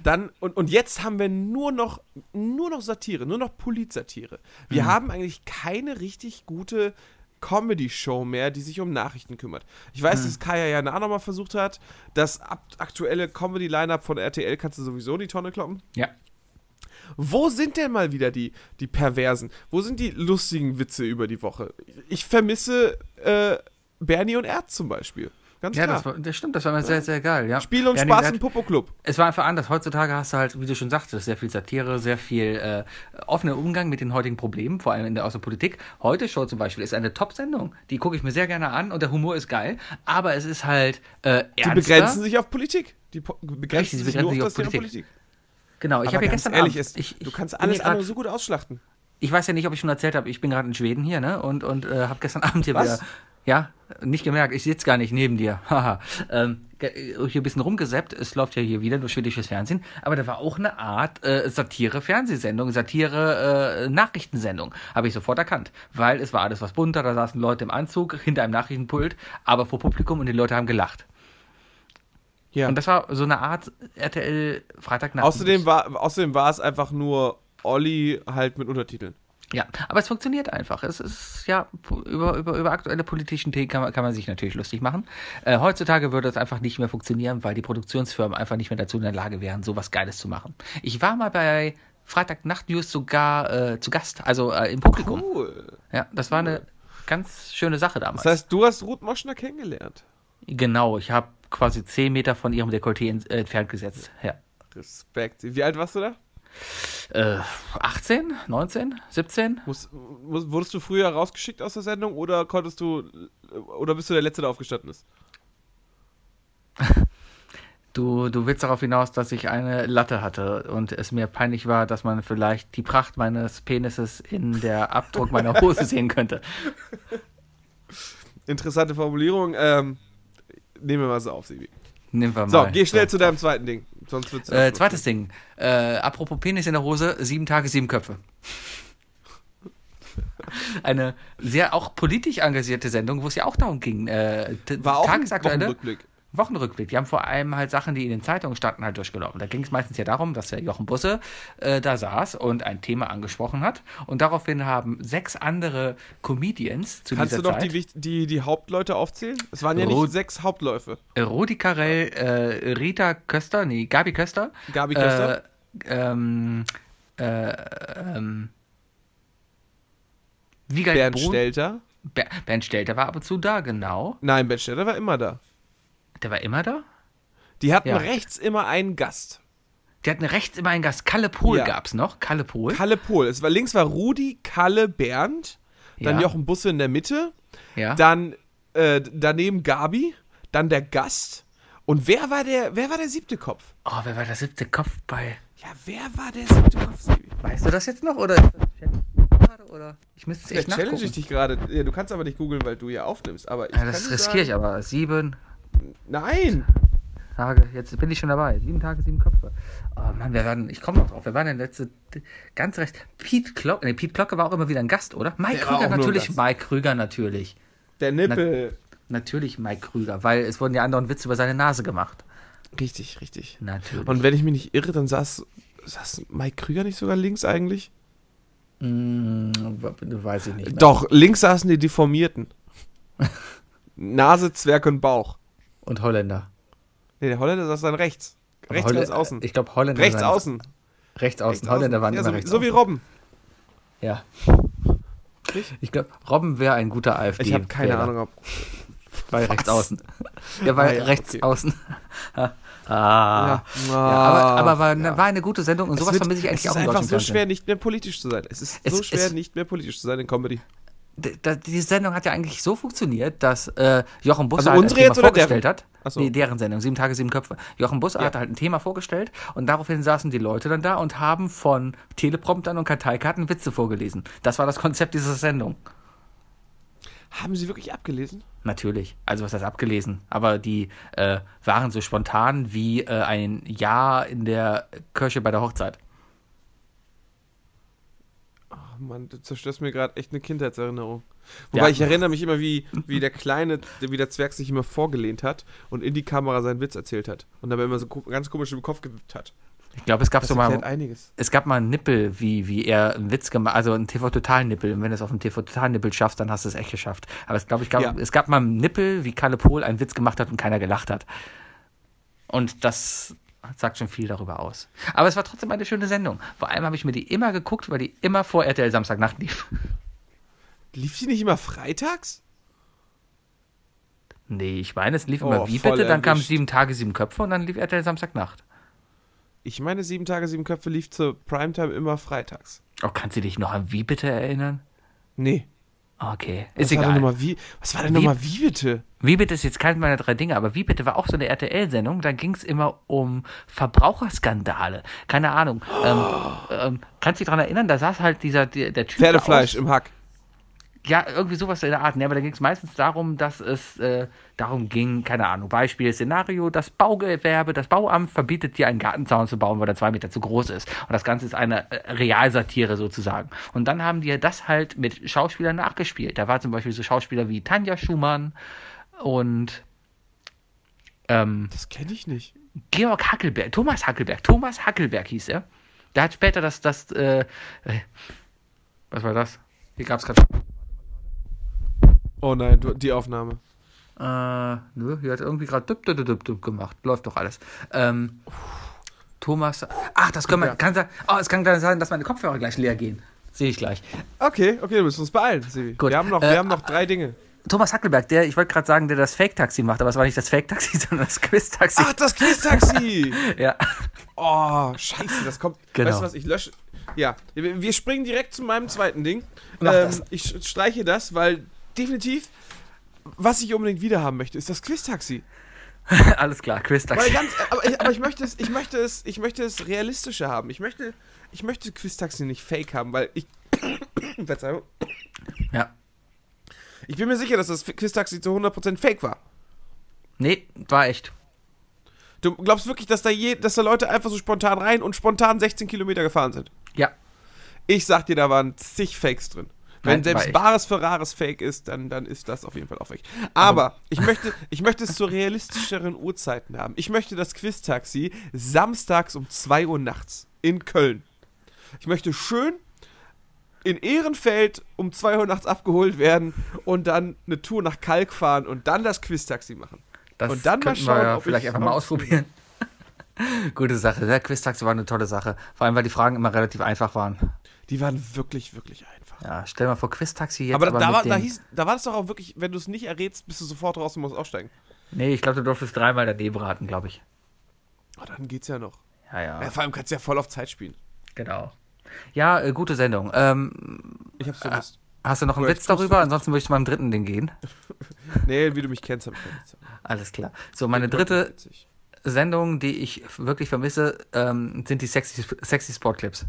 Speaker 3: Dann, und, und jetzt haben wir nur noch, nur noch Satire, nur noch Politsatire. Wir haben eigentlich keine richtig gute Comedy-Show mehr, die sich um Nachrichten kümmert. Ich weiß, dass Kaya ja auch nochmal versucht hat, das ab- aktuelle Comedy-Line-Up von RTL kannst du sowieso in die Tonne kloppen.
Speaker 5: Ja.
Speaker 3: Wo sind denn mal wieder die, die Perversen? Wo sind die lustigen Witze über die Woche? Ich vermisse äh, Bernie und Erd zum Beispiel. Ganz
Speaker 5: Ja,
Speaker 3: klar.
Speaker 5: das, war, das stimmt, das war immer sehr, sehr geil. Ja.
Speaker 3: Spiel und
Speaker 5: ja, nee,
Speaker 3: Spaß
Speaker 5: der
Speaker 3: im
Speaker 5: hat-
Speaker 3: Popo-Club.
Speaker 5: Es war einfach anders. Heutzutage hast du halt, wie du schon sagtest, sehr viel Satire, sehr viel äh, offener Umgang mit den heutigen Problemen, vor allem in der Außenpolitik. Heute Show zum Beispiel ist eine Top-Sendung. Die gucke ich mir sehr gerne an und der Humor ist geil, aber es ist halt äh,
Speaker 3: Die
Speaker 5: ernster.
Speaker 3: begrenzen sich auf Politik. Die po begrenzen
Speaker 5: sie
Speaker 3: sich
Speaker 5: begrenzen
Speaker 3: nur
Speaker 5: sich
Speaker 3: auf
Speaker 5: auf
Speaker 3: das Thema
Speaker 5: Politik.
Speaker 3: Politik.
Speaker 5: Genau, ich
Speaker 3: Aber
Speaker 5: habe ja
Speaker 3: ganz
Speaker 5: gestern
Speaker 3: ehrlich,
Speaker 5: Abend,
Speaker 3: ist,
Speaker 5: ich, ich
Speaker 3: du kannst
Speaker 5: bin
Speaker 3: alles
Speaker 5: hier grad-
Speaker 3: andere so gut ausschlachten.
Speaker 5: ich weiß ja nicht, ob ich schon erzählt habe, ich bin gerade in Schweden hier, ne? Und, und äh, habe gestern (laughs) Abend hier
Speaker 3: Was?
Speaker 5: wieder. Ja, nicht gemerkt, ich sitze gar nicht neben dir. (laughs) Haha. ähm, ge- äh, hier ein bisschen rumgesäppt, es läuft ja hier wieder nur schwedisches Fernsehen, aber da war auch eine Art äh, Satire-Fernsehsendung, Satire-Nachrichtensendung. habe ich sofort erkannt, weil es war alles was bunter, da saßen Leute im Anzug hinter einem Nachrichtenpult, aber vor Publikum und die Leute haben gelacht.
Speaker 3: Ja.
Speaker 5: Und das war so eine Art RTL Freitagnacht.
Speaker 3: Außerdem war, außerdem war es einfach nur Olli halt mit Untertiteln.
Speaker 5: Ja, aber es funktioniert einfach. Es ist, ja, po- über, über, über aktuelle politischen Themen kann man, kann man sich natürlich lustig machen. Äh, heutzutage würde es einfach nicht mehr funktionieren, weil die Produktionsfirmen einfach nicht mehr dazu in der Lage wären, sowas Geiles zu machen. Ich war mal bei Freitagnacht News sogar äh, zu Gast, also äh, im Publikum.
Speaker 3: Cool.
Speaker 5: Ja, das war eine ganz schöne Sache damals.
Speaker 3: Das heißt, du hast Ruth Moschner kennengelernt.
Speaker 5: genau, ich habe quasi 10 Meter von ihrem Dekolleté in, äh, entfernt gesetzt. Ja.
Speaker 3: Respekt. Wie alt warst du da?
Speaker 5: Äh, 18, 19, 17?
Speaker 3: Muss, muss, wurdest du früher rausgeschickt aus der Sendung oder konntest du oder bist du der Letzte, der aufgestanden ist?
Speaker 5: Du, du willst darauf hinaus, dass ich eine Latte hatte und es mir peinlich war, dass man vielleicht die Pracht meines Penises in der
Speaker 3: (laughs)
Speaker 5: Abdruck meiner Hose sehen könnte.
Speaker 3: Interessante Formulierung. Ähm, nehmen wir mal so auf, Sibi.
Speaker 5: Nehmen wir
Speaker 3: So,
Speaker 5: mal.
Speaker 3: geh schnell zu deinem zweiten Ding. Sonst wird's
Speaker 5: Äh, zweites Ding. Äh, apropos Penis in der Hose, sieben Tage, sieben Köpfe. Eine sehr auch politisch engagierte Sendung, wo es ja auch darum ging. Äh, t-
Speaker 3: war auch ein
Speaker 5: tagesaktuelle
Speaker 3: Wochenrückblick.
Speaker 5: Wochenrückblick. Die haben vor allem halt Sachen, die in den Zeitungen standen, halt durchgenommen. Da ging es meistens ja darum, dass der Jochen Busse äh, da saß und ein Thema angesprochen hat. Und daraufhin haben sechs andere Comedians zu
Speaker 3: Kannst du
Speaker 5: dieser
Speaker 3: noch die,
Speaker 5: Zeit.
Speaker 3: wicht- die, die Hauptleute aufzählen? Es waren ja nicht
Speaker 5: Ruth-
Speaker 3: sechs Hauptläufe.
Speaker 5: äh, Rudi Carell, äh, Rita Köster, nee, Gabi Köster.
Speaker 3: Gabi Köster?
Speaker 5: Äh, ähm, äh, ähm, wie geil
Speaker 3: Bernd Stelter.
Speaker 5: Ber Bernd Stelter war ab und zu da, genau.
Speaker 3: Nein, Bernd Stelter war immer da.
Speaker 5: Der war immer da.
Speaker 3: Die hatten
Speaker 5: Ja.
Speaker 3: rechts immer einen Gast.
Speaker 5: Der hatten rechts immer einen Gast. Kalle Pohl
Speaker 3: Ja.
Speaker 5: gab's noch. Kalle Pohl.
Speaker 3: Kalle Pohl. Es war, links war Rudi, Kalle, Bernd, dann
Speaker 5: Ja.
Speaker 3: Jochen Busse in der Mitte,
Speaker 5: ja.
Speaker 3: dann äh, daneben Gabi, dann der Gast. Und wer war der, wer war der siebte Kopf?
Speaker 5: Oh, wer war der siebte Kopf bei?
Speaker 3: Ja, wer war der siebte Kopf? Sebi?
Speaker 5: Weißt du das jetzt noch oder? ist das gerade, oder? Ich müsste es
Speaker 3: Der
Speaker 5: echt
Speaker 3: challenge ich
Speaker 5: nachgucken.
Speaker 3: dich gerade. Ja, du kannst aber nicht googeln, weil du ja aufnimmst. Aber ich
Speaker 5: Ja,
Speaker 3: kann
Speaker 5: das
Speaker 3: dir
Speaker 5: riskiere ich
Speaker 3: sagen,
Speaker 5: aber. Sieben
Speaker 3: Nein!
Speaker 5: Tage, jetzt bin ich schon dabei. Sieben Tage, sieben Köpfe. Oh Mann, wer war denn, ich komme noch drauf, wer war denn der letzte, ganz recht, Pete Glocke, nee, Pete Glocke war auch immer wieder ein Gast, oder? Mike
Speaker 3: Der war auch
Speaker 5: Krüger
Speaker 3: nur ein
Speaker 5: natürlich,
Speaker 3: Gast.
Speaker 5: Mike Krüger natürlich.
Speaker 3: Der Nippel.
Speaker 5: Natürlich Mike Krüger, weil es wurden ja anderen Witze über seine Nase gemacht.
Speaker 3: richtig, richtig.
Speaker 5: Natürlich.
Speaker 3: Und wenn ich mich nicht irre, dann saß, saß Mike Krüger nicht sogar links eigentlich?
Speaker 5: äh, weiß ich nicht.
Speaker 3: Doch, links saßen die Deformierten. (laughs) Nase, Zwerg und Bauch.
Speaker 5: Und Holländer.
Speaker 3: Nee, der Holländer saß dann rechts. Rechts
Speaker 5: Holl-
Speaker 3: ganz außen.
Speaker 5: Ich glaube, Holländer.
Speaker 3: rechts
Speaker 5: waren-
Speaker 3: außen.
Speaker 5: Rechts
Speaker 3: Rechts
Speaker 5: außen. Holländer waren
Speaker 3: ja,
Speaker 5: immer
Speaker 3: so, wie-
Speaker 5: rechts
Speaker 3: so wie Robben.
Speaker 5: Ja.
Speaker 3: Nicht?
Speaker 5: Ich glaube, Robben wäre ein guter AfD.
Speaker 3: Ich habe keine
Speaker 5: Wähler,
Speaker 3: Ahnung, ob.
Speaker 5: Weil rechts außen. Ja, weil
Speaker 3: Ah, ja,
Speaker 5: rechts
Speaker 3: okay.
Speaker 5: außen. ah. Ja. aber aber war, ne- war eine gute Sendung und sowas
Speaker 3: wird-
Speaker 5: vermisse ich
Speaker 3: Ah. es
Speaker 5: eigentlich
Speaker 3: ist
Speaker 5: auch im
Speaker 3: einfach
Speaker 5: deutschen
Speaker 3: so
Speaker 5: Fernsehen.
Speaker 3: schwer, nicht mehr politisch zu sein. Es ist
Speaker 5: Es-
Speaker 3: so schwer,
Speaker 5: es-
Speaker 3: nicht mehr politisch zu sein in Comedy.
Speaker 5: D- da- Die Sendung hat ja eigentlich so funktioniert, dass äh, Jochen Busse
Speaker 3: Also
Speaker 5: halt
Speaker 3: unsere
Speaker 5: ein Thema
Speaker 3: jetzt oder deren?
Speaker 5: vorgestellt hat.
Speaker 3: Ach so.
Speaker 5: Nee, deren Sendung, sieben Tage, sieben Köpfe. Jochen Busse hat halt ein Thema vorgestellt und daraufhin saßen die Leute dann da und haben von Telepromptern und Karteikarten Witze vorgelesen. Das war das Konzept dieser Sendung.
Speaker 3: Haben Sie wirklich abgelesen?
Speaker 5: Natürlich. Also was heißt abgelesen? Aber die äh, waren so spontan wie äh, ein Ja in der Kirche bei der Hochzeit.
Speaker 3: Oh Mann, du zerstörst mir gerade echt eine Kindheitserinnerung. Wobei ich erinnere mich immer, wie, wie der Kleine, wie der Zwerg sich immer vorgelehnt hat und in die Kamera seinen Witz erzählt hat. Und dabei immer so ko- ganz komisch im Kopf gewippt hat.
Speaker 5: Ich glaube, es gab
Speaker 3: Das
Speaker 5: so
Speaker 3: erklärt
Speaker 5: mal.
Speaker 3: einiges.
Speaker 5: Es gab mal einen Nippel, wie, wie er einen Witz gemacht also einen TV-Total-Nippel. Und wenn du es auf einen TV-Total-Nippel schaffst, dann hast du es echt geschafft. Aber es, glaube ich, gab,
Speaker 3: Ja.
Speaker 5: es gab mal einen Nippel, wie Kalle Pohl einen Witz gemacht hat und keiner gelacht hat. Und das sagt schon viel darüber aus. Aber es war trotzdem eine schöne Sendung. Vor allem habe ich mir die immer geguckt, weil die immer vor RTL Samstagnacht lief. (laughs)
Speaker 3: Lief die nicht immer freitags?
Speaker 5: Nee, ich meine, es lief immer
Speaker 3: Oh,
Speaker 5: wie
Speaker 3: voll
Speaker 5: bitte, dann kamen
Speaker 3: erwischt.
Speaker 5: sieben Tage, sieben Köpfe und dann lief RTL Samstagnacht.
Speaker 3: Ich meine, sieben Tage, sieben Köpfe lief zur Primetime immer freitags.
Speaker 5: Oh, kannst du dich noch an wie bitte erinnern?
Speaker 3: Nee.
Speaker 5: Okay, ist
Speaker 3: was War denn
Speaker 5: egal.
Speaker 3: noch mal wie, was war denn nochmal wie bitte?
Speaker 5: Wie bitte ist jetzt keins meiner drei Dinge, aber wie bitte war auch so eine RTL-Sendung. Dann ging es immer um Verbraucherskandale. Keine Ahnung. Ähm, ähm, kannst du dich daran erinnern? Da saß halt dieser der, der Typ. da
Speaker 3: Pferdefleisch
Speaker 5: aus-
Speaker 3: im Hack.
Speaker 5: Ja, irgendwie sowas in der Art. Ne, aber da ging es meistens darum, dass es äh, darum ging, keine Ahnung, Beispiel, Szenario, das Baugewerbe, das Bauamt verbietet dir einen Gartenzaun zu bauen, weil der zwei Meter zu groß ist. Und das Ganze ist eine äh, Realsatire sozusagen. Und dann haben die das halt mit Schauspielern nachgespielt. Da war zum Beispiel so Schauspieler wie Tanja Schumann und ähm,
Speaker 3: Das kenne ich nicht.
Speaker 5: Georg Hackelberg, Thomas Hackelberg, Thomas Hackelberg hieß er. Der hat später das, das, äh, äh, was war das? Hier gab es gerade.
Speaker 3: Oh nein, du, die Aufnahme.
Speaker 5: Äh, nö, hier hat irgendwie gerade düpp, düpp, düpp, düpp gemacht. Läuft doch alles. Ähm, Thomas. Ach, das können wir. Kann sein, oh, es kann sein, dass meine Kopfhörer gleich leer gehen. Sehe ich gleich.
Speaker 3: Okay, okay, wir müssen uns beeilen, Sibi.
Speaker 5: Gut,
Speaker 3: Wir haben noch,
Speaker 5: äh,
Speaker 3: wir haben noch drei Dinge.
Speaker 5: Thomas Hackelberg, der, ich wollte gerade sagen, der das Fake-Taxi macht, aber es war nicht das Fake-Taxi, (laughs) sondern das Quiz-Taxi.
Speaker 3: Ach, das
Speaker 5: (laughs)
Speaker 3: Quiz-Taxi!
Speaker 5: Ja.
Speaker 3: Oh, scheiße, das kommt.
Speaker 5: Genau.
Speaker 3: Weißt du was, ich lösche. Ja, wir wir springen direkt zu meinem zweiten Ding.
Speaker 5: Mach
Speaker 3: ähm,
Speaker 5: das.
Speaker 3: Ich sch- streiche das, weil definitiv, was ich unbedingt wieder haben möchte, ist das Quiz-Taxi.
Speaker 5: Alles klar,
Speaker 3: Weil
Speaker 5: Quiz-Taxi.
Speaker 3: ganz, äh, aber, ich- aber ich möchte es, ich möchte es, ich möchte es realistischer haben. Ich möchte, ich möchte Quiz-Taxi nicht fake haben, weil ich. (coughs) Verzeihung.
Speaker 5: Ja.
Speaker 3: Ich bin mir sicher, dass das Quiz-Taxi zu 100% fake war.
Speaker 5: Nee, war echt.
Speaker 3: Du glaubst wirklich, dass da, je, dass da Leute einfach so spontan rein und spontan 16 Kilometer gefahren sind?
Speaker 5: Ja.
Speaker 3: Ich sag dir, da waren zig Fakes drin. Wenn
Speaker 5: Nein, war
Speaker 3: selbst
Speaker 5: echt.
Speaker 3: Bares für Rares Fake ist, dann, dann ist das auf jeden Fall auch fake. Aber ich möchte, ich möchte es zu realistischeren Uhrzeiten haben. Ich möchte das Quiz-Taxi samstags um 2 Uhr nachts in Köln. Ich möchte schön in Ehrenfeld um 2 Uhr nachts abgeholt werden und dann eine Tour nach Kalk fahren und dann das Quiz-Taxi machen.
Speaker 5: Das
Speaker 3: Und dann mal
Speaker 5: könnten
Speaker 3: schauen,
Speaker 5: wir ja
Speaker 3: ob
Speaker 5: vielleicht
Speaker 3: ich
Speaker 5: einfach mal
Speaker 3: noch-
Speaker 5: ausprobieren. (laughs) Gute Sache. Der Quiz-Taxi war eine tolle Sache. Vor allem, weil die Fragen immer relativ einfach waren.
Speaker 3: Die waren wirklich, wirklich einfach.
Speaker 5: Ja, stell mal vor, Quiz-Taxi jetzt.
Speaker 3: Aber, da,
Speaker 5: mit
Speaker 3: war, da,
Speaker 5: den-
Speaker 3: hieß, da war das doch auch wirklich, wenn du es nicht errätst, bist du sofort raus und musst aussteigen.
Speaker 5: Nee, ich glaube, du durftest dreimal daneben raten, glaube ich.
Speaker 3: Oh, dann geht's ja noch.
Speaker 5: Ja, ja,
Speaker 3: Ja, vor allem kannst du ja voll auf Zeit spielen.
Speaker 5: genau. Ja, äh, gute Sendung. Ähm,
Speaker 3: Ich hab's gewusst.
Speaker 5: hast du noch einen
Speaker 3: Gut,
Speaker 5: Witz darüber? Ansonsten würde ich zu meinem dritten Ding gehen.
Speaker 3: Nee, wie du mich kennst, hab ich keine Zeit.
Speaker 5: Alles klar. So, meine dritte
Speaker 3: Witzig.
Speaker 5: Sendung, die ich f- wirklich vermisse, ähm, sind die sexy, sexy Sportclips.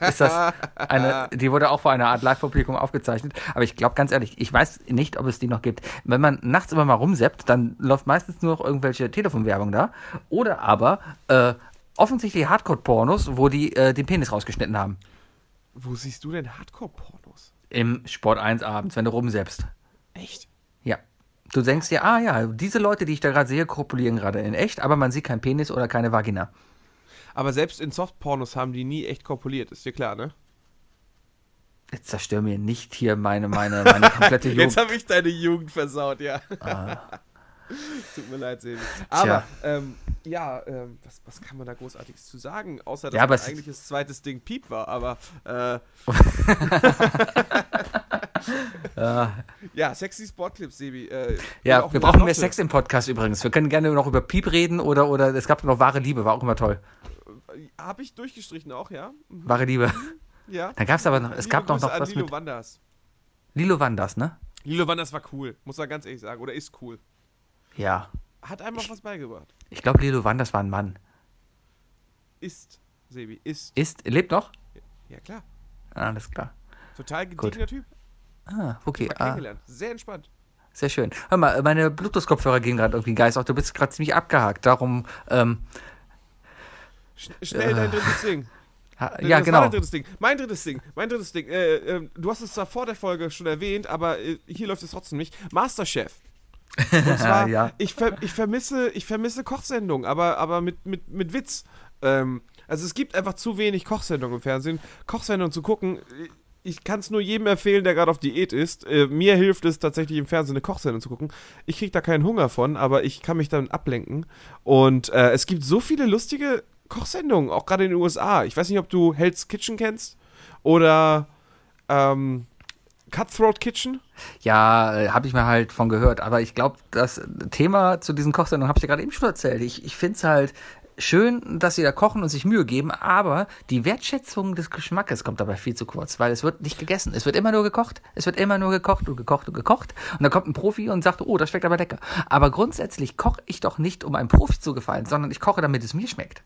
Speaker 5: Ist das eine, die wurde auch vor einer Art Live-Publikum aufgezeichnet. Aber ich glaube ganz ehrlich, ich weiß nicht, ob es die noch gibt. Wenn man nachts immer mal rumseppt, dann läuft meistens nur noch irgendwelche Telefonwerbung da. Oder aber äh, offensichtlich Hardcore-Pornos, wo die äh, den Penis rausgeschnitten haben.
Speaker 3: Wo siehst du denn Hardcore-Pornos?
Speaker 5: Im Sport 1 abends, wenn du rumsepst.
Speaker 3: Echt?
Speaker 5: Ja. Du denkst dir, ah ja, diese Leute, die ich da gerade sehe, kopulieren gerade in echt, aber man sieht keinen Penis oder keine Vagina.
Speaker 3: Aber selbst in Soft-Pornos haben die nie echt korpuliert, ist dir klar, ne?
Speaker 5: Jetzt zerstör mir nicht hier meine, meine, meine
Speaker 3: (laughs)
Speaker 5: komplette
Speaker 3: Jetzt
Speaker 5: Jugend. Ah.
Speaker 3: habe ich deine Jugend versaut, ja. (laughs) Tut mir leid, Sebi. Aber, ähm, ja, ähm, was, was kann man da Großartiges zu sagen? Außer, dass
Speaker 5: Ja, aber
Speaker 3: mein
Speaker 5: es-
Speaker 3: eigentliches zweites Ding Piep war, aber, äh,
Speaker 5: (laughs) Ja,
Speaker 3: ja, sexy Sportclips, Sebi. Äh, und
Speaker 5: ja
Speaker 3: auch
Speaker 5: wir
Speaker 3: eine
Speaker 5: brauchen mehr
Speaker 3: Lotte.
Speaker 5: Sex im Podcast übrigens. Wir können gerne noch über Piep reden oder, oder es gab noch wahre Liebe, war auch immer toll.
Speaker 3: Habe ich durchgestrichen auch, ja? Mhm,
Speaker 5: Wahre Liebe.
Speaker 3: Ja.
Speaker 5: Dann gab es aber noch, es
Speaker 3: Liebe
Speaker 5: gab doch
Speaker 3: Grüße
Speaker 5: noch
Speaker 3: an
Speaker 5: was
Speaker 3: Lilo
Speaker 5: mit
Speaker 3: Wanders.
Speaker 5: Lilo Wanders, ne?
Speaker 3: Lilo Wanders war cool, muss man ganz ehrlich sagen. Oder ist cool.
Speaker 5: Ja.
Speaker 3: Hat einem auch was beigebracht.
Speaker 5: Ich glaube, Lilo Wanders war ein Mann.
Speaker 3: Ist, Sebi, ist.
Speaker 5: Ist, lebt noch? Ah,
Speaker 3: Ja, klar.
Speaker 5: Alles klar.
Speaker 3: Total gediegener Typ.
Speaker 5: Ah, okay.
Speaker 3: Mal
Speaker 5: Ah,
Speaker 3: kennengelernt. Sehr entspannt.
Speaker 5: sehr schön. Hör mal, meine Bluetooth-Kopfhörer gehen gerade irgendwie geil. Du bist gerade ziemlich abgehakt. Darum, ähm,
Speaker 3: Sch schnell dein drittes Ding.
Speaker 5: ha-
Speaker 3: Äh,
Speaker 5: Ah. (laughs) ja,
Speaker 3: das
Speaker 5: genau.
Speaker 3: War dein drittes Ding. Mein drittes Ding. Mein drittes Ding. Äh, ähm, du hast es zwar vor der Folge schon erwähnt, aber äh, hier läuft es trotzdem nicht. Masterchef. Und zwar,
Speaker 5: Ja.
Speaker 3: ich, ver ich vermisse, ich vermisse Kochsendungen, aber, aber mit, mit, mit Witz. Ähm, also es gibt einfach zu wenig Kochsendungen im Fernsehen. Kochsendungen zu gucken, äh, ich kann es nur jedem empfehlen, der gerade auf Diät ist. Äh, mir hilft es tatsächlich im Fernsehen eine Kochsendung zu gucken. Ich kriege da keinen Hunger von, aber ich kann mich dann ablenken. Und äh, es gibt so viele lustige Kochsendungen, auch gerade in den USA. Ich weiß nicht, ob du Hell's Kitchen kennst oder ähm, Cutthroat Kitchen?
Speaker 5: Ja, äh, habe ich mir halt von gehört. Aber ich glaube, das Thema zu diesen Kochsendungen habe ich dir gerade eben schon erzählt. Ich, ich finde es halt schön, dass sie da kochen und sich Mühe geben, aber die Wertschätzung des Geschmackes kommt dabei viel zu kurz, weil es wird nicht gegessen. Es wird immer nur gekocht, es wird immer nur gekocht und gekocht und gekocht. Und dann kommt ein Profi und sagt, oh, das schmeckt aber lecker. Aber grundsätzlich koche ich doch nicht, um einem Profi zu gefallen, sondern ich koche, damit es mir schmeckt.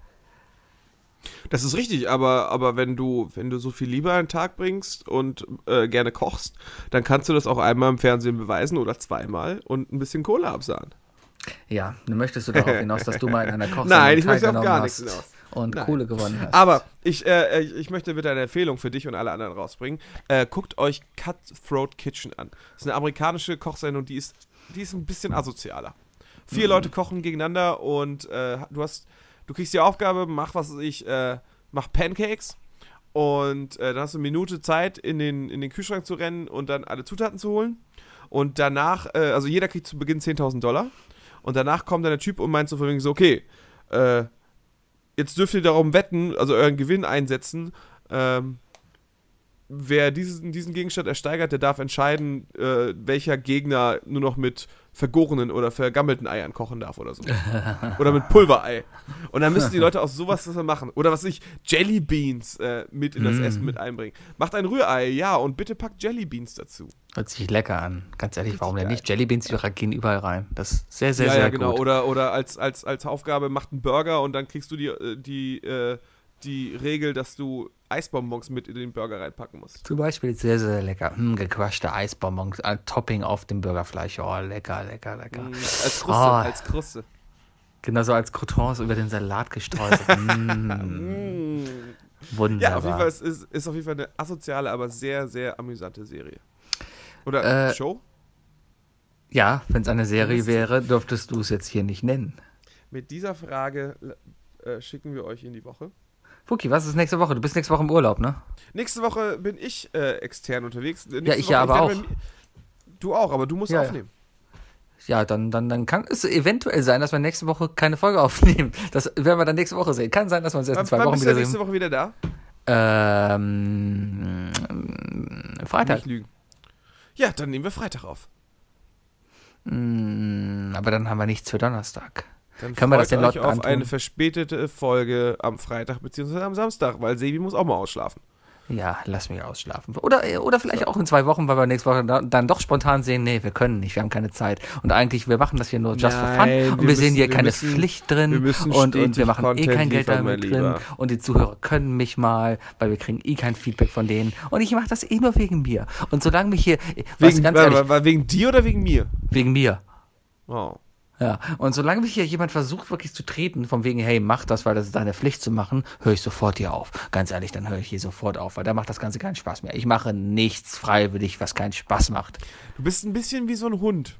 Speaker 3: Das ist richtig, aber, aber wenn du, wenn du so viel Liebe an den Tag bringst und äh, gerne kochst, dann kannst du das auch einmal im Fernsehen beweisen oder zweimal und ein bisschen Kohle absahen.
Speaker 5: Ja, dann möchtest
Speaker 3: (laughs)
Speaker 5: du darauf hinaus, dass du mal in einer Kochsendung
Speaker 3: Nein, ich möchte auf
Speaker 5: teilgenommen
Speaker 3: gar
Speaker 5: hast
Speaker 3: nichts hinaus.
Speaker 5: und
Speaker 3: Nein.
Speaker 5: Kohle gewonnen hast.
Speaker 3: Aber ich, äh, ich ich möchte bitte eine Empfehlung für dich und alle anderen rausbringen. Äh, guckt euch Cutthroat Kitchen an. Das ist eine amerikanische Kochsendung, die ist, die ist ein bisschen asozialer. Vier Leute kochen gegeneinander und äh, du hast, du kriegst die Aufgabe, mach was weiß ich, äh, mach Pancakes und äh, dann hast du eine Minute Zeit, in den, in den Kühlschrank zu rennen und dann alle Zutaten zu holen. Und danach, äh, also jeder kriegt zu Beginn 10.000 Dollar. Und danach kommt dann der Typ und meint so von wegen so, okay, äh, jetzt dürft ihr darum wetten, also euren Gewinn einsetzen. Ähm, wer diesen, diesen Gegenstand ersteigert, der darf entscheiden, äh, welcher Gegner nur noch mit vergorenen oder vergammelten Eiern kochen darf oder so. oder mit Pulverei. Und dann müssen die Leute auch sowas was machen. Oder was weiß ich, Jellybeans äh, mit in das Essen mit einbringen. Macht ein Rührei, ja, und bitte packt Jellybeans dazu.
Speaker 5: Hört sich lecker an. Ganz ehrlich, warum denn nicht? Jellybeans die gehen überall rein. Das ist sehr, sehr,
Speaker 3: ja,
Speaker 5: sehr
Speaker 3: ja, genau.
Speaker 5: gut.
Speaker 3: Oder, oder als, als, als Aufgabe macht einen Burger und dann kriegst du die, äh, die, äh, die Regel, dass du Eisbonbons mit in den Burger reinpacken musst.
Speaker 5: Zum Beispiel sehr, sehr lecker. Hm, gecrushed Eisbonbons, ein Topping auf dem Burgerfleisch. Oh, lecker, lecker, lecker.
Speaker 3: Mhm, Als Kruste,
Speaker 5: Ah.
Speaker 3: als Kruste.
Speaker 5: Genau so als Croutons über den
Speaker 3: (laughs)
Speaker 5: Salat gestreut. mm, wunderbar.
Speaker 3: Ja, auf jeden Fall ist, ist, ist auf jeden Fall eine asoziale, aber sehr, sehr amüsante Serie. Oder
Speaker 5: Äh,
Speaker 3: Show?
Speaker 5: Ja, wenn es eine Serie wäre, dürftest du es jetzt hier nicht nennen.
Speaker 3: Mit dieser Frage äh, schicken wir euch in die Woche.
Speaker 5: Fuki, was ist nächste Woche? Du bist nächste Woche im Urlaub, ne?
Speaker 3: Nächste Woche bin ich äh, extern unterwegs. Nächste
Speaker 5: ich
Speaker 3: Woche,
Speaker 5: ja aber
Speaker 3: werde
Speaker 5: auch.
Speaker 3: bei mir- Du auch, aber du musst
Speaker 5: Ja, ja.
Speaker 3: aufnehmen.
Speaker 5: Ja, dann, dann, dann kann es eventuell sein, dass wir nächste Woche keine Folge (laughs) aufnehmen. Das werden wir dann nächste Woche sehen. Kann sein, dass wir uns erst in
Speaker 3: Wann,
Speaker 5: zwei
Speaker 3: wann
Speaker 5: Wochen
Speaker 3: bist du
Speaker 5: wieder
Speaker 3: nächste
Speaker 5: sehen.
Speaker 3: Woche wieder da?
Speaker 5: Ähm, Freitag.
Speaker 3: Nicht lügen. Ja, dann nehmen wir Freitag auf.
Speaker 5: Mm, Aber dann haben wir nichts für Donnerstag.
Speaker 3: Dann
Speaker 5: Können wir das
Speaker 3: freut
Speaker 5: den
Speaker 3: euch
Speaker 5: Leuten
Speaker 3: auf
Speaker 5: antun?
Speaker 3: eine verspätete Folge am Freitag bzw. am Samstag, weil Sebi muss auch mal ausschlafen.
Speaker 5: Ja, lass mich ausschlafen. Oder, oder vielleicht auch in zwei Wochen, weil wir nächste Woche da- dann doch spontan sehen, nee, wir können nicht, wir haben keine Zeit. Und eigentlich, wir machen das hier nur just for
Speaker 3: Nein,
Speaker 5: fun. Und wir,
Speaker 3: wir
Speaker 5: sehen
Speaker 3: müssen-
Speaker 5: hier
Speaker 3: wir
Speaker 5: keine
Speaker 3: müssen-
Speaker 5: Pflicht drin.
Speaker 3: wir müssen
Speaker 5: und, und wir
Speaker 3: stetig
Speaker 5: machen eh
Speaker 3: Content
Speaker 5: kein Geld
Speaker 3: liefern,
Speaker 5: damit
Speaker 3: mein
Speaker 5: drin.
Speaker 3: Lieber.
Speaker 5: Und die Zuhörer können mich mal, weil wir kriegen eh kein Feedback von denen. Und ich mache das eh nur wegen mir. Und solange mich hier, weißt du,
Speaker 3: Wegen,
Speaker 5: ganz
Speaker 3: wa-
Speaker 5: ehrlich,
Speaker 3: wa- wa- wegen dir oder wegen mir?
Speaker 5: wegen mir.
Speaker 3: Oh.
Speaker 5: Ja, und solange mich hier jemand versucht, wirklich zu treten, von wegen, hey, mach das, weil das ist deine Pflicht zu machen, höre ich sofort hier auf. Ganz ehrlich, dann höre ich hier sofort auf, weil da macht das Ganze keinen Spaß mehr. Ich mache nichts freiwillig, was keinen Spaß macht.
Speaker 3: Du bist ein bisschen wie so ein Hund.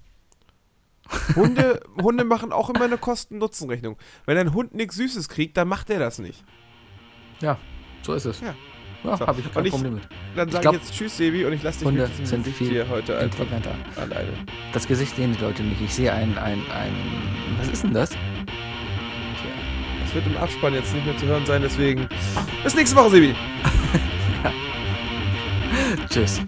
Speaker 5: (laughs)
Speaker 3: Hunde, Hunde machen auch immer eine Kosten-Nutzen-Rechnung. Wenn ein Hund nichts Süßes kriegt, dann macht er das nicht.
Speaker 5: Ja, so ist es.
Speaker 3: Ja.
Speaker 5: Ja,
Speaker 3: So,
Speaker 5: habe ich kein
Speaker 3: und ich-
Speaker 5: Problem mit.
Speaker 3: Dann sage
Speaker 5: glaub,
Speaker 3: ich jetzt Tschüss, Sebi, und ich lasse dich
Speaker 5: Hunde
Speaker 3: mit diesem
Speaker 5: sind
Speaker 3: Gesicht
Speaker 5: viel
Speaker 3: hier heute einfach
Speaker 5: intelligenter.
Speaker 3: alleine.
Speaker 5: Das Gesicht sehen die Leute nicht. Ich sehe ein, ein, ein, was ist denn das?
Speaker 3: Das wird im Abspann jetzt nicht mehr zu hören sein, deswegen bis nächste Woche, Sebi.
Speaker 5: Tschüss.